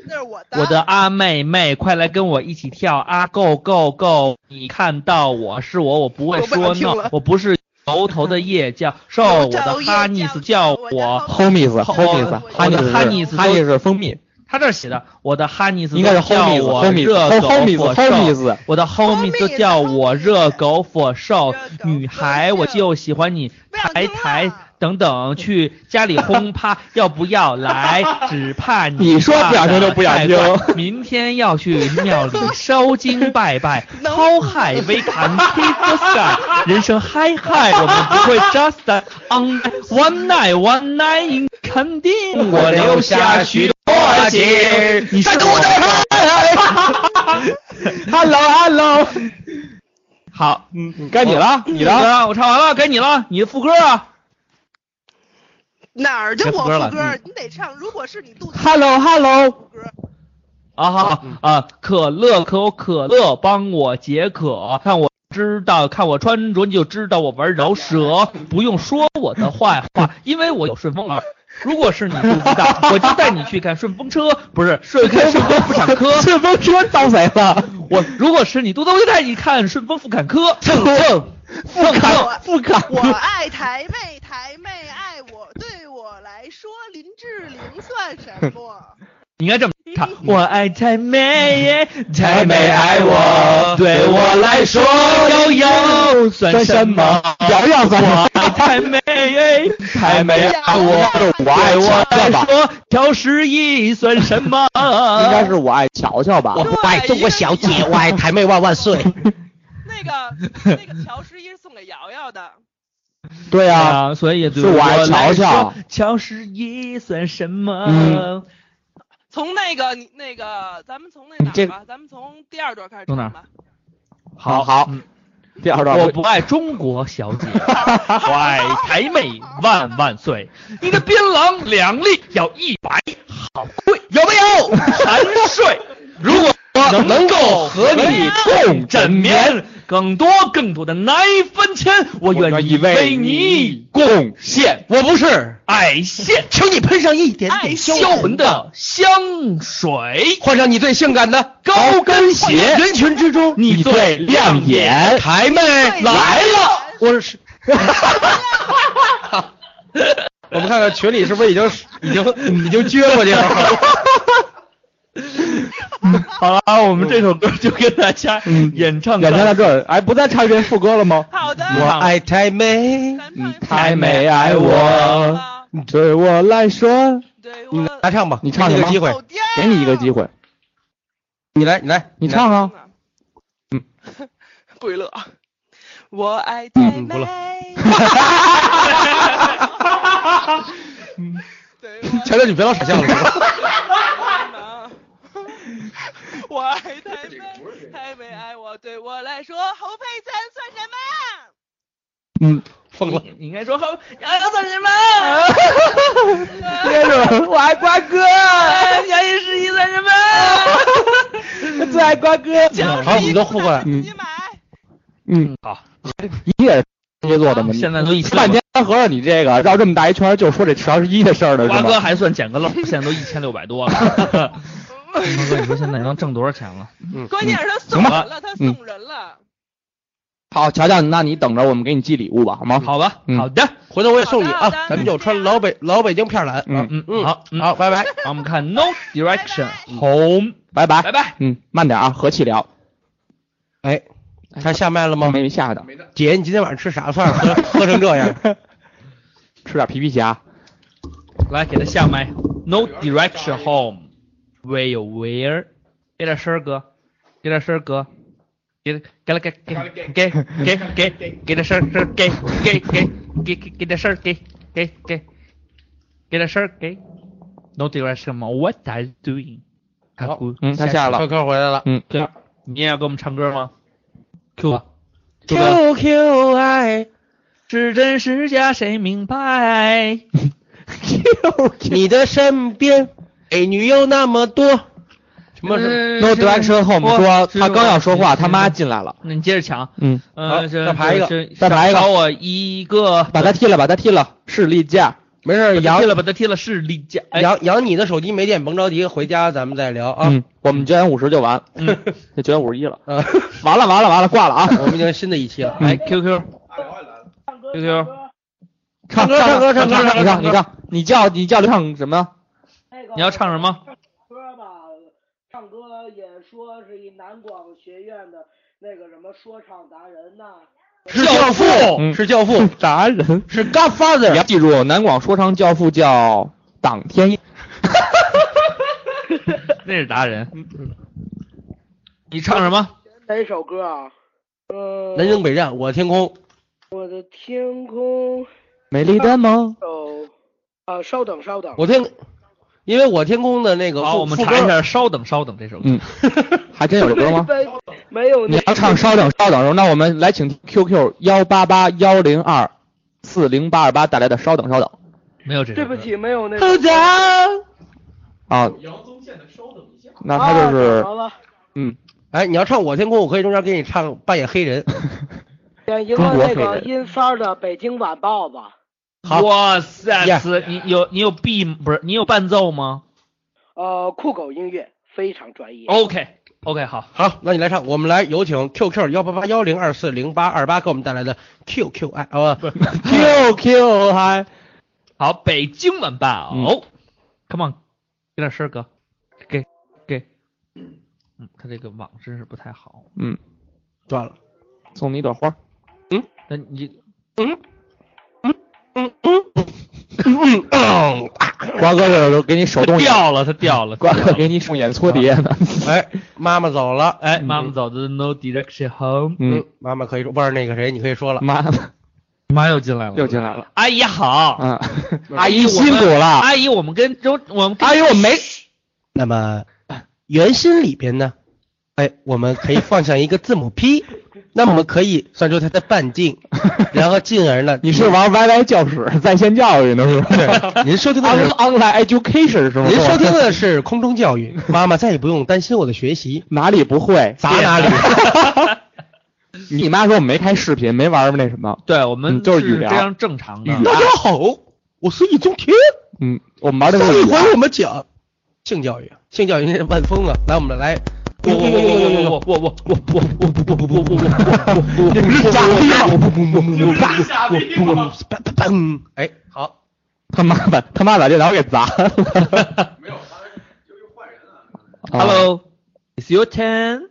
S11: 那是我
S1: 我的阿妹妹，快来跟我一起跳啊，Go Go Go！你看到我是我，我不会说 no，我不是油头的夜叫，受我的哈尼斯叫我
S6: 哦
S2: homies，homies，
S1: 我的哈
S2: 哈
S1: 尼
S2: 尼
S1: 斯
S2: 斯，哈尼斯蜂蜜。
S1: 他这儿写的，我的哈尼斯
S2: 应该是 homies，
S1: 叫我
S2: homies，
S1: 热狗
S2: homies，
S1: 火
S2: homies
S1: 兽，我的 homies 都叫我热狗火兽，女孩我就喜欢你，抬抬等等，去家里轰 趴，要不要来？只怕
S2: 你说
S1: 不
S2: 不想听就不想听
S1: 明天要去庙里烧经拜 拜，抛海微谈 kiss the sky，人啊生嗨嗨，我们不会 just a- on one night one night，肯定我留下许多。
S2: 多情，你是我
S3: 哎
S2: 的 Hello Hello，
S1: 好，
S2: 嗯，该你了，你了，
S1: 了，我唱完了，哦该你了，你的副歌啊。
S11: 哪儿就我
S1: 别喝了
S11: 副歌
S1: 嗯，
S11: 你得唱。如果是你肚子嗯
S2: Hello Hello，
S1: 啊好啊，可乐可口可乐帮我解渴，看我知道，看我穿着你就知道我玩饶舌，不用说我的坏话，因为我有顺风耳。如果是你不知道，我就带你去看顺风车，不是顺看顺风妇产科。
S2: 顺风车当谁了？
S1: 我如果是你肚子，我就带你看顺风妇产科。蹭蹭
S2: 不敢不敢，
S11: 我爱台妹，台妹爱我，对我来说林志玲算什么？
S1: 你应该这么嗯唱：我爱太美，太
S2: 太美爱我
S1: 对我来说又有啊算
S2: 算
S1: 什
S2: 什
S1: 么
S2: 么？瑶瑶算什么
S1: 我爱太美，太
S2: 太
S1: 美
S2: 美
S1: 爱
S2: 爱
S1: 我
S2: 我，
S1: 我
S2: 我
S1: 爱
S2: 爱
S1: 我
S2: 我
S1: 来
S2: 来
S1: 说，挑十一算什么？
S2: 应该是我爱乔乔吧？
S3: 我爱中国小姐，我爱台妹万万岁。
S11: 那个那个乔十一是送给瑶瑶的，
S2: 对
S1: 对
S2: 啊，
S1: 啊，所以对
S2: 是我爱
S1: 来
S2: 乔
S1: 说
S2: 乔，
S1: 乔十一算什么
S2: 嗯？
S11: 从那个你那个咱们从那哪
S2: 这
S11: 儿吧，咱们从第二段开始
S1: 从
S11: 唱
S1: 哪
S11: 吧。
S1: 好
S2: 好
S1: 嗯
S2: 第二段
S1: 我不爱中国小 姐，我爱台妹万万岁。你的槟榔两粒要一百，好贵，有没有？含税。如果能够和你共枕眠，更多更多的奶粉钱，我愿意为你
S2: 贡献。
S3: 我不是，
S1: 爱献
S3: 请你喷上一点
S1: 爱
S3: 点
S1: 销魂的香水。
S3: 哎换上你最性感的
S1: 高跟鞋
S3: 人群之中
S1: 你最亮眼
S3: 台妹来了，我是。我 们看看群里是不是已经已经已经撅过去了？
S1: 嗯好了，我们这首歌就跟大家演唱
S2: 嗯演唱到这儿，哎，不再唱一遍副歌了吗？
S6: 好的。
S3: 我爱太美，
S2: 你太没爱哎我，对我来说。
S3: 你来唱吧，
S2: 你唱
S3: 一
S2: 什
S3: 个
S2: 么
S3: 机会，
S2: 给你一个机会，
S3: 你来，你来，
S2: 你唱啊。
S8: 不 乐，我 爱 太美
S2: 嗯不乐。
S3: 强强，你别老傻笑了。
S8: 我爱太美，太美爱我，对我来说，侯佩岑算什么呀？
S2: 嗯，
S3: 疯了。
S1: 你应该说好，杨洋算什 么？
S2: 接着， 我爱瓜哥，
S1: 杨一十一算什么？
S2: 我最爱瓜哥。
S3: 好，你都护过来。
S2: 嗯嗯，
S1: 好，
S2: 你也是天蝎座的吗？
S1: 现在都一千
S2: 半天，合着你这个绕这么大一圈，就说这双十一的事儿了，
S1: 瓜
S2: 是
S1: 哥
S2: 吗？
S1: 还算捡个漏， 现在都一千六百多了。 瓜哥，你说现在能挣多少钱了？
S2: 嗯
S8: 关键是他送
S2: 行吧
S8: 人了，他
S2: 嗯
S8: 送人了。
S2: 好，乔乔，那你等着，我们给你寄礼物吧，好吗？嗯
S1: 好吧，
S2: 好
S1: 的，
S3: 回头我也送你啊，咱们就穿老北老北京片儿蓝。
S2: 嗯
S1: 嗯嗯，好好，
S3: 拜拜。
S1: 我们看 No Direction Home，
S2: 拜拜，
S1: 拜拜。
S2: 嗯，慢点啊，和气聊。
S3: 哎，他下麦了吗？
S2: 没下的。
S3: 姐，你今天晚上吃啥饭？喝喝成这样。
S2: 吃点皮皮虾。
S1: 来给他下麦，No Direction Home，Where you where？给点声儿哥，给点声儿哥，给给了给给给给给给点声儿声儿给给给给给给点声儿给给给给点声儿给，No Direction Home，What are you doing？卡酷，
S2: 嗯，他下了。
S3: 科科回来了。
S2: 嗯，
S1: 对，你也要给我们唱歌吗？Q 吧
S3: QQ 爱，
S1: 是真是假谁明白？
S3: 你的身边美女有那么多。什么什么
S2: No direction home 说他刚要说话，他妈进来了。
S1: 那你接着抢。
S2: 嗯，
S1: 嗯，这
S3: 再排一个
S1: 这
S2: 再排一个
S1: 少我一个，
S2: 把他踢了，把他踢了，是例假。
S3: 没事，
S1: 把他
S3: 杨
S1: 踢了，把他踢了，是李佳。哎，
S3: 杨杨，你的手机没电，甭着急，回家咱们再聊啊。
S2: 嗯，我们九点五十就完，
S1: 嗯，
S2: 这 九点五十一了，
S3: 啊，
S2: 完了完了完了，挂了啊！
S3: 我们已经新的一期了。
S2: 嗯
S1: 来 QQ，QQ，
S2: 唱
S3: 歌唱歌
S2: 唱
S3: 唱歌
S2: 你
S3: 唱
S2: 唱
S3: 歌
S2: 你唱，你叫你叫唱什么？
S1: 你要唱什么？
S14: 歌吧，唱歌也说是一南广学院的那个什么说唱达人呐、
S3: 是教父，
S2: 嗯
S3: 是教父，
S2: 达人，
S3: 是
S2: 你要
S3: Godfather。
S2: 记住，南广说唱教父叫党天一。
S1: 那是达人。你唱什么？
S14: 哪首歌啊？呃，
S3: 南征北战，我天空。
S14: 我的天空。
S2: 美丽的梦，
S14: 哦，啊，稍等，稍等。
S3: 我天，因为我天空的那个
S1: 好，
S3: 副
S1: 我们
S3: 副
S1: 查一
S3: 歌
S1: 下，稍等，稍等这首歌。
S2: 嗯， 还真有这歌吗？
S14: 没有
S2: 你
S14: 那
S2: 要唱稍等稍等，那我们来请 QQ 幺八八幺零二四零八二八带来的稍等稍等
S1: 没有这
S14: 对
S1: 首
S14: 不
S1: 歌。
S14: 起，没有那
S3: 好
S14: 个。
S3: 的
S2: 啊，
S9: 杨宗宪的稍等一下。
S2: 那他就
S14: 啊
S2: 是
S14: 怎么了
S2: 嗯，
S3: 哎，你要唱我天空，我可以中间给你唱扮演黑人。
S14: 点一个
S2: 中国
S14: 那
S2: 黑
S14: 个
S2: 人
S14: 音三儿的《北京晚报》吧。
S3: 好
S1: 哇塞，
S3: Yeah
S1: 词你有你有 B 不是？你有伴奏吗
S14: 呃，酷狗音乐非常专业。
S1: ？OK OK，好，
S3: 好，那你来唱，我们来有请 QQ 幺八八幺零二四零八二八给我们带来的 QQ 爱啊 ，QQ 爱，
S1: 好，北京晚报。
S2: 嗯
S1: 哦 Come on，给点声儿哥，给给。嗯，他这个网真是不太好。
S2: 嗯，
S3: 断了。
S2: 送你一朵花。
S1: 那你
S3: 嗯嗯嗯嗯嗯嗯嗯，
S2: 瓜哥这都给你手动眼，
S1: 掉了，他掉了。
S2: 瓜
S1: 掉了
S2: 哥给你送眼搓碟呢。
S3: 哎，妈妈走了，嗯
S1: 哎，妈妈走的 No Direction Home，
S2: 嗯，，
S3: 妈妈可以说，不是那个谁，你可以说了。
S2: 妈的
S1: 妈又进来了，
S2: 又进来了。
S1: 阿姨哎好，
S2: 啊，阿姨
S1: 我
S2: 辛
S1: 们
S2: 苦了，啊
S1: 阿姨，我们跟周，我们跟
S2: 阿姨我没
S3: 那么圆心里边呢，哎，我们可以放上一个字母 P，那么我们可以算出它的半 径，然后进而呢，
S2: 你是玩 YY 教室在线教育呢是吧？
S3: 您收听的是
S2: On-？Online education 是吗？
S3: 您收听的是空中教育，妈妈再也不用担心我的学习，
S2: 哪里不会？
S3: 砸哪里。
S2: 你妈说我们没开视频，没玩那什么。
S1: 对，我们
S2: 嗯就是语
S1: 是非
S2: 聊
S1: 常正常的
S2: 语。
S3: 大家好，我是易中天，
S2: 嗯，我们玩的
S3: 上
S2: 是
S3: 一回我们讲性教育，性教育那是万峰啊，来我们来，
S1: 我我我我我我我我我我我不不不不不不不，
S2: 是傻逼吗？
S3: 嘣，哎，好，
S2: 他妈把他妈把电脑给砸了。
S1: Hello， It's your turn。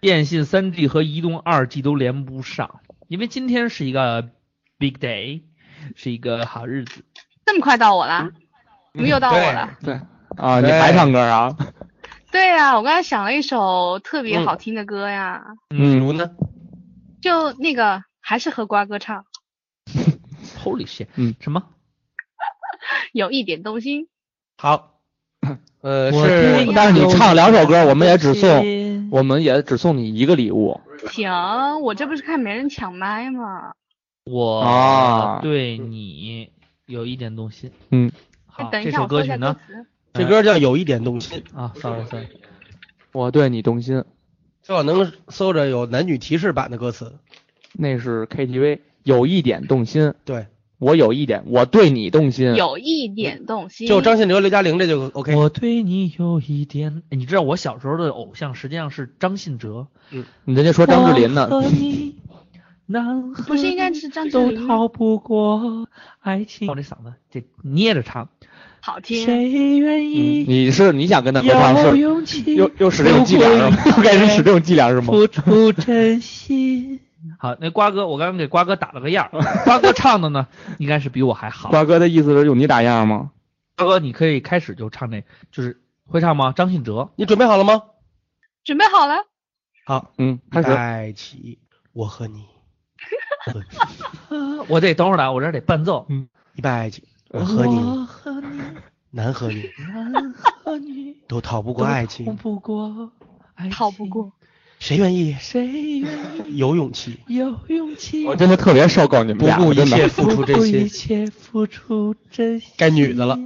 S1: 电信三 G 和移动二 G 都连不上，因为今天是一个 big day，是一个好日子。
S15: 这么快到我了，
S1: 嗯
S15: 怎么又到我了？
S2: 对啊，你还唱歌啊？
S15: 对呀、我刚才想了一首特别好听的歌呀，
S2: 嗯，我呢？
S15: 就那个还是和瓜哥唱，
S1: Holy shit！嗯，什么？
S15: 有一点动心。
S1: 好，
S3: 呃
S2: 我
S3: 是
S2: 听但是你唱两首歌，我们也只送，我们也只送你一个礼物。
S15: 行，我这不是看没人抢麦吗？
S1: 我
S2: 啊
S1: 哦对你有一点动心。
S2: 嗯，
S15: 那
S1: 好，
S15: 等一
S1: 这
S15: 下，
S1: 首
S15: 我搜
S1: 歌
S15: 一下
S1: 曲
S15: 歌
S1: 呢？
S15: 词。
S3: 这歌叫《有一点动心》
S1: 啊，sorry sorry，
S2: 我对你动心，
S3: 最好能搜着有男女提示版的歌词。
S2: 那是 KTV，有一点动心。
S3: 对，
S2: 我有一点，我对你动心。
S15: 有一点动心。
S3: 就张信哲、刘嘉玲这就 OK。
S1: 我对你有一点，哎你知道我小时候的偶像实际上是张信哲。
S3: 嗯，
S2: 人家说张智霖呢
S1: 我和你男
S15: 不是应该是张智
S1: 都
S15: 霖吗
S1: 逃不过爱情。我这嗓子得捏着唱。
S15: 好听。
S1: 谁愿
S2: 嗯
S1: 意？
S2: 你是你想跟他合唱
S1: 有
S2: 是
S1: 勇气
S2: 又又使这种伎俩是吗？又开始使这种伎俩是吗？
S1: 付出真
S2: 嗯
S1: 心。好，那瓜哥，我刚刚给瓜哥打了个样儿，瓜哥唱的呢，应该是比我还 好。
S2: 瓜哥的意思是用你打样吗？
S1: 瓜哥，你可以开始就唱那，就是会唱吗？张信哲，
S3: 你准备好了吗？
S15: 准备好 了，
S3: 好，
S2: 嗯，
S1: 开始
S3: 爱奇我和你，
S1: 我得等会儿来，我这儿得伴奏。
S2: 嗯，
S3: 一百爱情，我和
S17: 哦
S3: 你，
S1: 和你，
S3: 男和女，
S1: 男和女，
S3: 都逃不过爱情，
S1: 不过
S15: 逃不过。
S3: 谁愿意
S1: 谁愿意
S3: 有勇气，
S1: 有勇气？
S2: 我真的特别受够你们
S3: 不
S2: 俩，
S3: 顾一
S2: 真的
S3: 切付出真心？
S1: 一切付出真心。
S3: 该女的了，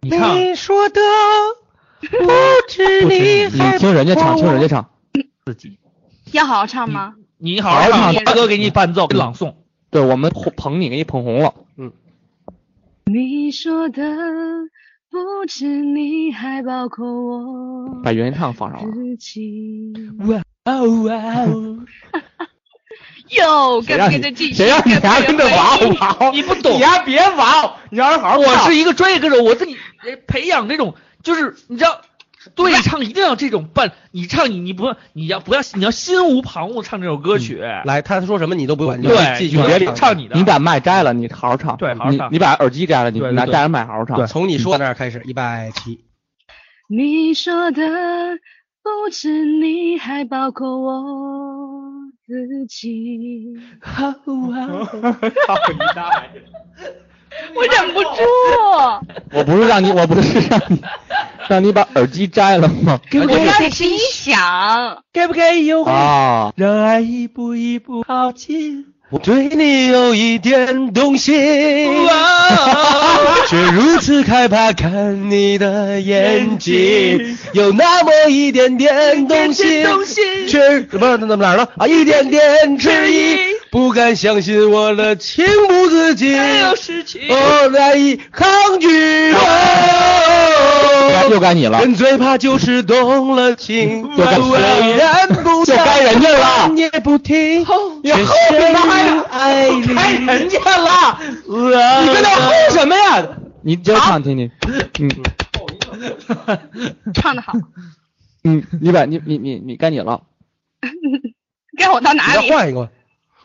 S1: 你唱，
S3: 说的不止
S1: 不止
S2: 你听人家唱，听人家唱，
S15: 要好好唱吗？
S1: 你好好
S2: 好好
S1: 唱，
S2: 唱嗯
S1: 瓜哥给你伴奏朗诵。
S2: 对我们捧捧你，给你捧红了。
S16: 你说的不止你，还包括
S1: 嗯
S16: 我
S2: 把原唱放上了，
S16: 自己。
S1: 哇哦哇哦！
S15: 哟，跟
S2: 谁
S15: 不
S2: 让
S15: 跟
S2: 你
S15: 着进去？
S2: 谁让你还跟着
S15: 玩？
S2: 玩玩？
S1: 你不懂
S2: 你还别玩，你让人好好
S1: 我
S2: 唱
S1: 是一个专业歌手，我自己呃培养这种，就是你知道，对唱一定要这种伴，你唱你你不你要不要你要心无旁骛唱这首歌曲，
S3: 来，他说什么你都不管，你就
S1: 对，
S3: 继续
S1: 你别
S3: 唱
S1: 唱你的，
S2: 你把麦摘了，你好好唱。
S1: 对好好
S2: 你
S1: 唱
S2: 你把耳机摘了，你
S1: 对对
S2: 拿
S1: 对
S2: 戴着麦好好唱。
S3: 从你说那儿开始，一百七，
S16: 你说的不止你，还包括我自己。
S15: 我忍不住。
S2: 我不是让你，我不是让你，让你把耳机摘了吗？
S15: 我让你心想，
S1: 该不该有
S2: 啊，
S1: 让爱一步一步靠近。
S3: 我对你有一点动心，
S1: 哇哦
S3: 却如此害怕看你的眼睛，有那么一点点动心，却不是那哪儿了啊？一点点迟疑，不敢相信我的情不自禁，哦
S1: 事情
S3: 我难以抗拒。
S2: 该又该你了，
S3: 人最怕就是动了情，
S2: 就该
S3: 虽然不
S2: 就该人家了
S3: 也不听，
S2: 你后妈呀，
S3: 爱你。
S2: 该人家了，哎你跟他吼什么呀？啊你就唱听听，嗯
S15: 唱的好，
S2: 嗯，你把你你你你该你了，
S15: 该我到
S3: 你
S15: 哪
S3: 再
S15: 里？
S3: 换一个吧，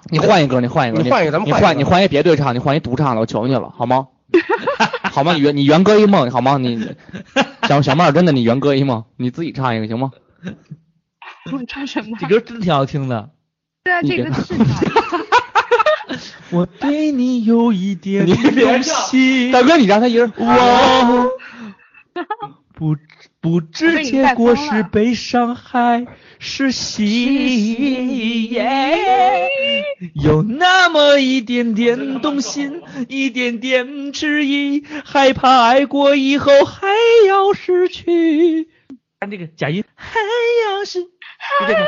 S2: 你换一个，你换一个，
S3: 你换一个咱们
S2: 你
S3: 换一个
S2: 换你换一别对唱，你换一独唱的，我求你了，好吗？ 好吗？你圆你圆歌一梦好 吗？你小小妹儿真的你圆歌一梦，你自己唱一个行吗？
S15: 我唱什么？
S1: 这歌真挺好 听的。
S15: 对啊，
S2: 你
S15: 这
S2: 别
S15: 个是好。
S1: 我对你有一点
S2: 你别
S1: 动心，
S2: 大哥，你让他一人，
S1: 我不不知结果是被伤害，是喜悦， 有那么一点点动心，一点点迟疑，害怕爱过以后还要失去。看这个假音，还要失，就这个。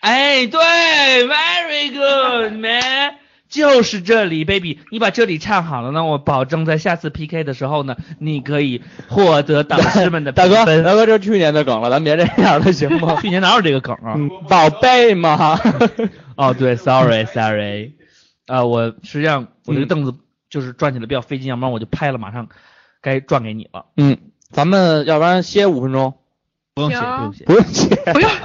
S1: 哎，对，very good man，就是这里，baby，你把这里唱好了呢，我保证在下次 PK 的时候呢，你可以获得导师们的
S2: 大
S1: 评
S2: 哥，
S1: 分。
S2: 大哥，这是去年的梗了，咱别这样了，行吗？
S1: 去年哪有这个梗啊？
S2: 嗯，宝贝嘛，
S1: 哦，对，sorry，sorry，啊、我实际上我这个凳子就是转起来比较费劲，要不然我就拍了，马上该转给你了。
S2: 嗯，咱们要不然歇五分钟，
S1: 不用写，不用写，不用写，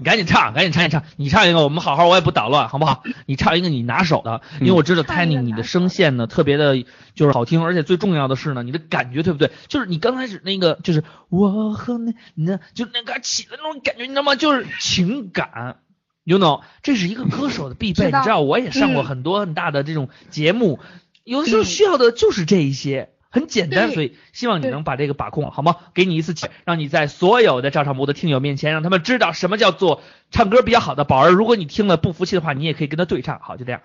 S1: 你赶紧唱，赶紧唱，你唱，你唱一个，我们好好，我也不捣乱，好不好？你唱一个你拿手的，因为我知道 Tiny 你的声线呢特别的，就是好听，而且最重要的是呢，你的感觉对不对？就是你刚开始那个，就是我和那那，就那个起的那种感觉，你知道吗？就是情感。You 啊 know，这是一个歌手的必备，
S15: 知
S1: 你
S15: 道
S1: 知道，我也上过
S15: 嗯
S1: 很多很大的这种节目，有的时候需要的就是这一些，很简单，
S15: 对
S1: 所以希望你能把这个把控好吗？给你一次机会，让你在所有的照常播的听友面前，让他们知道什么叫做唱歌比较好的宝儿。如果你听了不服气的话，你也可以跟他对唱。好，就 这样，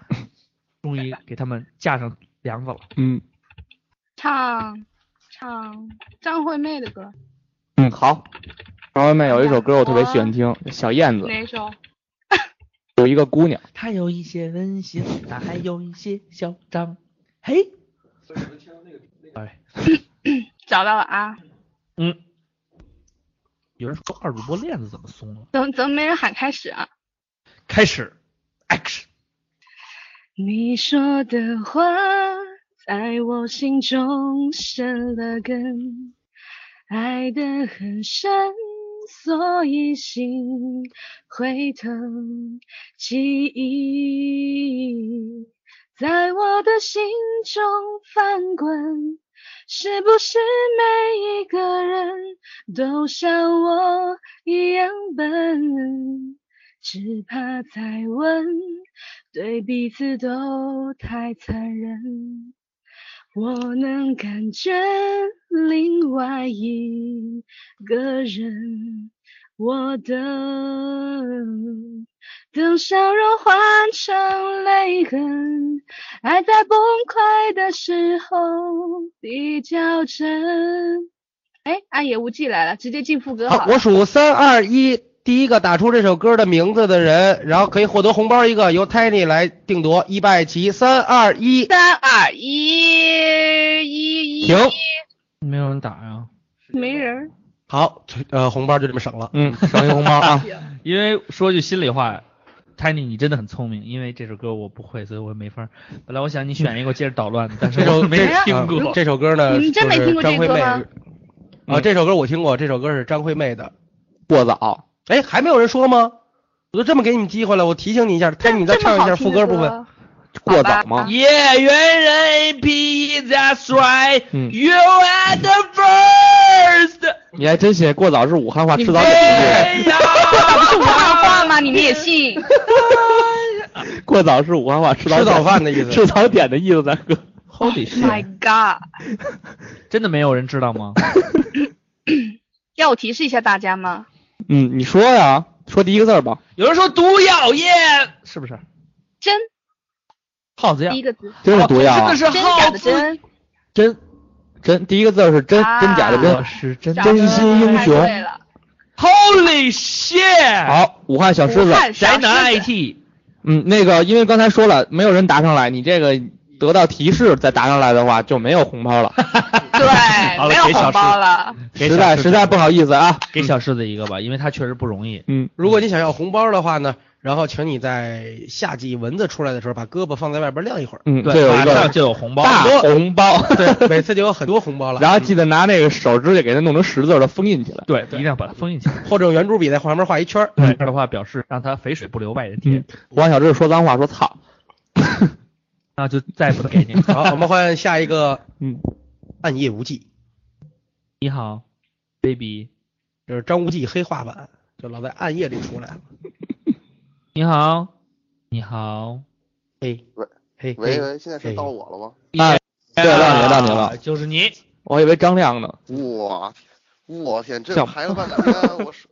S1: 终于给他们架上梁子了。
S2: 嗯
S15: 唱唱张惠妹的歌，
S2: 嗯，好。张惠妹有一首歌我特别喜欢听，
S15: 嗯
S2: 小燕子，
S15: 哪首？
S2: 有一个姑娘，
S1: 他有一些温馨，他还有一些嚣张。嘿，哎，
S15: 找到了啊！
S1: 嗯，有人说二主播链子怎么松了？
S15: 怎么怎么没人喊开始啊？
S1: 开始。
S16: 你说的话，在我心中生了根，爱得很深，所以心会疼。记忆在我的心中翻滚，是不是每一个人都像我一样笨？只怕再问，对彼此都太残忍。我能感觉另外一个人，我等，等笑容换成泪痕，爱在崩溃的时候比较真。
S15: 哎，暗夜无忌来了，直接进副歌好
S3: 好，
S15: 了。
S3: 我数三二一，第一个打出这首歌的名字的人，然后可以获得红包一个，由 Tiny 来定夺，一拜齐，三二一，
S15: 三二一一一，
S3: 停，
S1: 没有人打呀、
S15: 没人儿。
S3: 好，呃，红包就这么省了，
S2: 嗯，省一红 包啊。
S1: 因为说句心里话，Tiny 你真的很聪明，因为这首歌我不会，所以我也没法儿。本来我想你选一个，我接着捣乱的，但是
S3: 这首
S1: 我没
S3: 这
S1: 听过、
S3: 嗯这首歌呢，
S15: 你们真没
S3: 就
S15: 听
S3: 是
S15: 过这
S3: 张惠
S15: 歌
S3: 妹
S15: 吗
S3: 啊，这首歌我听过，这首歌是张惠妹的
S2: 《过早
S3: 哎，还没有人说吗？我都这么给你们机会了，我提醒你一下，看你再唱一下副歌部分。
S2: 过早吗？
S1: 夜圆人 P that's right,
S2: 嗯
S1: you are the first。
S2: 你还真写过早是武汉话，吃早点
S1: 呀，
S15: 啊不是武汉话吗？你们也信？
S2: 是过早是武汉话，吃早
S3: 吃早饭的意思
S2: 吃早点的意思，大哥。
S1: Holy
S15: Oh My
S1: shit！
S15: God！
S1: 真的没有人知道吗？
S15: 要我提示一下大家吗？
S2: 嗯，你说呀，说第一个字儿吧。
S1: 有人说毒药耶，是不是？
S15: 真
S1: 耗子药
S15: 第一，个字，
S2: 真是毒药
S15: 哦
S2: 啊
S15: 真的是耗子真
S2: 真真第一个字儿是真
S15: 啊
S2: 真假的
S15: 我
S2: 真，
S1: 是
S2: 真
S15: 假的
S2: 真心英
S15: 太
S2: 雄。
S15: 对了，
S1: Holy shit！
S2: 好，武汉小狮
S15: 武
S2: 子，
S15: 汉小
S1: 宅男
S15: 狮子
S1: IT，
S2: 嗯，那个因为刚才说了，没有人答上来，你这个得到提示再答上来的话就没有红包了，
S1: 好
S15: 对，
S1: 了
S15: 哎没有
S1: 给小
S15: 红包了。
S1: 给
S2: 实
S1: 小
S2: 在
S1: 狮
S2: 实
S1: 子
S2: 在不好意思啊。
S1: 给小狮子一个吧，因为他确实不容易。
S2: 嗯，
S3: 如果你想要红包的话呢，然后请你在夏季蚊子出来的时候，把胳膊放在外边晾一会儿。
S2: 嗯，这
S1: 对，
S2: 有
S1: 马
S2: 一
S1: 上
S2: 个
S1: 就有红包。
S2: 大红包，
S3: 对，每次就有很多红包了。
S2: 然后记得拿那个手指甲给它弄成十字儿的封印起来。
S1: 对，一定要把它封 印起来。
S3: 或者用圆珠笔在旁边画一圈儿。
S1: 对，这样的话表示让它肥水不流外人田，
S2: 嗯，王小志说脏话说操，
S1: 那就再不给你。
S3: 好，我们换下一个
S2: 嗯，
S3: 暗夜无忌，
S1: 你好，baby。
S3: 就是张无忌黑化版，就老在暗夜里出来了。
S1: 你好，你好。
S3: 嘿，
S18: 喂
S3: 嘿，嘿
S18: 喂，现在是到
S3: 嘿
S18: 我了吗？
S2: 啊，对，到你了，到你
S1: 哎啊
S2: 了，
S1: 就是你。
S2: 我以为张亮呢。
S18: 我天，我天，这
S2: 像
S18: 排了半天，我是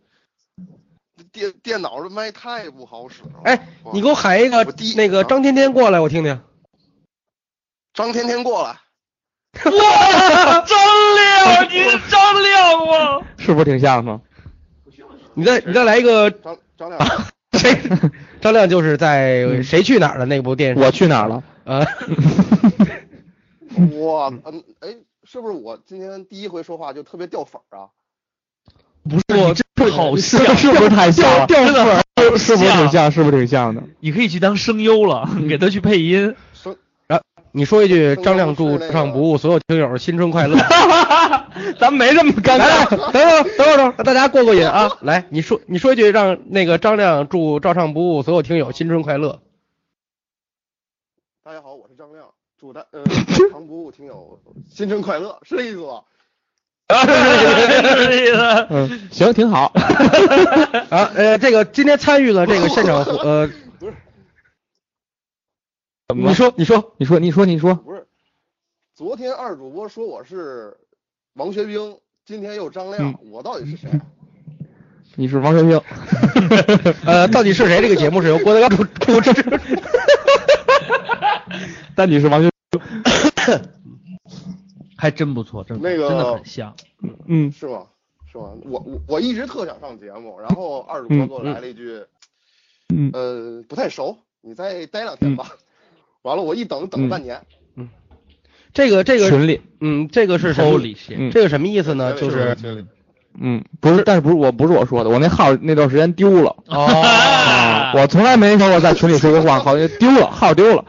S18: 电电脑的麦太不好使了。
S3: 哎，你给我喊一个
S18: 我第一
S3: 那个
S18: 啊
S3: 张天天过来，我听听。
S18: 张天天过来，
S1: 哇，张亮，你是张亮吗？
S2: 是不是挺像
S3: 啊
S2: 吗？
S3: 你再你再来一个
S18: 张张亮，
S3: 谁？张亮就是在《谁嗯去哪儿》的那部电视。
S2: 我去哪儿了？
S3: 呃，
S18: 我嗯哎，是不是我今天第一回说话就特别掉粉儿啊？
S1: 不是，我这好
S2: 是
S1: 像，
S2: 是不是太像 了？
S1: 掉粉儿
S2: 是是不是挺
S1: 像
S2: 像？是不是挺像的？
S1: 你可以去当声优了，
S3: 嗯
S1: 给他去配音。
S18: 生
S3: 你说一句“张亮祝上不误，所有听友新春快乐
S2: 咱没这么尴
S3: 尬。等会儿，等会儿，等会儿，大家过过瘾啊！来，你说，你说一句，让那个张亮祝照唱不误所有听友新春快乐。
S18: 大家好，我是张亮，祝大呃唐不误听友新春快乐，是这意思吧？
S2: 嗯，行，挺好。
S3: 啊，呃，这个今天参与了这个现场活，呃，
S2: 怎么了
S3: 你说，你说，
S2: 你说，你说，你说，
S18: 不是，昨天二主播说我是王学兵，今天又张亮，我到底是谁？啊
S2: 你是王学 兵。
S3: 呃，到底是谁？这个节目是由郭德纲主主 持。
S2: 但你是王学
S1: 还真不错，真不错
S18: 那个
S1: 真的很像。
S2: 嗯，
S18: 是吗？是吗？我我我一直特想上节目，然后二主播给我来了一句，
S2: 嗯
S18: 呃，不太熟，你再待两天吧。完了，我一等等了半年，
S3: 这个这个
S2: 群里，
S3: 嗯，这个是什么
S1: Holy shit
S3: 这个什么意思呢？就是
S2: 嗯，不是，但是不是我，不是我说的，我那号那段时间丢了。啊
S3: 哦，
S2: 我从来没说过在群里说过话，好 像丢了，号丢了。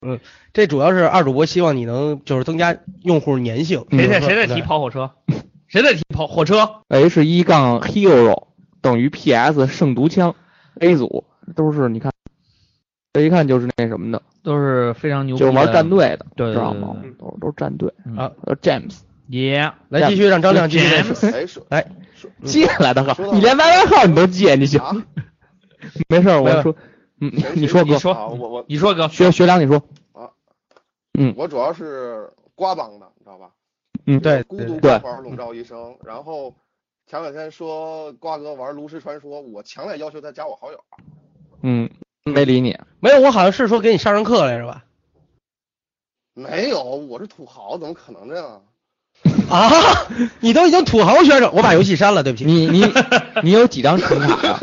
S3: 嗯，这主要是二主播希望你能就是增加用户粘性。
S2: 嗯
S1: 谁在谁在提跑火车？谁在提跑火车？
S2: H 一杠 Hero 等于 PS 圣毒枪 A 组都是你看，这一看就是那什么的，
S1: 都是非常牛逼
S2: 就
S1: 的，
S2: 是玩战队的，
S1: 对对对
S2: 知道吗？
S1: 对
S2: 都都是战队
S3: 啊。
S2: 呃，James，
S1: 耶，
S3: 来继续让张亮继续再
S1: James
S3: 说。
S18: 哎，说
S3: 来，
S2: 借来的号，你连 YY 号你都借，你
S18: 啊
S2: 行？ 没事儿，
S3: 没
S2: 我
S3: 有
S2: 说，嗯，
S18: 你
S2: 你说哥，
S18: 啊我我
S1: 你说哥，
S2: 学学长你说，
S18: 啊，
S2: 嗯
S18: 我主要是瓜帮的，你知道吧？
S2: 嗯，
S3: 对
S18: 孤独
S2: 对
S18: 孤儿笼罩一生。然后前两天说瓜哥玩炉石传说，我强烈要求他加我好友。
S2: 嗯，没理你，
S3: 没有，我好像是说给你上上课来是吧？
S18: 没有，我是土豪，怎么可能这样啊？
S3: 啊，你都已经土豪选手，我把游戏删了，对不起。
S2: 你你你有几张啊神卡呀？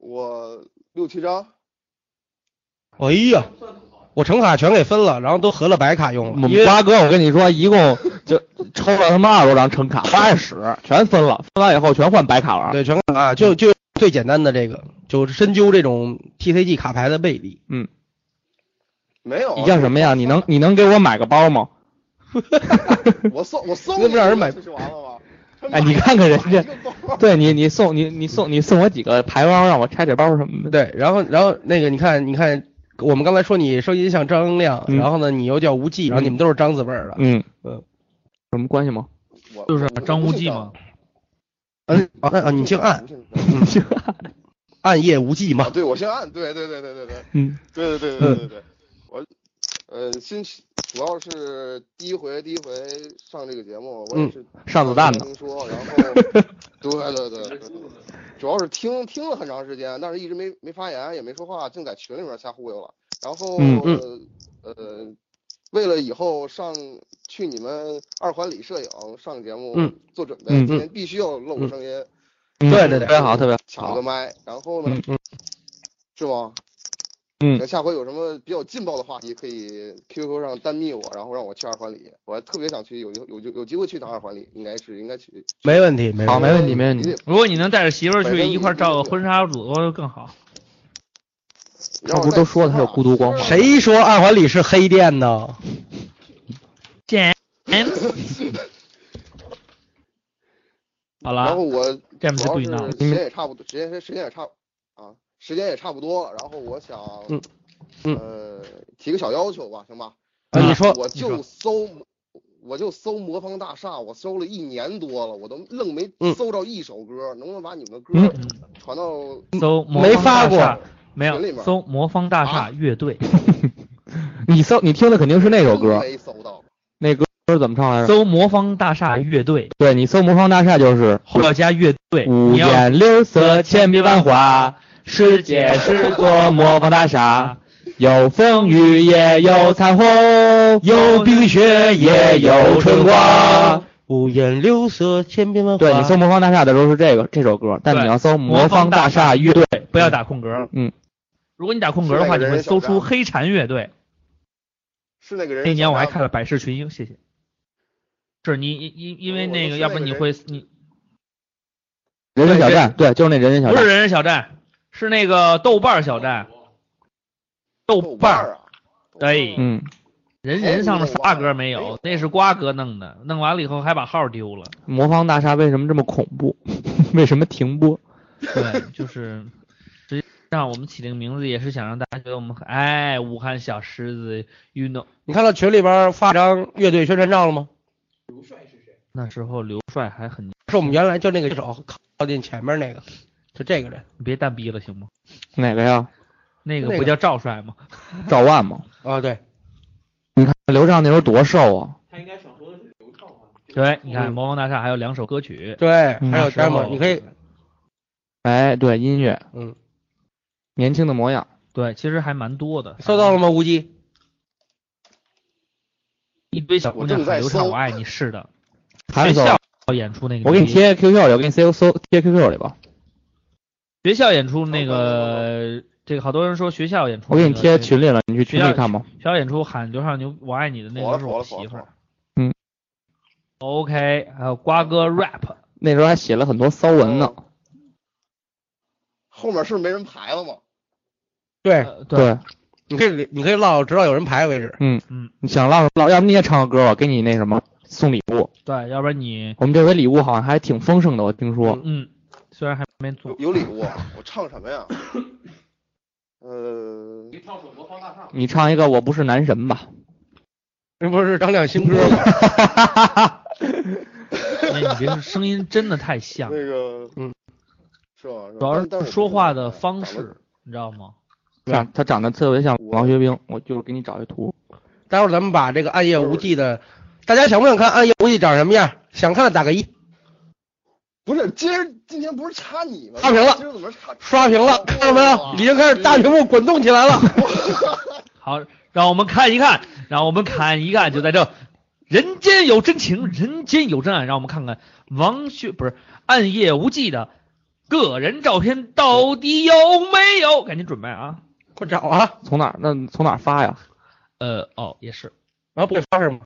S18: 我六七张，
S3: 哎呀，我橙卡全给分了，然后都合了白卡用
S2: 我
S3: 了。
S2: 们
S3: 因为
S2: 嗯瓜哥，我跟你说，一共就抽了他妈二十多张橙卡，八使全分了，分完以后全换白卡玩。
S3: 对全看啊，就就最简单的这个，就是深究这种 TCG 卡牌的魅力。
S2: 嗯，
S18: 没有。
S2: 你叫什么呀？你能你能给我买个包吗？
S18: 我送我送
S3: 那不让人买
S18: 不就完了吗？
S2: 哎，你看看人家
S18: 一个包，
S2: 对你你送你你送你送我几个牌包，让我拆拆包什么的。
S3: 对，然后然后那个你看你看，我们刚才说你声音像张亮，
S2: 嗯
S3: 然后呢你又叫无忌，然后你们都是张字辈儿的。
S2: 嗯，
S3: 嗯
S2: 有什么关系吗？
S18: 我
S1: 就是张无忌嘛。
S3: 嗯啊啊，你姓暗，暗夜无忌
S18: 啊，
S3: 嘛。
S18: 对，我姓暗，对对对对对对，
S2: 嗯，
S18: 对对对对对对对，我呃，新主要是第一回第一回上这个节目，我也是
S2: 上嗯子弹的
S18: 听说，然后对对对对，对主要是听听了很长时间，但是一直没没发言，也没说话，净在群里面瞎忽悠了。然后
S2: 嗯
S18: 呃，为了以后上去你们二环里摄影上节目
S3: 嗯
S18: 做准备，
S2: 嗯
S18: 今天必须要露声音，
S2: 嗯
S3: 对对对
S2: 特别好，特别
S18: 抢
S2: 好
S18: 个。麦，然后呢
S2: 嗯，嗯
S18: 是吗？
S2: 嗯
S18: 那，下回有什么比较劲爆的话题，可以 QQ 上单密我，然后让我去二环里。我还特别想去，有有有有机会去趟二环里，应该是应该去。
S3: 没问题，没
S2: 好，
S3: 问题。
S2: 没问题，没问
S18: 你
S2: 题哦
S18: 得。
S1: 如果你能带着媳妇儿
S18: 反
S1: 去
S18: 正
S1: 一块儿照个婚纱组合更好。
S18: 让我啊
S2: 不是都
S18: 带
S2: 说
S18: 媳妇
S2: 他有
S18: 儿
S2: 孤独光
S18: 媳妇儿
S3: 谁说二环里是黑店呢？
S1: James，好
S18: 然后
S1: 了，
S18: 我
S1: 詹姆斯
S18: 主要
S1: 不
S18: 是
S1: 许闹
S18: 时间也差不多，时间时间也差啊，时间也差不多了。然后我想，
S3: 嗯
S18: 呃，提个小要求吧，行吧？
S3: 啊，你说，
S18: 我就搜，我就搜魔方大厦，我搜了一年多了，我都愣没
S3: 嗯
S18: 搜着一首歌，能不能把你们的歌
S1: 嗯
S18: 传到？
S1: 搜魔
S3: 没
S1: 方
S3: 发
S1: 大
S3: 过
S1: 厦，没有
S18: 群里面
S1: 搜魔方大厦
S18: 啊
S1: 乐队，
S2: 你搜你听的肯定是那首歌
S18: 真，没搜到。
S2: 那歌是怎么唱来着？
S1: 搜魔方大厦乐队，
S2: 对你搜魔方大厦就是
S1: 后要加乐队，
S2: 五
S1: 你要
S2: 颜六色，千变万化，世界是座魔方大厦，有风雨也有彩虹，有冰雪也有春光。
S3: 五颜六色，千变万化。
S2: 对你搜魔方大厦的时候是这个这首歌，但你要搜魔方大厦乐队，
S1: 不要打空格。
S2: 嗯，
S1: 如果你打空格的话，
S18: 是那
S1: 你
S18: 个人
S1: 会搜出
S18: 小张
S1: 黑蝉乐队。
S18: 是那个人。
S1: 那年我还看了《百世群英》，谢谢。是你因因因为
S18: 我
S1: 那个，
S18: 是
S1: 要
S18: 那
S1: 不然
S18: 个人
S1: 你会你
S2: 人人小站，对，就是那人人小
S1: 不是
S2: 站。
S1: 人人小站，是那个豆瓣儿小站，豆
S18: 豆瓣
S1: 瓣儿
S18: 儿啊，
S1: 哎，
S2: 嗯，
S1: 人人上的发哥没有，那是瓜哥弄的，弄完了以后还把号丢了。
S2: 魔方大厦为什么这么恐怖？ 为什么停播？
S1: 对，就是 实际上我们起这个名字也是想让大家觉得我们很哎，武汉小狮子运动。
S3: 你看到群里边发张乐队宣传照了吗？
S1: 那时候刘帅还很，
S3: 是我们原来就那个手靠近前面那个，就这个人。
S1: 你别蛋逼了行吗？
S2: 哪个呀？
S1: 那个
S3: 那
S1: 不
S3: 个
S1: 叫赵帅吗？
S2: 赵万吗？
S3: 啊，对，
S2: 你看刘畅那时候多瘦啊！
S1: 对，你看《魔方大厦》还有两首歌曲，
S3: 嗯对，
S2: 嗯
S3: 还有
S1: 那时
S3: demo，
S1: 候
S3: 你可以
S2: 哎，对，音乐，
S3: 嗯，
S2: 年轻的模样。
S1: 对，其实还蛮多的。
S3: 搜到了吗？无忌，
S1: 一堆小姑娘
S3: 我正在
S1: 喊刘畅
S3: 搜
S1: 我爱你是 的，
S2: 韩
S1: 学
S2: 总，
S1: 校演出那个，
S2: 我给你贴 QQ 里，我给你搜搜贴 QQ 里吧。
S1: 学校演出那个，这个好多人说学校演出那
S2: 我
S1: 个，
S2: 给你贴群里了，你去
S1: 学
S2: 群
S1: 校
S2: 里看吧。
S1: 学校演出喊刘畅牛我爱你的那个是我媳妇儿。
S2: 嗯。
S1: OK，还有瓜哥 rap，
S2: 那时候还写了很多骚文呢。
S1: 哦
S18: 后面是没人排了吗？
S3: 对
S1: 呃
S2: 对，
S3: 你可以你可以唠，直到有人排为止。
S2: 嗯
S1: 嗯，
S2: 你想唠什么唠？要不你也唱个歌吧，给你那什么送礼物。
S1: 对，要不然你
S2: 我们这回礼物好像还挺丰盛的，我听说。
S1: 嗯，虽然还没做
S18: 有礼 物啊，我唱什么 呀？呃，
S2: 你唱一个《我不是男神》吧？
S3: 这不是张亮啊 新歌吗？
S1: 哎，你别说声音真的太像，
S18: 那个，
S3: 嗯，
S18: 是吧？
S1: 主要
S18: 但
S1: 是
S18: 是
S1: 说话的方式，你知道吗？
S2: 对啊，他长得特别像王学兵，我就是给你找一图。
S3: 待会儿咱们把这个《暗夜无际》的，大家想不想看《暗夜无际》长什么样？想看的打个一，
S18: 不是今儿今天不是插你吗？
S3: 差评了
S18: 今儿怎么插？
S3: 刷屏了，看到没有？已经开始大屏幕滚动起来了。
S1: 好，让我们看一看，让我们看一看，就在这。人间有真情，人间有真爱，让我们看看王学不是暗夜无际的个人照片到底有没有？赶紧准备啊！
S3: 快找啊！
S2: 从哪儿？那从哪儿发呀？
S1: 呃，哦，也是，
S3: 啊，不给发是吗？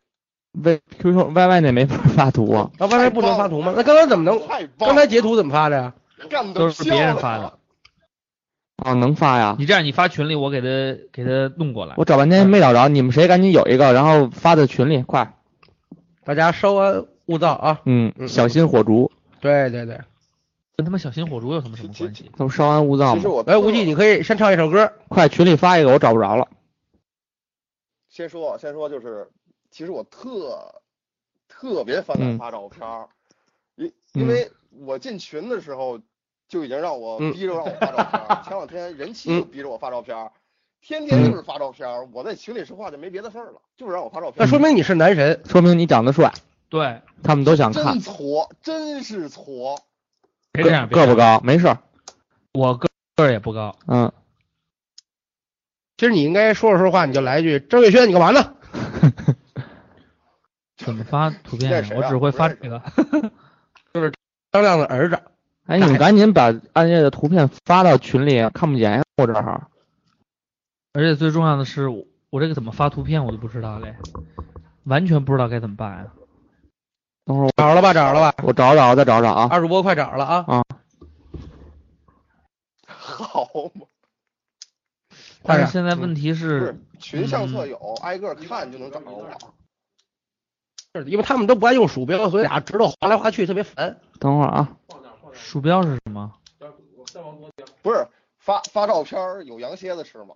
S2: 微 QQ、YY 那没法发图啊。
S3: 啊，外面不能发图吗？那刚才怎么
S18: 太
S3: 能？
S18: 棒了
S3: 刚才截图怎么发的呀？
S18: 干
S1: 都
S18: 得
S1: 是别人
S18: 笑
S1: 发的。
S2: 啊，能发呀？
S1: 你这样，你发群里，我给他给他弄过来。
S2: 我找半天没找着，你们谁赶紧有一个，然后发到群里，快。
S3: 大家稍安勿躁啊！
S2: 嗯，小心火烛，
S3: 对对对，
S1: 跟他们小心火烛有什么什么关系？
S2: 他不稍安勿
S1: 啊
S2: 躁
S18: 其实
S2: 吗？
S18: 我
S3: 来，哎无忌，你可以先唱一首歌。
S2: 快群里发一个，我找不着了。
S18: 先说先说，就是其实我特特别反感
S2: 嗯
S18: 发照片儿，因、
S3: 嗯
S18: 因为我进群的时候就已经让我
S3: 嗯
S18: 逼着让我发照片 儿，前两天人妻就
S3: 嗯
S18: 逼着我发照片儿，天天就是发照片儿，我在群里说话就没别的事儿了，就是让我发照片
S3: 那
S18: 儿。
S3: 说明你是男神，
S2: 嗯说明你长得帅，
S1: 对，
S2: 他们都想看
S18: 真。矬，真是矬。
S1: 别这样，别这
S2: 个
S1: 样
S2: 不？高，没事儿。
S1: 我个个儿也不高，
S2: 嗯，
S3: 其实你应该说着说着话你就来一句：“郑月轩，你干嘛呢
S1: 怎么发图
S18: 那
S1: 片
S18: 是？谁啊
S1: 我只会发
S18: 不认识
S1: 这个。？”
S3: 张亮的儿子，
S2: 哎，你们赶紧把暗夜的图片发到群里，看不见呀，我这儿。
S1: 而且最重要的是，我我这个怎么发图片我就不知道嘞，完全不知道该怎么办啊呀、
S2: 等会儿
S3: 找着了吧？找着了吧？
S2: 我我找找，再找找啊
S3: 二主播快找着了啊！
S2: 啊！
S18: 好 嘛，
S3: 快
S1: 但
S3: 点
S1: 是现在问题
S18: 不
S1: 是
S18: 是，群相册有，挨个看就能找着我。
S3: 是嗯因为他们都不爱用鼠标，所以俩指头划来划去特别烦。
S2: 等会儿啊，
S1: 鼠标是什么？
S18: 不是发发照片儿有羊蝎子吃吗？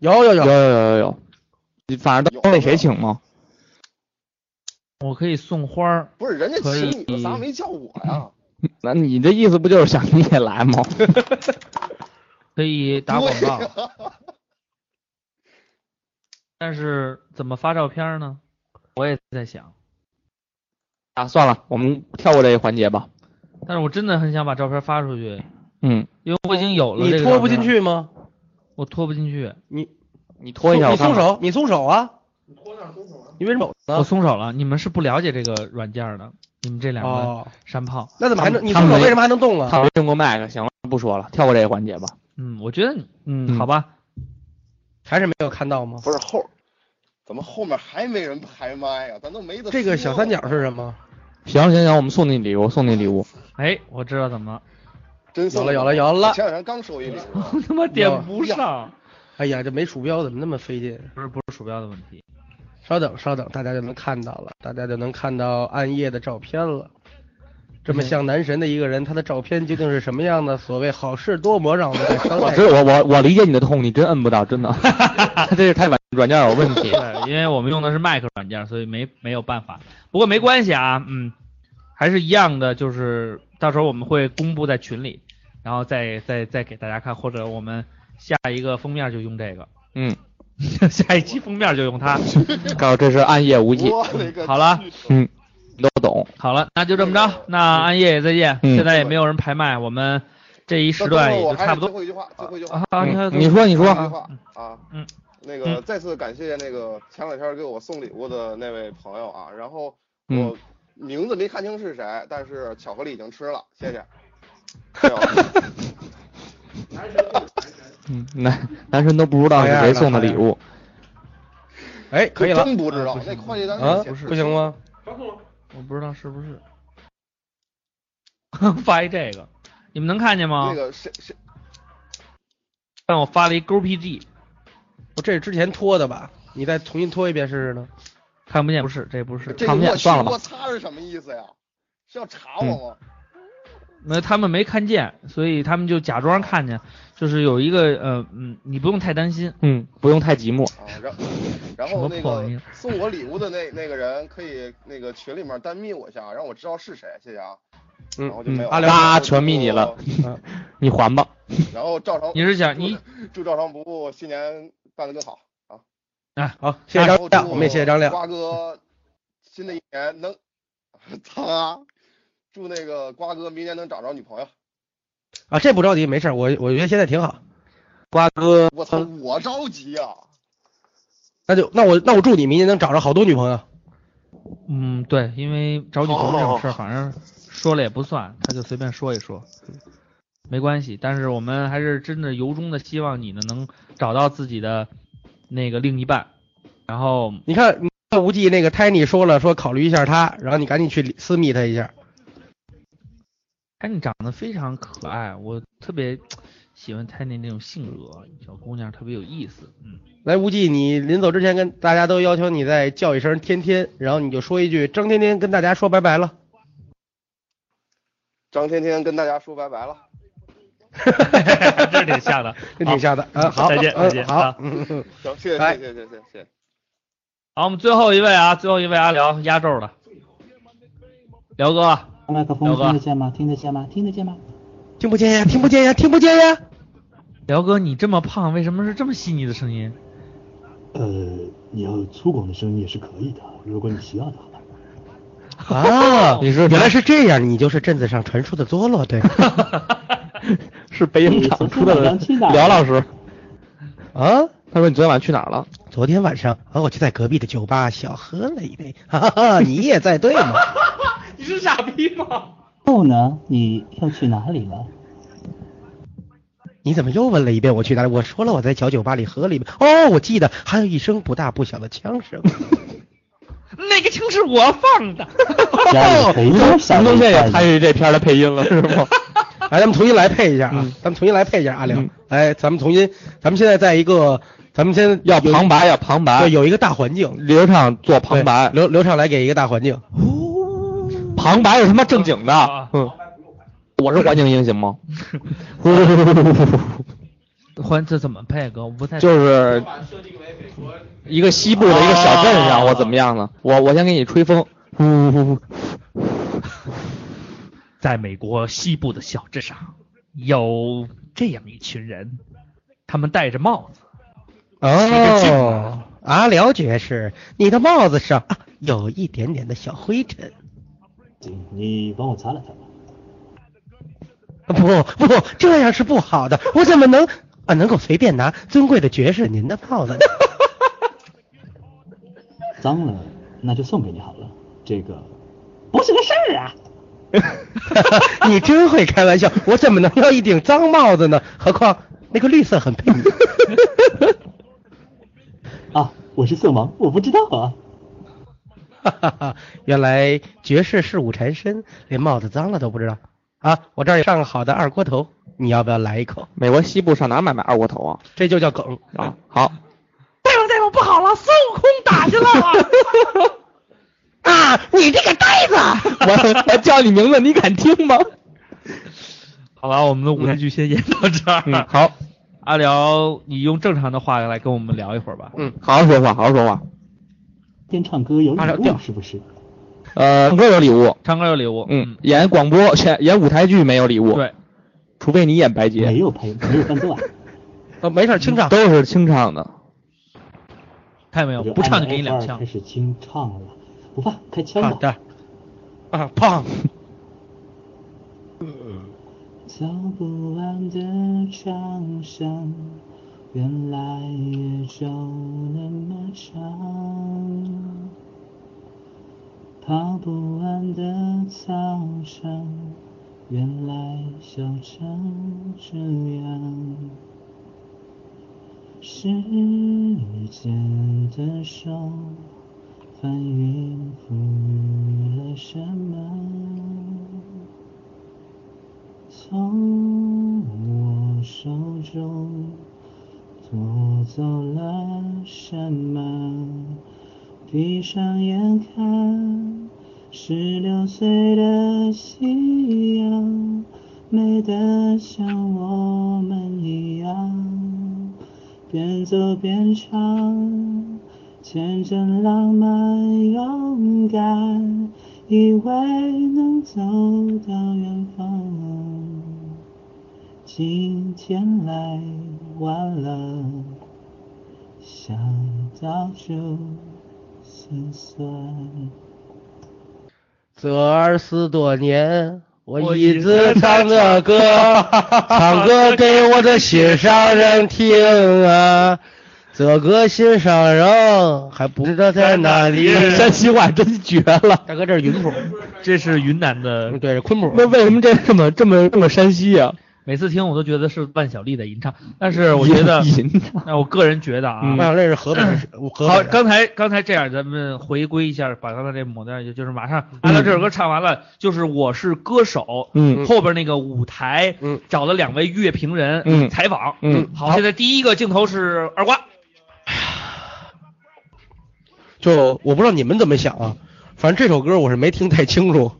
S3: 有有
S2: 有
S3: 有，
S2: 有有有有，你反正都那谁请吗？
S1: 我可以送花儿，
S18: 不是，人家
S1: 可
S18: 请
S1: 以嗯
S18: 你了，咋没叫我呀？
S2: 那你这意思不就是想你也来吗？
S1: 可以 打广
S18: 对
S1: 告，
S18: 呀
S1: 但是怎么发照片呢？我也在想，
S2: 啊，算了，我们跳过这一环节吧。
S1: 但是我真的很想把照片发出去，
S2: 嗯，
S1: 因为我已经有了这
S3: 你
S1: 个
S3: 拖
S1: 照
S3: 不
S1: 片
S3: 进，去吗？
S1: 我拖不进去，
S3: 你
S2: 你拖一下，
S3: 你
S2: 我看
S3: 松
S2: 看。
S3: 手，你松手啊！你为什么
S1: 我
S3: 呢？
S1: 松手了。你们是不了解这个软件的，你们这两个
S3: 哦，
S1: 山炮。
S3: 那怎么还能？你
S2: 他
S3: 松
S2: 们
S3: 手
S2: 没
S3: 为什么还能动啊？
S2: 他用过麦克，行了，不说了，跳过这个环节吧。
S1: 嗯，我觉得你，嗯，
S2: 嗯
S1: 好吧，
S3: 还是没有看到吗？
S18: 不是后，怎么后面还没人排麦呀、咱都没得
S3: 这个小
S18: 说
S3: 三角是什么？
S2: 行行行，我们送你礼物，送你礼物。
S1: 哎，我知道怎么了，
S18: 真
S3: 有
S18: 送
S3: 了有了有了
S18: 前！两天刚收一礼物，
S1: 我他妈点不
S3: 有
S1: 上，
S3: 哎呀，这没鼠标怎么那么费劲？
S1: 不是不是鼠标的问题，
S3: 稍等稍等，大家就能看到了，大家就能看到暗夜的照片了。这么像男神的一个人，他的照片究竟是什么样的？所谓好事多磨，让我们再商
S2: 我
S3: 量一
S2: 知
S3: 下。
S2: 我我我理解你的痛，你真摁不到，真的， 这是太软软件有问题。
S1: 对，因为我们用的是 Mac 软件，所以没没有办法。不过没关系啊，嗯，还是一样的，就是到时候我们会公布在群里，然后再再再给大家看，或者我们下一个封面就用这个，
S2: 嗯，
S1: 下一期封面就 用它。
S2: 告诉这是暗夜无际。
S1: 好了，
S2: 嗯，都懂。
S1: 好了，那就这么着，那暗夜也再见。
S2: 嗯
S1: 现在也没有人排麦，我们这 一时段也就差不多。
S18: 最后一句话，最后一句
S1: 啊
S18: 话，
S1: 啊你还有
S2: 嗯你说你说
S18: 最后一句话啊，
S1: 嗯，
S18: 那个再次感谢那个前两天给我送礼物的那位朋友啊，然后
S2: 嗯
S18: 我名字没看清是谁，但是巧克力已经吃了，谢 谢。
S2: 嗯，男男神都不知道是谁送的礼物。
S3: 哎，可以了。
S18: 真不知道，那快递单
S3: 啊
S18: 位，写
S3: 不行吗？
S1: 我不知道是不是 发一这个，你们能看见吗？
S18: 那个谁谁
S1: 但我发了一勾 PG，
S3: 我哦这是之前拖的吧？你再重新拖一遍试试呢？
S1: 看不见，不是，这不是
S18: 这个我去我擦是什么意思呀？是要查
S3: 嗯
S18: 我吗？
S1: 没有，他们没看见，所以他们就假装看见，就是有一个呃嗯，你不用太担心，
S2: 嗯，不用太寂寞。
S18: 啊，然后然
S1: 什
S18: 后
S1: 么
S18: 那
S1: 破玩意
S18: 个
S1: 儿
S18: 送我礼物的那那个人可以那个群里面单密我一下，让我知道是谁，谢谢啊。
S3: 嗯
S18: 然后就没
S2: 嗯
S18: 有，了。
S2: 嘎，全密你了，你还吧。
S18: 然后 照常，
S1: 你是想你
S18: 祝照常不误，新年办得更好啊！
S1: 啊，
S3: 好，谢谢
S18: 然
S3: 张
S18: 后
S3: 亮，
S18: 祝
S3: 我们也谢谢张亮。
S18: 瓜哥，新的一年能， 操啊！祝那个瓜哥明年能找着女朋友。
S3: 啊，这不着急，没事儿，我我觉得现在挺好。
S2: 瓜哥，
S18: 我操，
S3: 嗯
S18: 我着急呀、啊！
S3: 那就那我那我祝你明年能找着好多女朋友。
S1: 嗯，对，因为找女朋友这种事
S18: 哦
S1: 儿，反正说了也不算，他就随便说一说，没关系。但是我们还是真的由衷的希望你呢能找到自己的那个另一半，然后
S3: 你看，你看无忌那个 Tiny 说了，说考虑一下他，然后你赶紧去私密他一下。
S1: 哎，你长得非常可爱，我特别喜欢 Tiny 那种性格，小姑娘特别有意思。嗯，
S3: 来，无忌，你临走之前跟大家都要求你再叫一声天天，然后你就说一句张天天跟大家说拜拜了。
S18: 张天天跟大家说拜拜了。
S1: 这是挺像的，
S3: 这挺像的。嗯，好，
S1: 再见，
S3: 嗯
S1: 再见，
S3: 好
S1: 啊，
S3: 嗯嗯，
S18: 行，谢谢
S3: 拜
S2: 哎，
S18: 谢谢谢谢谢谢。
S1: 好，我们最后一位啊，最后一位阿辽压轴的，辽哥，
S19: 麦克风
S1: 刘哥
S19: 听得见吗？听得见吗？听得见吗？
S3: 听不见呀，听不见呀，听不见呀。
S1: 辽哥，你这么胖，为什么是这么细腻的声音？
S19: 呃，你要粗犷的声音也是可以的，如果你需要的话。
S3: 啊
S2: 你是
S3: 原来是这样，你就是镇子上传说的佐罗，对吧？
S2: 是北影厂出的辽老师。
S3: 啊，
S2: 他说你昨天晚上去哪儿了？
S3: 昨天晚上啊，我就在隔壁的酒吧小喝了一杯，哈哈哈，你也在对吗？
S1: 你是傻逼吗？
S19: 后呢？你要去哪里了？
S3: 你怎么又问了一遍我去哪里？我说了我在小酒吧里喝了一杯。哦，我记得还有一声不大不小的枪声。
S1: 那个枪是我放的。
S3: 哦，
S2: 山东这也参与这片的配音了，是吗？嗯
S3: 来，哎咱们重新来配一下啊！咱们重新来配一下阿良。来，咱们重新，咱们现在在一个，咱们先
S2: 要旁白，要旁白，
S3: 对，有一个大环境。
S2: 刘畅做旁白，
S3: 刘刘畅来给一个大环境。
S2: 旁白是他妈正经的。嗯，我是环境音行 吗？
S1: 欢这怎么配哥？我不太
S2: 就是一个西部的一个小镇上，
S1: 啊
S2: 我怎么样呢？我我先给你吹风。
S1: 在美国西部的小镇上，有这样一群人，他们戴着帽子，
S3: 哦，阿辽爵士，你的帽子上、啊、有一点点的小灰尘。
S19: 行，你帮我擦了它吧。
S3: 不不不，这样是不好的。我怎么能啊能够随便拿尊贵的爵士您的帽子呢？
S19: 脏了， 那就送给你好了。这个不是个事儿啊。
S3: 你真会开玩笑，我怎么能要一顶脏帽子呢？何况那个绿色很配你。
S19: 啊，我是色盲，我不知道啊。
S3: 哈哈哈， 原来爵士是五缠身，连帽子脏了都不知道啊！我这儿有上好的二锅头，你要不要来一口？
S2: 美国西部上哪儿买买二锅头啊？
S3: 这就叫梗
S2: 啊！好，
S3: 大夫，大夫，
S20: 不好了，孙悟空打去了！
S2: 啊，你这个呆子！我我叫你名字，你敢听吗？
S1: 好吧，我们的舞台剧先演到这儿。
S2: 嗯好，
S1: 阿辽，你用正常的话来跟我们聊一会儿吧。
S2: 嗯，好好说话，好好说话。
S19: 先唱歌有礼
S2: 啊
S19: 物
S2: 对
S19: 是不是？
S2: 呃，唱歌有礼物，
S1: 唱歌有礼物。
S2: 嗯，演广播、演演舞台剧没有礼物，
S1: 对，
S2: 除非你演白洁，
S19: 没有陪，没有伴 奏啊，
S3: 呃，没事，清唱。
S2: 都是哦清唱的。
S1: 看见没有？不唱就给你两枪
S19: 开。始清唱了，不怕，开枪吧。
S3: 啊，胖。
S19: 嗯走不完的长巷，原来也就那么长。跑不完的操场，原来笑成这样。时间的手，翻云覆雨了什么？从我手中夺走了什么？闭上眼看，十六岁的夕阳，美得像我们一样，边走边唱，天真浪漫勇敢，以为能走到远方，今天来晚了，想到就心酸。
S3: 这二十多年，我一直唱着歌， 唱歌给我的心上人听啊。这个心上人还不知道在哪 里。
S2: 山西话真绝了，
S3: 大哥，这是云谱，
S1: 这是云南的，
S3: 对，昆谱。
S2: 那为什么这这么这么这么山西啊？
S1: 每次听我都觉得是万晓利的吟唱，但是我 觉得
S2: 吟，
S1: 那我个人觉得啊，
S3: 万
S2: 哎
S3: 晓利是河北人，河北
S2: 啊
S1: 好，
S3: 人
S1: 刚才刚才这样，咱们回归一下，把刚才这抹掉，就就是马上按照这首歌唱完了，就是我是歌手，
S2: 嗯
S1: 后边那个舞台，
S3: 嗯，
S1: 找了两位乐评人，
S2: 嗯
S1: 采访，
S2: 嗯
S1: 好，现在第一个镜头是二瓜，
S3: 就我不知道你们怎么想啊，反正这首歌我是没听太清楚。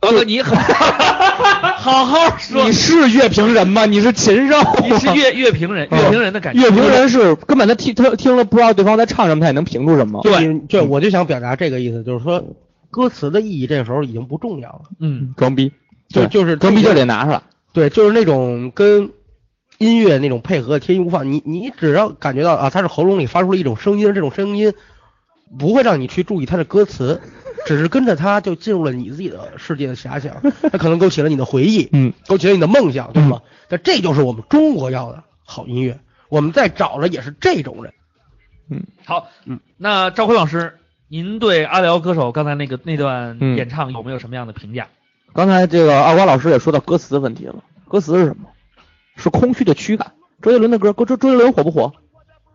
S1: 大哥你好， 好好说，
S2: 你是乐评人吗？你是禽兽吗？
S1: 你是乐 乐评人，
S3: 哦
S1: 乐评人的感觉，
S2: 乐评人是根本他听他听了不知道对方在唱什么，他也能评出什么。
S3: 对，对，
S2: 嗯
S3: 我就想表达这个意思，就是说歌词的意义这时候已经不重要了。
S1: 嗯，
S2: 装逼，
S3: 就
S2: 对
S3: 就是
S2: 装逼就得拿出来。
S3: 对，就是那种跟音乐那种配合天衣无缝，你你只要感觉到啊，他是喉咙里发出了一种声音，这种声音不会让你去注意他的歌词，只是跟着他就进入了你自己的世界的遐想，他可能勾起了你的回忆，
S2: 嗯，
S3: 勾起了你的梦想，对吗？但这就是我们中国要的好音乐，我们在找的也是这种人。
S1: 好，
S2: 嗯
S1: 那赵辉老师，您对阿辽歌手刚才那个那段
S2: 嗯
S1: 演唱有没有什么样的评价？
S2: 刚才这个二瓜老师也说到歌词的问题了，歌词是什么？是空虚的驱赶。周杰伦的歌，周周杰伦火不火？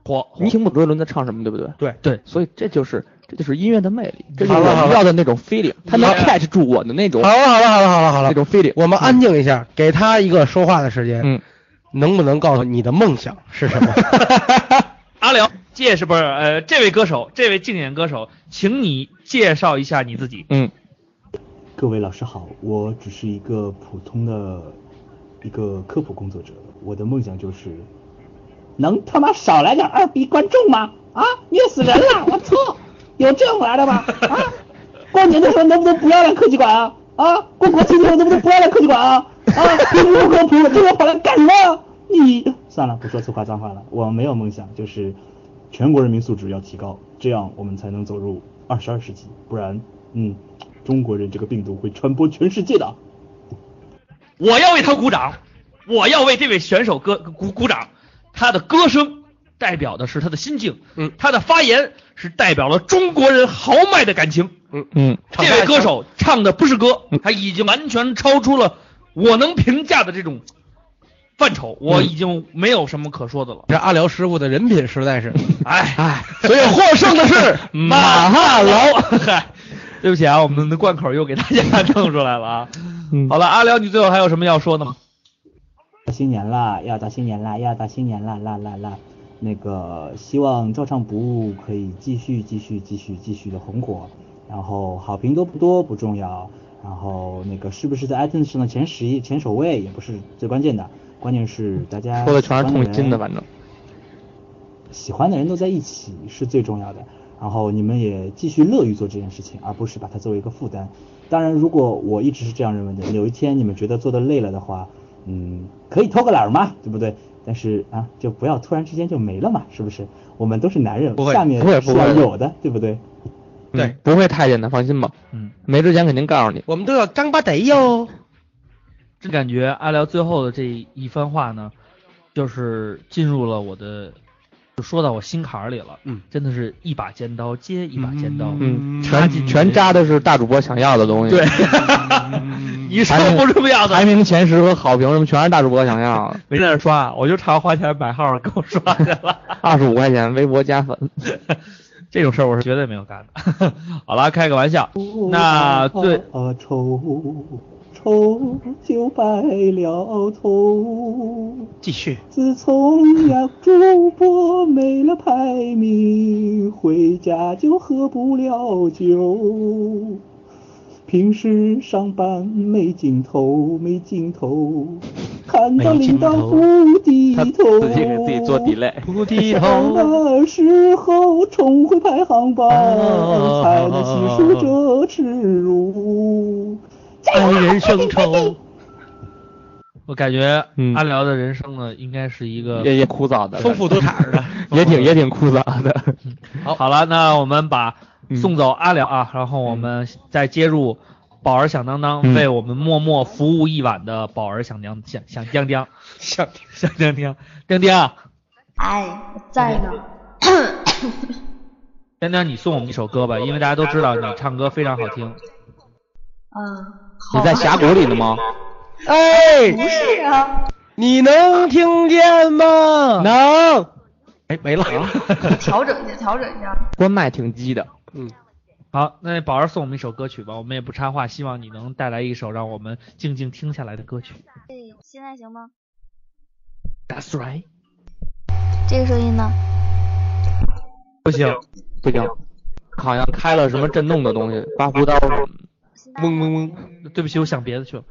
S1: 火，
S2: 你听不懂周杰伦在唱什么，对不对？
S3: 对
S1: 对，
S2: 所以这就是这就是音乐的魅力，这就是
S3: 好
S2: 我
S3: 了好
S2: 们
S3: 了
S2: 要的那种 feeling，它能 catch 住我的那种
S3: 好了好了好了好了好了，
S2: 那种 feeling。
S3: 我们安静一下，给他一个说话的时间。
S2: 嗯，
S3: 能不能告诉你的梦想是什么？
S1: 阿辽，介是不是呃，这位歌手，这位竞演歌手，请你介绍一下你自己。
S2: 嗯，
S19: 各位老师好，我只是一个普通的一个科普工作者，我的梦想就是能他妈少来点二逼观众吗？啊，虐死人了！我操，有这样玩的吗？啊，过年的时候能不能不要来科技馆啊？啊，过国庆的时候能不能不要来科技馆啊？啊，科普不科普，我这个跑来干什么？你算了，不说粗话脏话了，我没有梦想，就是全国人民素质要提高，这样我们才能走入二十二世纪，不然，嗯，中国人这个病毒会传播全世界的。
S1: 我要为他鼓掌，我要为这位选手歌鼓鼓掌。他的歌声代表的是他的心境，
S3: 嗯，
S1: 他的发言是代表了中国人豪迈的感情。
S2: 嗯，
S1: 这位歌手唱的不是歌，他已经完全超出了我能评价的这种范畴，我已经没有什么可说的了。
S3: 这阿辽师傅的人品实 在是，嗯
S1: 哎
S2: 哎，
S3: 所以获 胜的是
S1: 马
S2: 哈
S1: 劳。嗨，对不起啊，我们的贯口又给大家 弄出来了啊。好了，阿辽，你最后还有什么要说的吗？
S19: 新年啦，要到新年啦，要到新年啦啦啦啦！那个希望照常不误可以继续继续继续继续的红火，然后好评多不多不重要，然后那个是不是在 iTunes 上的前十一前首位也不是最关键的，关键是大家
S2: 说的全是
S19: 喜欢
S2: 痛心的，
S19: 人
S2: 反正。
S19: 喜欢的人都在一起是最重要的。然后你们也继续乐于做这件事情，而不是把它作为一个负担。当然，如果我一直是这样认为的，有一天你们觉得做的累了的话，嗯，可以偷个懒儿嘛，对不对？但是啊，就不要突然之间就没了嘛，是不是？我们都是男人，
S2: 不会
S19: 下面
S2: 不会
S19: 是
S2: 不
S19: 要
S2: 会
S19: 有的，对不对？
S2: 对、嗯不会太监的，放心吧。
S1: 嗯，
S2: 没之前肯定告诉你。
S3: 我们都要张巴得哟。
S1: 真感觉阿辽最后的这一番话呢，就是进入了我的，就说到我心坎儿里了。
S3: 嗯，
S1: 真的是一把尖刀接一把尖刀。
S2: 嗯，全全扎的是大主播想要的东西。嗯
S1: 对，一上不重要的
S2: 排名前十和好评什么全是大主播想要的。
S1: 没在那刷，我就差花钱买号给我刷去了。
S2: 二十五块钱微博加粉。
S1: 这种事儿我是 绝对没有干 的。好了，开个玩笑。那最
S19: 啊愁愁就白了头。
S3: 继续。
S19: 自从呀主播没了排名，回家就喝不了酒。平时上班没劲头，没劲头，看到领导不低头。
S2: 自己给自己做 delay。
S3: 不
S19: 上的时候重回排行榜，才能细数这耻辱。
S3: 爱人生愁。
S1: 我感觉阿辽的人生呢，应该是一个
S2: 也也枯燥的，
S1: 嗯丰富多彩
S2: 的，也挺也挺枯燥的。
S1: 好，好了，那我们把
S2: 嗯
S1: 送走阿辽啊，然后我们再接入宝儿响当当、
S2: 嗯
S1: 为我们默默服务一晚的宝儿响当响响当当
S3: 响
S1: 响当当当当
S5: 哎，在 呢。
S1: 当当，你送我们一首歌吧，因为大家都知道你唱歌非常好听。
S5: 嗯，
S2: 你在峡谷里呢吗？
S3: 哎，
S5: 不是啊，
S3: 你能听见吗？
S2: 能。
S1: 哎，没了。
S3: 啊
S5: 调整一下，调整一下。
S2: 关麦挺鸡的。
S3: 嗯，
S1: 好，那宝儿送我们一首歌曲吧，我们也不插话，希望你能带来一首让我们静静听下来的歌曲。
S5: 哎，现在行吗？
S1: That's right。
S5: 这个声音呢？
S1: 不行，
S2: 不行，好像开了什么震动的东西，刮胡刀什么的。
S1: 嗡嗡嗡！对不起，我想别的去了。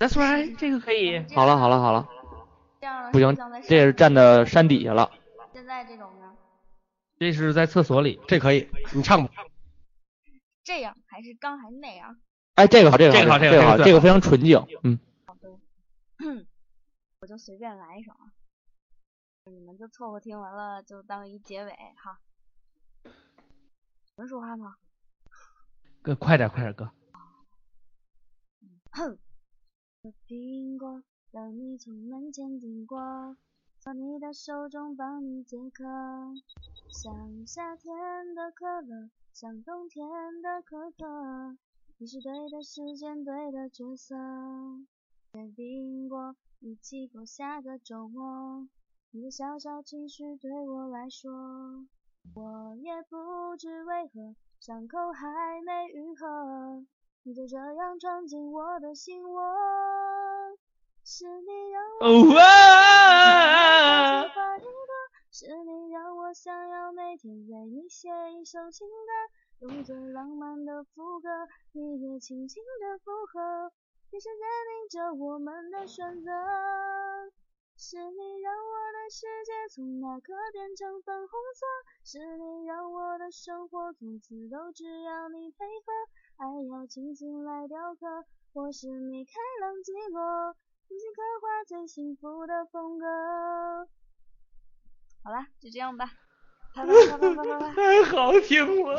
S1: That's right，这个可以。
S2: 好了好了好了，
S5: 这样呢？
S2: 不行
S5: 是像在，
S2: 这是站到山底下了。
S5: 现在这种呢？
S1: 这是在厕所里，
S3: 这可以，你唱吧。
S5: 这样还是刚才那样？
S2: 哎，这个好，这个
S1: 这个
S2: 好，
S1: 好
S2: 这
S1: 这个
S2: 好，
S1: 这个最好
S2: 这个非常纯净。嗯，
S5: 我就随便来一首啊，你们就凑合听完了，就当一结尾哈。能说话吗？
S1: 哥，呃快点快点，哥。
S5: 哼。的苹果，让你从门前经过，从你的手中帮你解渴。像夏天的可乐，像冬天的可可，你是对的时间，对的角色。在苹果，一起过下个周末。你的小小情绪对我来说，我也不知为何，伤口还没愈合，你就这样闯进我的心窝。是你让我
S1: 哦
S5: 想要
S1: 哇
S5: 自拔一个，是你让我想要每天为你写一首情歌，用最浪漫的副歌，你也轻轻的附和，你是决定着我们的选择。是你让我的世界从那刻变成粉红色，是你让我的生活从此都只要你配合。爱要轻轻来雕刻，我是你开朗极落，精心刻画最幸福的风格。好啦，就这样吧，拜拜拜拜拜拜拜。
S1: 太好听了。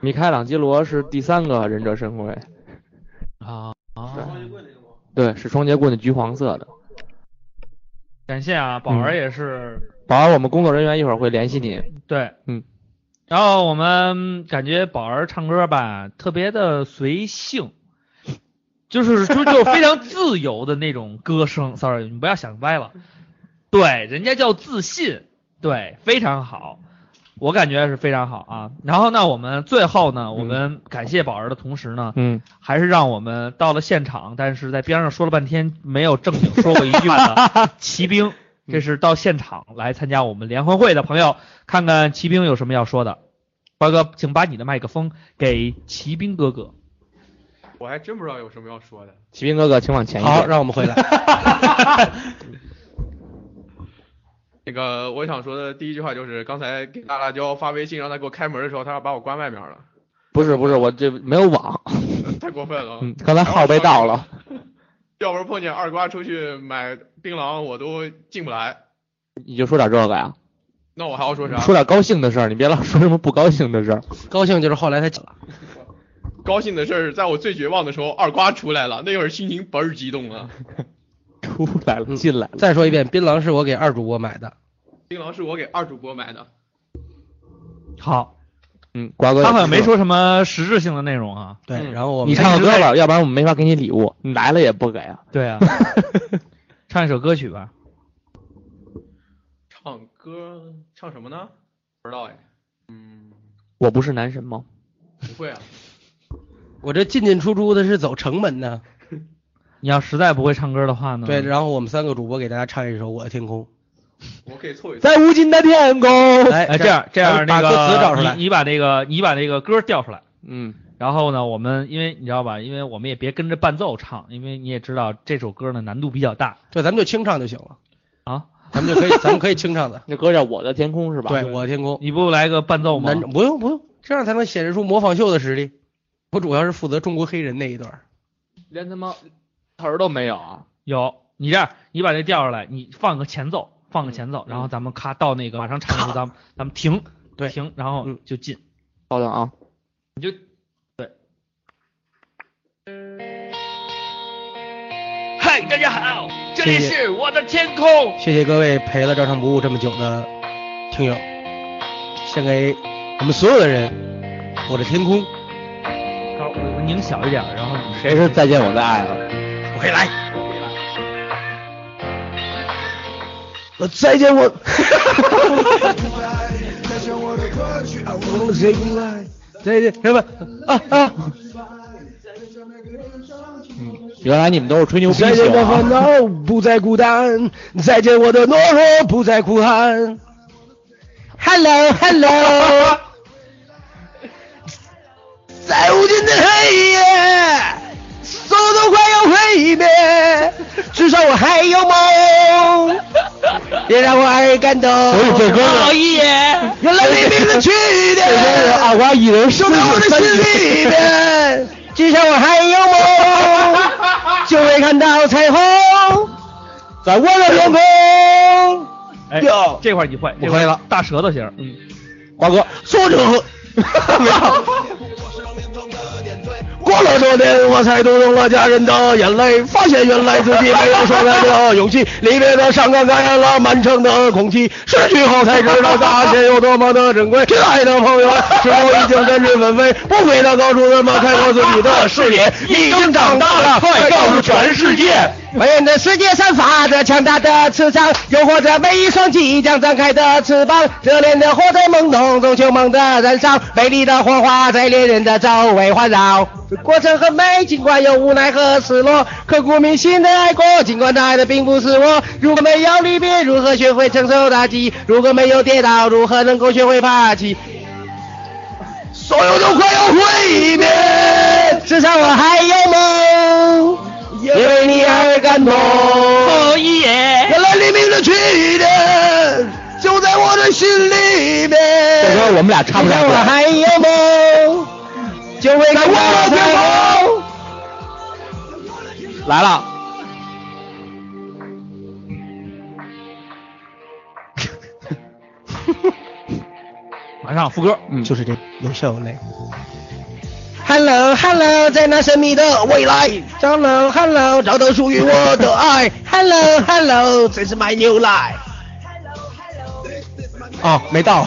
S2: 米开朗基罗是第三个忍者神龟，
S1: 啊啊！
S2: 对，是双截棍的橘黄色的。
S1: 感谢啊，宝
S2: 嗯
S1: 儿也是。
S2: 宝儿，我们工作人员一会儿会联系你。
S1: 对，
S2: 嗯，
S1: 然后我们感觉宝儿唱歌吧，特别的随性，就是就就非常自由的那种歌声。Sorry，你 不要想歪了。对，人家叫自信，对，非常好，我感觉是非常好啊。然后呢，我们最后呢，我们感谢宝儿的同时呢，
S2: 嗯，
S1: 还是让我们 到了现场，但是在边上说了半天没有正经说过一句话的骑兵
S3: 嗯
S1: 这是到现场来参加我们联欢会的朋友，看看骑兵有什么要说的。瓜哥，请把你的麦克风给骑兵哥哥。
S9: 我还真不知道有什么要说的。
S2: 骑兵哥哥，请往前一
S3: 好
S2: 点
S3: 让我们回来
S9: 那个我想说的第一句话就是，刚才给大辣椒发微信让他给我开门的时候，他要把我关外面了，
S2: 不是不是，我这没有 网，
S9: 太过分了。
S2: 嗯，刚才号被盗了。
S9: 要不是碰见二瓜出去买槟榔，我都进不来。
S2: 你就说点这个呀，
S9: 那我还要说啥？
S2: 说点高兴的事儿，你别老说什么不高兴的事儿。
S3: 高兴就是后来他了。
S9: 高兴的事儿，在我最绝望的时候，二瓜出来了，那会儿心情倍儿激动 啊。
S2: 出来了，进来了。
S3: 嗯再说一遍，槟榔是我给二主播买的。
S9: 槟榔是我给二主播买的，
S1: 好，
S2: 嗯，瓜哥，
S1: 他好像没说什么实质性的内容啊。
S3: 对，然后我
S2: 你唱唱歌吧，要不然我们没法给你礼物，你来了也不给啊。
S1: 对啊，唱一首歌曲吧。
S9: 唱歌唱什么呢？不知道哎，嗯，
S2: 我不是男神吗？
S9: 不会 啊。
S3: 我这进进出出的是走城门呢。
S1: 你要实在不会唱歌的话呢？
S3: 对，然后我们三个主播给大家唱一首《我的天空》。
S9: 我可以凑一
S2: 在无尽的天空。
S1: 哎，这样这样，那
S3: 把歌
S1: 个
S3: 词找出来
S1: 你你把那个你把那个歌调出来，
S2: 嗯，
S1: 然后呢，我们因为你知道吧，因为我们也别跟着伴奏唱，因为你也知道这首歌呢难度比较大
S3: 对，咱们就清唱就行了，
S1: 啊，
S3: 咱们就可以，咱们可以清唱的。
S2: 那歌叫《我的天空》是吧？
S3: 对，《我的天空》。
S1: 你不来个伴奏吗
S3: 难，？不用不用，这样才能显示出模仿秀的实力。我主要是负责中国黑人那一段。
S2: 连他妈词儿都没有啊。
S1: 有，你这样，你把这调出来，你放个前奏，
S3: 嗯
S1: 放个前奏，然后咱们咔到那个马上唱的时候，咱们咱们停，
S3: 对，嗯
S1: 停，然后就进，
S2: 稍等啊，
S1: 你就对。
S17: 嗨，大家好，这
S3: 谢
S17: 里
S3: 谢
S17: 是我的天空。
S3: 谢谢各位陪了照常不误这么久的听友，献给我们所有的人，我的天空。
S1: 高，我我拧小一点，然后你
S2: 谁是再见我的爱了？
S3: 我可以来。
S17: 我再见我。
S3: 我谁不爱？对对，什么啊啊！
S2: 原来你们都是吹牛逼
S3: 再见
S2: 型
S3: 我的烦
S2: 啊。
S3: 恼，不再孤单；再见我的懦弱，不再哭
S2: 啊
S3: 喊。Hello Hello，
S17: 在无尽的黑夜，所有都快要毁灭，
S3: 至少我还有梦，别让我爱感动。
S17: 这歌是原来黎明的去点，
S2: 二瓜一人
S17: 就在我的心里面，
S3: 至少我还有梦，就会看到彩虹，在我的天空。
S1: 哎
S3: 哟，
S1: 这块儿你会，
S3: 我
S1: 这块儿
S3: 会了
S1: 大舌头型儿，嗯，
S3: 瓜哥，说着和，
S17: 过了多年，我才读懂了家人的眼泪，发现原来自己没有说爱的勇气。离别的伤感感染了满城的空气，失去后才知道大钱有多么的珍贵。亲爱的朋友，
S3: 啊
S17: 是否已经振翅纷飞，不会到高处怎么开阔自己的视野？ 你已经长大了，快告诉全世界。
S3: 我愿在哎世界散发着强大的磁场，诱惑着每一双即将张开的翅膀。热恋的火在懵懂中凶猛的燃烧，美丽的火花在恋人的周围环绕。过程很美，尽管有无奈和失落，刻骨铭心的爱过，尽管他爱的并不是我。如果没有离别，如何学会承受打击？如果没有跌倒，如何能够学会爬起？
S17: 所有都快要毁灭，
S3: 至少我还有梦，
S17: 因为你而感动。
S3: 哦
S17: 耶！原来黎明的起点就在我的心里面。
S2: 这歌我们俩唱不上
S3: 我
S2: 去。
S3: 还有梦，就会看到彩虹。
S2: 来了，
S1: 马上副歌，
S2: 嗯，
S3: 就是这有笑有泪。Hello Hello，在那神秘的未来，Hello Hello，找到属于我的爱，Hello Hello，这是 my new life。哦，没到，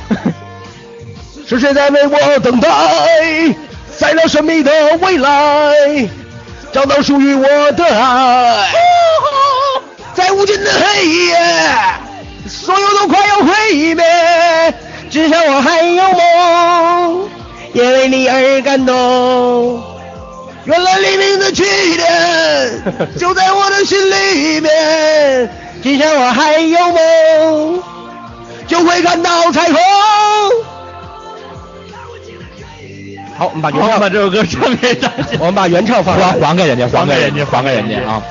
S17: 是谁在为我等待？在那神秘的未来，找到属于我的爱。在无尽的黑夜，所有都快要毁灭，
S3: 至少我还有梦，也为你而感动。
S17: 原来黎明的起点就在我的心里面。
S3: 今天我还有梦，就会看到彩虹。好，我们把原唱把这首歌唱给大家。我们把原唱放出来，还给人家，还给人家，还给人家啊！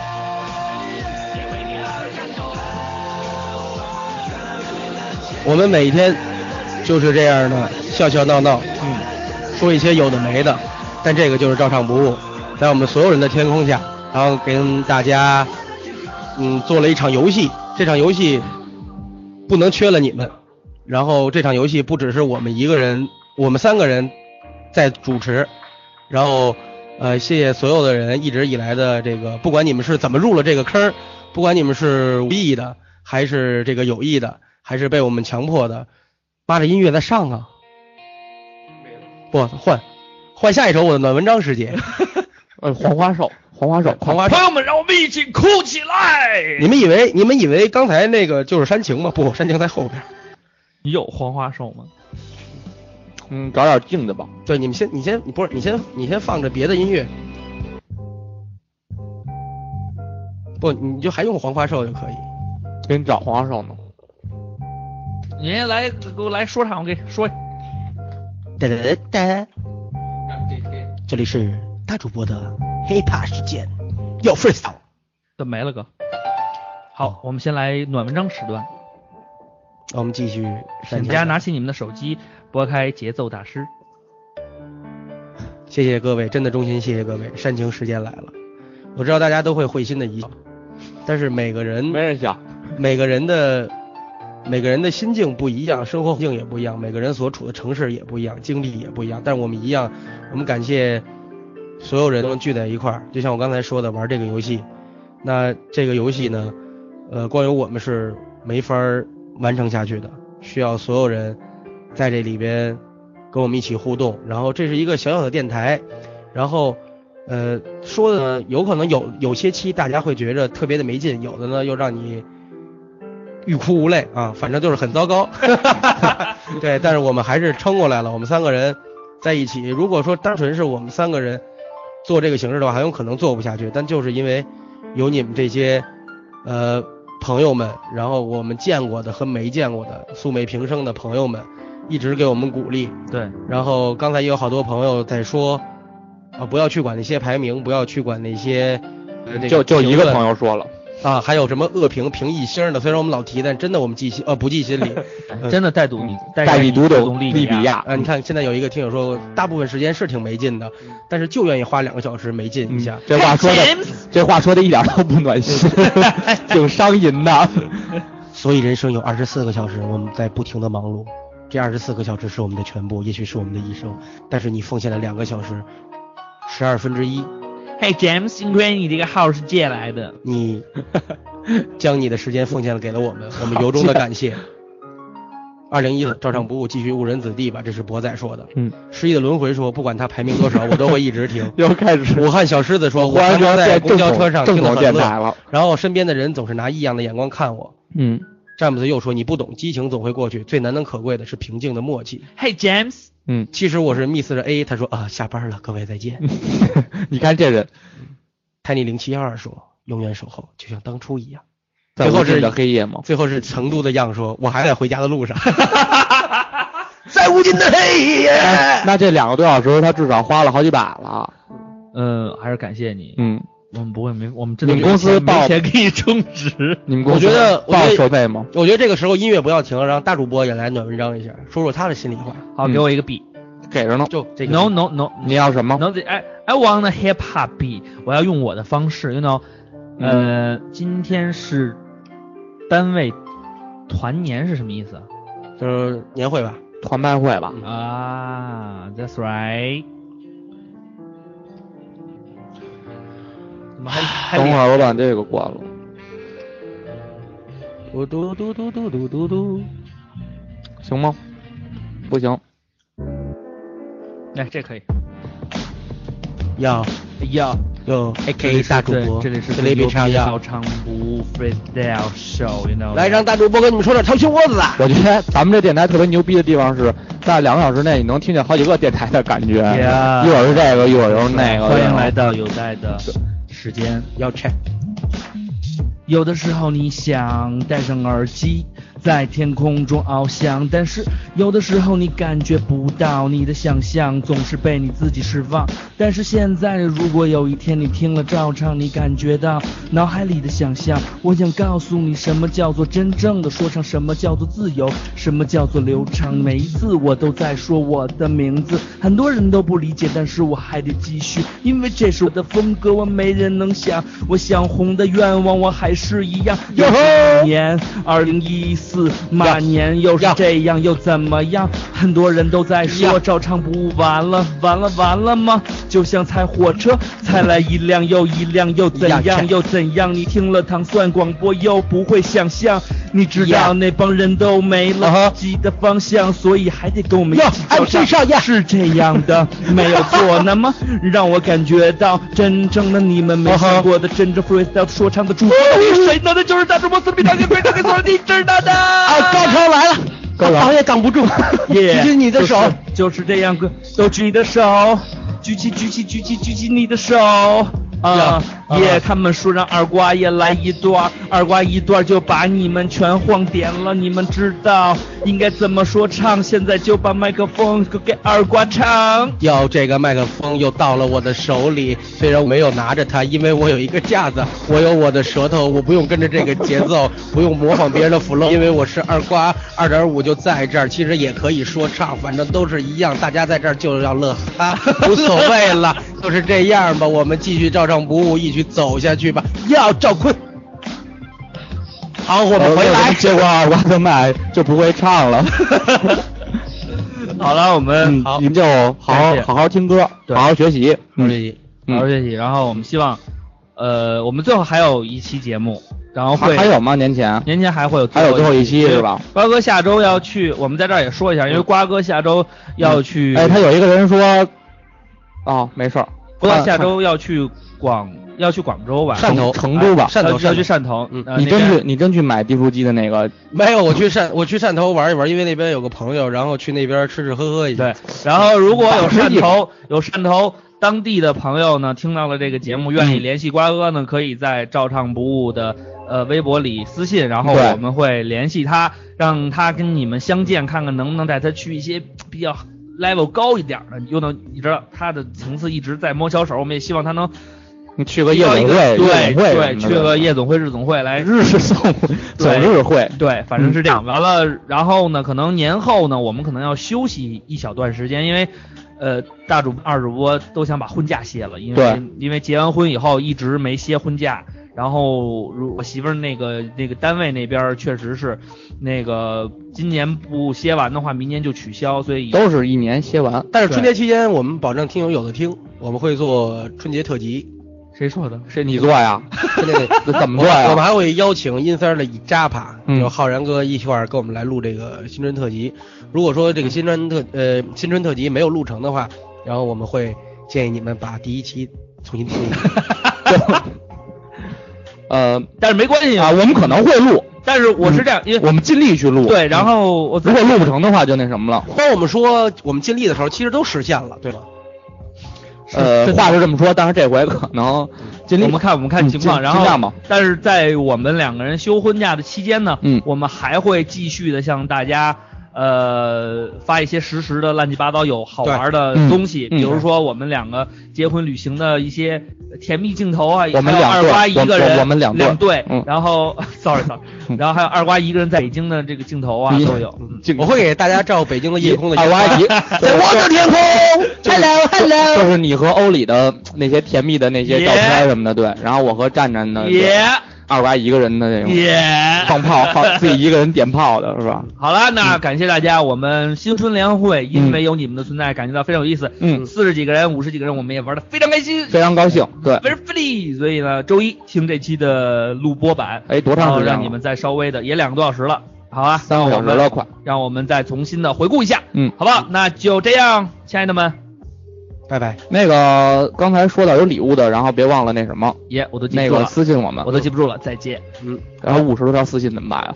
S3: 我们每天就是这样的笑笑闹闹，嗯，说一些有的没的，但这个就是照常不误，在我们所有人的天空下，然后跟大家嗯做了一场游戏，这场游戏不能缺了你们。然后这场游戏不只是我们一个人，我们三个人在主持，然后呃，谢谢所有的人一直以来的这个，不管你们是怎么入了这个坑儿，不管你们是无意的，还是这个有意的，还是被我们强迫的，扒着音乐在上啊！不换换下一首我的暖文章时节， 呃，黄花手，黄花手， 黄花手
S1: 朋。友们，让我们一起哭起来！
S3: 你们以为你们以为刚才那个就是煽情吗？不，煽情在后边。
S1: 你有黄花手吗？
S3: 嗯，找点静的吧。对，你们先，你先，你不是，你先，你先放着别的音乐。不，你就还用黄花瘦就可以。给你找黄花瘦呢。
S1: 你先来给我来说唱，我给你说。
S3: 哒哒哒哒。这里是大主播的 hiphop 时间，要分享。
S1: 这没了哥。
S3: 哦
S1: 好，我们先来暖文章时段。
S3: 我们继续。
S1: 请大家拿起你们的手机，拨开节奏大师。
S3: 谢谢各位，真的衷心谢谢各位，煽情时间来了。我知道大家都会会心的一笑，但是每个人没人笑，每个人的每个人的心境不一样，生活环境也不一样，每个人所处的城市也不一样，经历也不一样，但是我们一样，我们感谢所有人都能聚在一块儿，就像我刚才说的，玩这个游戏。那这个游戏呢，呃，光有我们是没法儿完成下去的，需要所有人在这里边跟我们一起互动。然后这是一个小小的电台，然后呃说的呢，有可能有有些期大家会觉着特别的没劲，有的呢又让你欲哭无泪啊，反正就是很糟糕。对，但是我们还是撑过来了。我们三个人在一起，如果说单纯是我们三个人做这个形式的话，很有可能做不下去。但就是因为有你们这些呃朋友们，然后我们见过的和没见过的素昧平生的朋友们，一直给我们鼓励。
S1: 对，
S3: 然后刚才也有好多朋友在说，啊，不要去管那些排名，不要去管那些，呃那
S2: 就就一个朋友
S3: 说 了。啊，还有什么恶评评一星儿的，虽然我们老提，但真的我们记心呃不记心 里，
S1: 真的带赌你
S3: 带
S1: 你
S3: 读
S1: 懂利
S3: 利比
S1: 亚。
S3: 啊，你看现在有一个听友说，大部分时间是挺没劲的，
S1: 嗯
S3: 但是就愿意花两个小时没劲一下。
S2: 这话说的，这话说的一点都不 暖心， 挺伤人的。
S3: 所以人生有二十四个小时，我们在不停的忙碌，这二十四个小时是我们的全部，也许是我们的一生。但是你奉献了两个小时，十二分之一，
S1: 嘿，James，幸亏你这个号是借来的。
S3: 你将你的时间奉献了给了我 们，我们由衷的感谢。二零一四，照常不误，继续误人子弟吧，这是博仔说的。
S2: 嗯，
S3: 失忆的轮回说，不管他排名多少，我都会一直听。
S2: 又开始
S3: 武汉小狮子说，呃我
S2: 忽然
S3: 常常
S2: 觉得
S3: 在
S2: 变
S3: 公交
S2: 正
S3: 车上
S2: 统
S3: 听得
S2: 正统
S3: 很
S2: 电台
S3: 乐
S2: 了，
S3: 然后身边的人总是拿异样的眼光看我。
S2: 嗯，
S3: 詹姆斯又说，你不懂，激情总会过去，最难能可贵的是平静的默契。
S1: 嘿，James，
S2: 嗯，
S3: 其实我是 Miss 着 A，他说啊，下班了，各位再见。
S2: 你看这人，
S3: 泰尼零七幺二说，永远守候，就像当初一样。
S2: 在
S3: 最后
S2: 无
S3: 是
S2: 尽的黑夜吗？
S3: 最后是成都的样说，我还在回家的路上。
S2: 在
S3: 无尽的黑夜
S2: 那这两个多小时，他至少花了好几百了。啊
S1: 嗯，还是感谢你。
S2: 嗯，
S1: 我们不会没，我们真
S2: 你
S1: 的
S2: 们
S1: 没
S2: 公司
S1: 钱
S2: 报
S1: 没钱给你充值。
S2: 你们公
S3: 我
S2: 司
S3: 觉得，我觉
S2: 报
S3: 得
S2: 收费吗？？
S3: 我觉得这个时候音乐不要停，让大主播也来暖文章一下，说说他的心里话。
S1: 好，给我一个币。
S2: 给着呢。
S3: 就这个
S1: No no no，
S2: 你要什么
S1: ？No，the- I 哎 I want a hip hop beat，我要用我的方式，you know，呃，今天是单位团年是什么意思啊？
S3: 就是年会吧，嗯
S2: 团拜会吧。
S1: 啊，That's right。怎么还还
S2: 等会儿我把这个关了。
S3: 嘟嘟嘟嘟嘟嘟嘟嘟，
S2: 行吗？不行。
S1: 来，这可以。
S3: 要
S1: 要
S3: 有
S1: 这里
S3: AK
S1: 是
S3: 大主播，
S1: 这里是
S3: 雷比唱
S1: 要
S3: 要，
S1: 唱不 freestyle show，you know。
S3: 来让大主播跟你们说点掏心窝子啊的。
S2: 我觉得咱们这电台特别牛逼的地方是，在两个小时内你能听见好几个电台的感觉
S1: Yeah
S2: 一会儿是这个，一会儿又是那个。
S1: 欢迎来到有待的时间，
S3: 要 check。
S1: 有的时候你想戴上耳机，在天空中翱翔，但是有的时候你感觉不到，你的想象总是被你自己释放。但是现在，如果有一天你听了照唱，你感觉到脑海里的想象，我想告诉你，什么叫做真正的说唱，什么叫做自由，什么叫做流畅。每一次我都在说我的名字，很多人都不理解，但是我还得继续，因为这是我的风格，我没人能想，我想红的愿望我还是一样。又是马年二零一四马年又是这样又怎么样？很多人都在说照唱不完了，完了完了吗？就像踩火车，踩来一辆又一辆又怎
S17: 呀呀
S1: 样又怎样？你听了糖蒜广播又不会想象，你知道那帮人都没了自己的方向，所以还得跟我们一起叫上。是这样的，没有错。那么让我感觉到真正的你们没听过的真正 freestyle 说唱的主角是谁呢？那就是大主播四比大给鬼大给所有你知道的。啊，高潮来了，高潮也挡不 住。耶，举起你的手，就是这样，都举你的手，举起举起举起举起你的手。啊耶！他们说让二瓜也来一段，二瓜一段就把你们全晃点了。你们知道应该怎么说唱？现在就把麦克风给二瓜唱。
S3: 哟，这个麦克风又到了我的手里，虽然我没有拿着它，因为我有一个架子，我有我的舌头，我不用跟着这个节奏，不用模仿别人的 flow，因为我是二瓜，二点五就在这儿，其实也可以说唱，反正都是一样，大家在这儿就要乐哈，无所谓了，就是这样吧，我们继续照唱不误，一起走下去吧，要赵坤。好，我们回来。
S2: 结果耳瓜的麦就不会唱了。 嗯
S1: 好了，我们
S2: 你们就好好好好听歌，好好学习，嗯
S1: 好好学习，好好学习。然后我们希望，呃，我们最后还有一期节目，然后会
S2: 还还有吗？年前
S1: 年前还会有
S2: 还有最后一期
S1: 对
S2: 是吧？嗯
S1: 瓜哥下周要去，我们在这儿也说一下，因为瓜哥下周要去，
S2: 哎，他有一个人说，哦，没事儿，嗯
S1: 瓜哥下周要去广，要去广州吧？
S2: 成嗯成都吧，
S1: 哎要要去汕头。嗯
S2: 你真去，你真去买订书机的那个，
S3: 没有，我去汕，我去汕头玩一玩，因为那边有个朋友，然后去那边吃吃喝喝一下。对，
S1: 然后如 果有汕头有汕头当地的朋友呢，听到了这个节目，愿意联系瓜哥呢，可以在照唱不误的呃微博里私信，然后
S2: 对
S1: 我们会联系他，让他跟你们相见，看看能不能带他去一些比较 level 高一点的，又能你知道他的层次一直在摸小手，我们也希望他能
S2: 你去个夜总会，
S1: 对
S2: 夜总会
S1: 对，
S2: 什
S1: 去
S2: 么的
S1: 个夜总会、日总会来
S2: 日是 总总
S1: 对
S2: 日会，
S1: 对，反正是这样。完了，然后呢，可能年后呢，我们可能要休息一小段时间，因为，呃，大主二主播都想把婚假歇了，因为
S2: 对
S1: 因为结完婚以后一直没歇婚假。然后，如我媳妇儿那个那个单位那边儿确实是，那个今年不歇完的话，明年就取消，所以
S2: 都是一年歇完。
S3: 但是春节期间，我们保证听友有的听，我们会做春节特辑。
S1: 谁说的？
S2: 是你 做呀？
S3: 那
S2: 怎么做呀
S3: 我们还会邀请音三儿的以扎帕，
S2: 嗯
S3: 就浩然哥一块儿跟我们来录这个新春特辑。如果说这个新春特呃新春特辑没有录成的话，然后我们会建议你们把第一期重新听一遍。
S2: 呃，
S1: 但是没关系
S2: 啊，我们可能会录，嗯
S1: 但是我是这样，因为
S2: 我们尽力去录，
S1: 对然后我
S2: 如果录不成的话就那什么了，
S3: 当我们说我们尽力的时候，其实都实现了，对吗？
S2: 呃，
S1: 是
S2: 话是这么说，但是这回可能尽力，
S1: 嗯我们看我们看
S2: 嗯
S1: 情况，
S2: 尽
S1: 然
S2: 尽量吧
S1: 后，但是在我们两个人休婚假的期间呢，
S2: 嗯
S1: 我们还会继续的向大家呃发一些实时的乱七八糟有好玩的
S2: 对嗯
S1: 东西，
S2: 嗯
S1: 比如说我们两个结婚旅行的一些甜蜜镜头啊，
S2: 我们
S1: 还有
S2: 两
S1: 二
S2: 对
S1: 瓜一
S2: 我
S1: 个
S2: 我
S1: 人，
S2: 我们两对
S1: 两对，
S2: 嗯
S1: 然后 sorry sorry，然后还有二瓜一个人在北京的这个镜头啊
S2: 你
S1: 都有，
S3: 我会给大家照北京的夜空的
S2: 嗯二
S3: 烟花
S1: 啊
S2: 娃 一，
S3: 在我的天空，Hello
S2: 就
S3: Hello。
S2: 是你和欧里的那些甜蜜的那些照片什么的，对，然后我和战战的，对
S1: Yeah
S2: 二娃一个人的那种，
S1: 耶
S2: 放炮放自己一个人点炮的是吧？
S1: 好了，
S2: 嗯
S1: 那感谢大家，我们新春联欢会因为有你们的存在，感觉到非常有意思。
S2: 嗯
S1: 四十几个人，五十几个人，我们也玩的非常开心，
S2: 非常高兴，对，
S1: very free。所以呢，周一听这期的录播版，
S2: 哎多长时间了
S1: 然后让你们再稍微的也两个多小时了，好啊，
S2: 三个小时了
S1: 让我们
S2: 快，
S1: 让我们再重新的回顾一下，
S2: 嗯
S1: 好不好？那就这样，亲爱的们，
S3: 拜拜。
S2: 那个刚才说到有礼物的，然后别忘了那什么，
S1: 耶，我都记
S2: 那
S1: 不住
S2: 个
S1: 了，
S2: 私信我们，
S1: 我都记不住了，再见。
S3: 嗯，
S2: 然后五十多条私信怎么办啊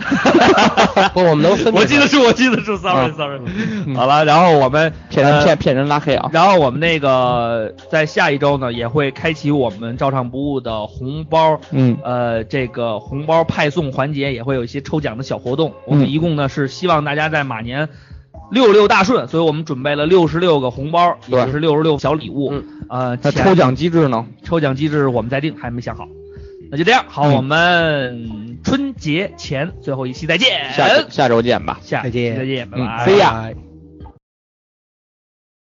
S2: 呀？
S3: 不，我们能分。
S1: 我记得住，我记得住，sorry
S2: 嗯啊
S1: sorry。好了，然后我们
S2: 骗人
S1: 呃
S2: 骗骗人拉黑啊！
S1: 然后我们那个在下一周呢，也会开启我们照唱不误的红包，
S2: 嗯
S1: 呃，这个红包派送环节也会有一些抽奖的小活
S2: 嗯
S1: 动。我们一共呢是希望大家在马年六六大顺，所以我们准备了六十六个红包，也就是六十六小礼物。呃，
S2: 嗯那
S1: 钱
S2: 抽奖机制呢？
S1: 抽奖机制我们再定，还没想好。那就这样，好，
S2: 嗯
S1: 我们春节前最后一期再见，
S2: 下周下周见吧，
S1: 下
S3: 再见
S1: 再见，拜拜，
S2: 嗯，飞呀。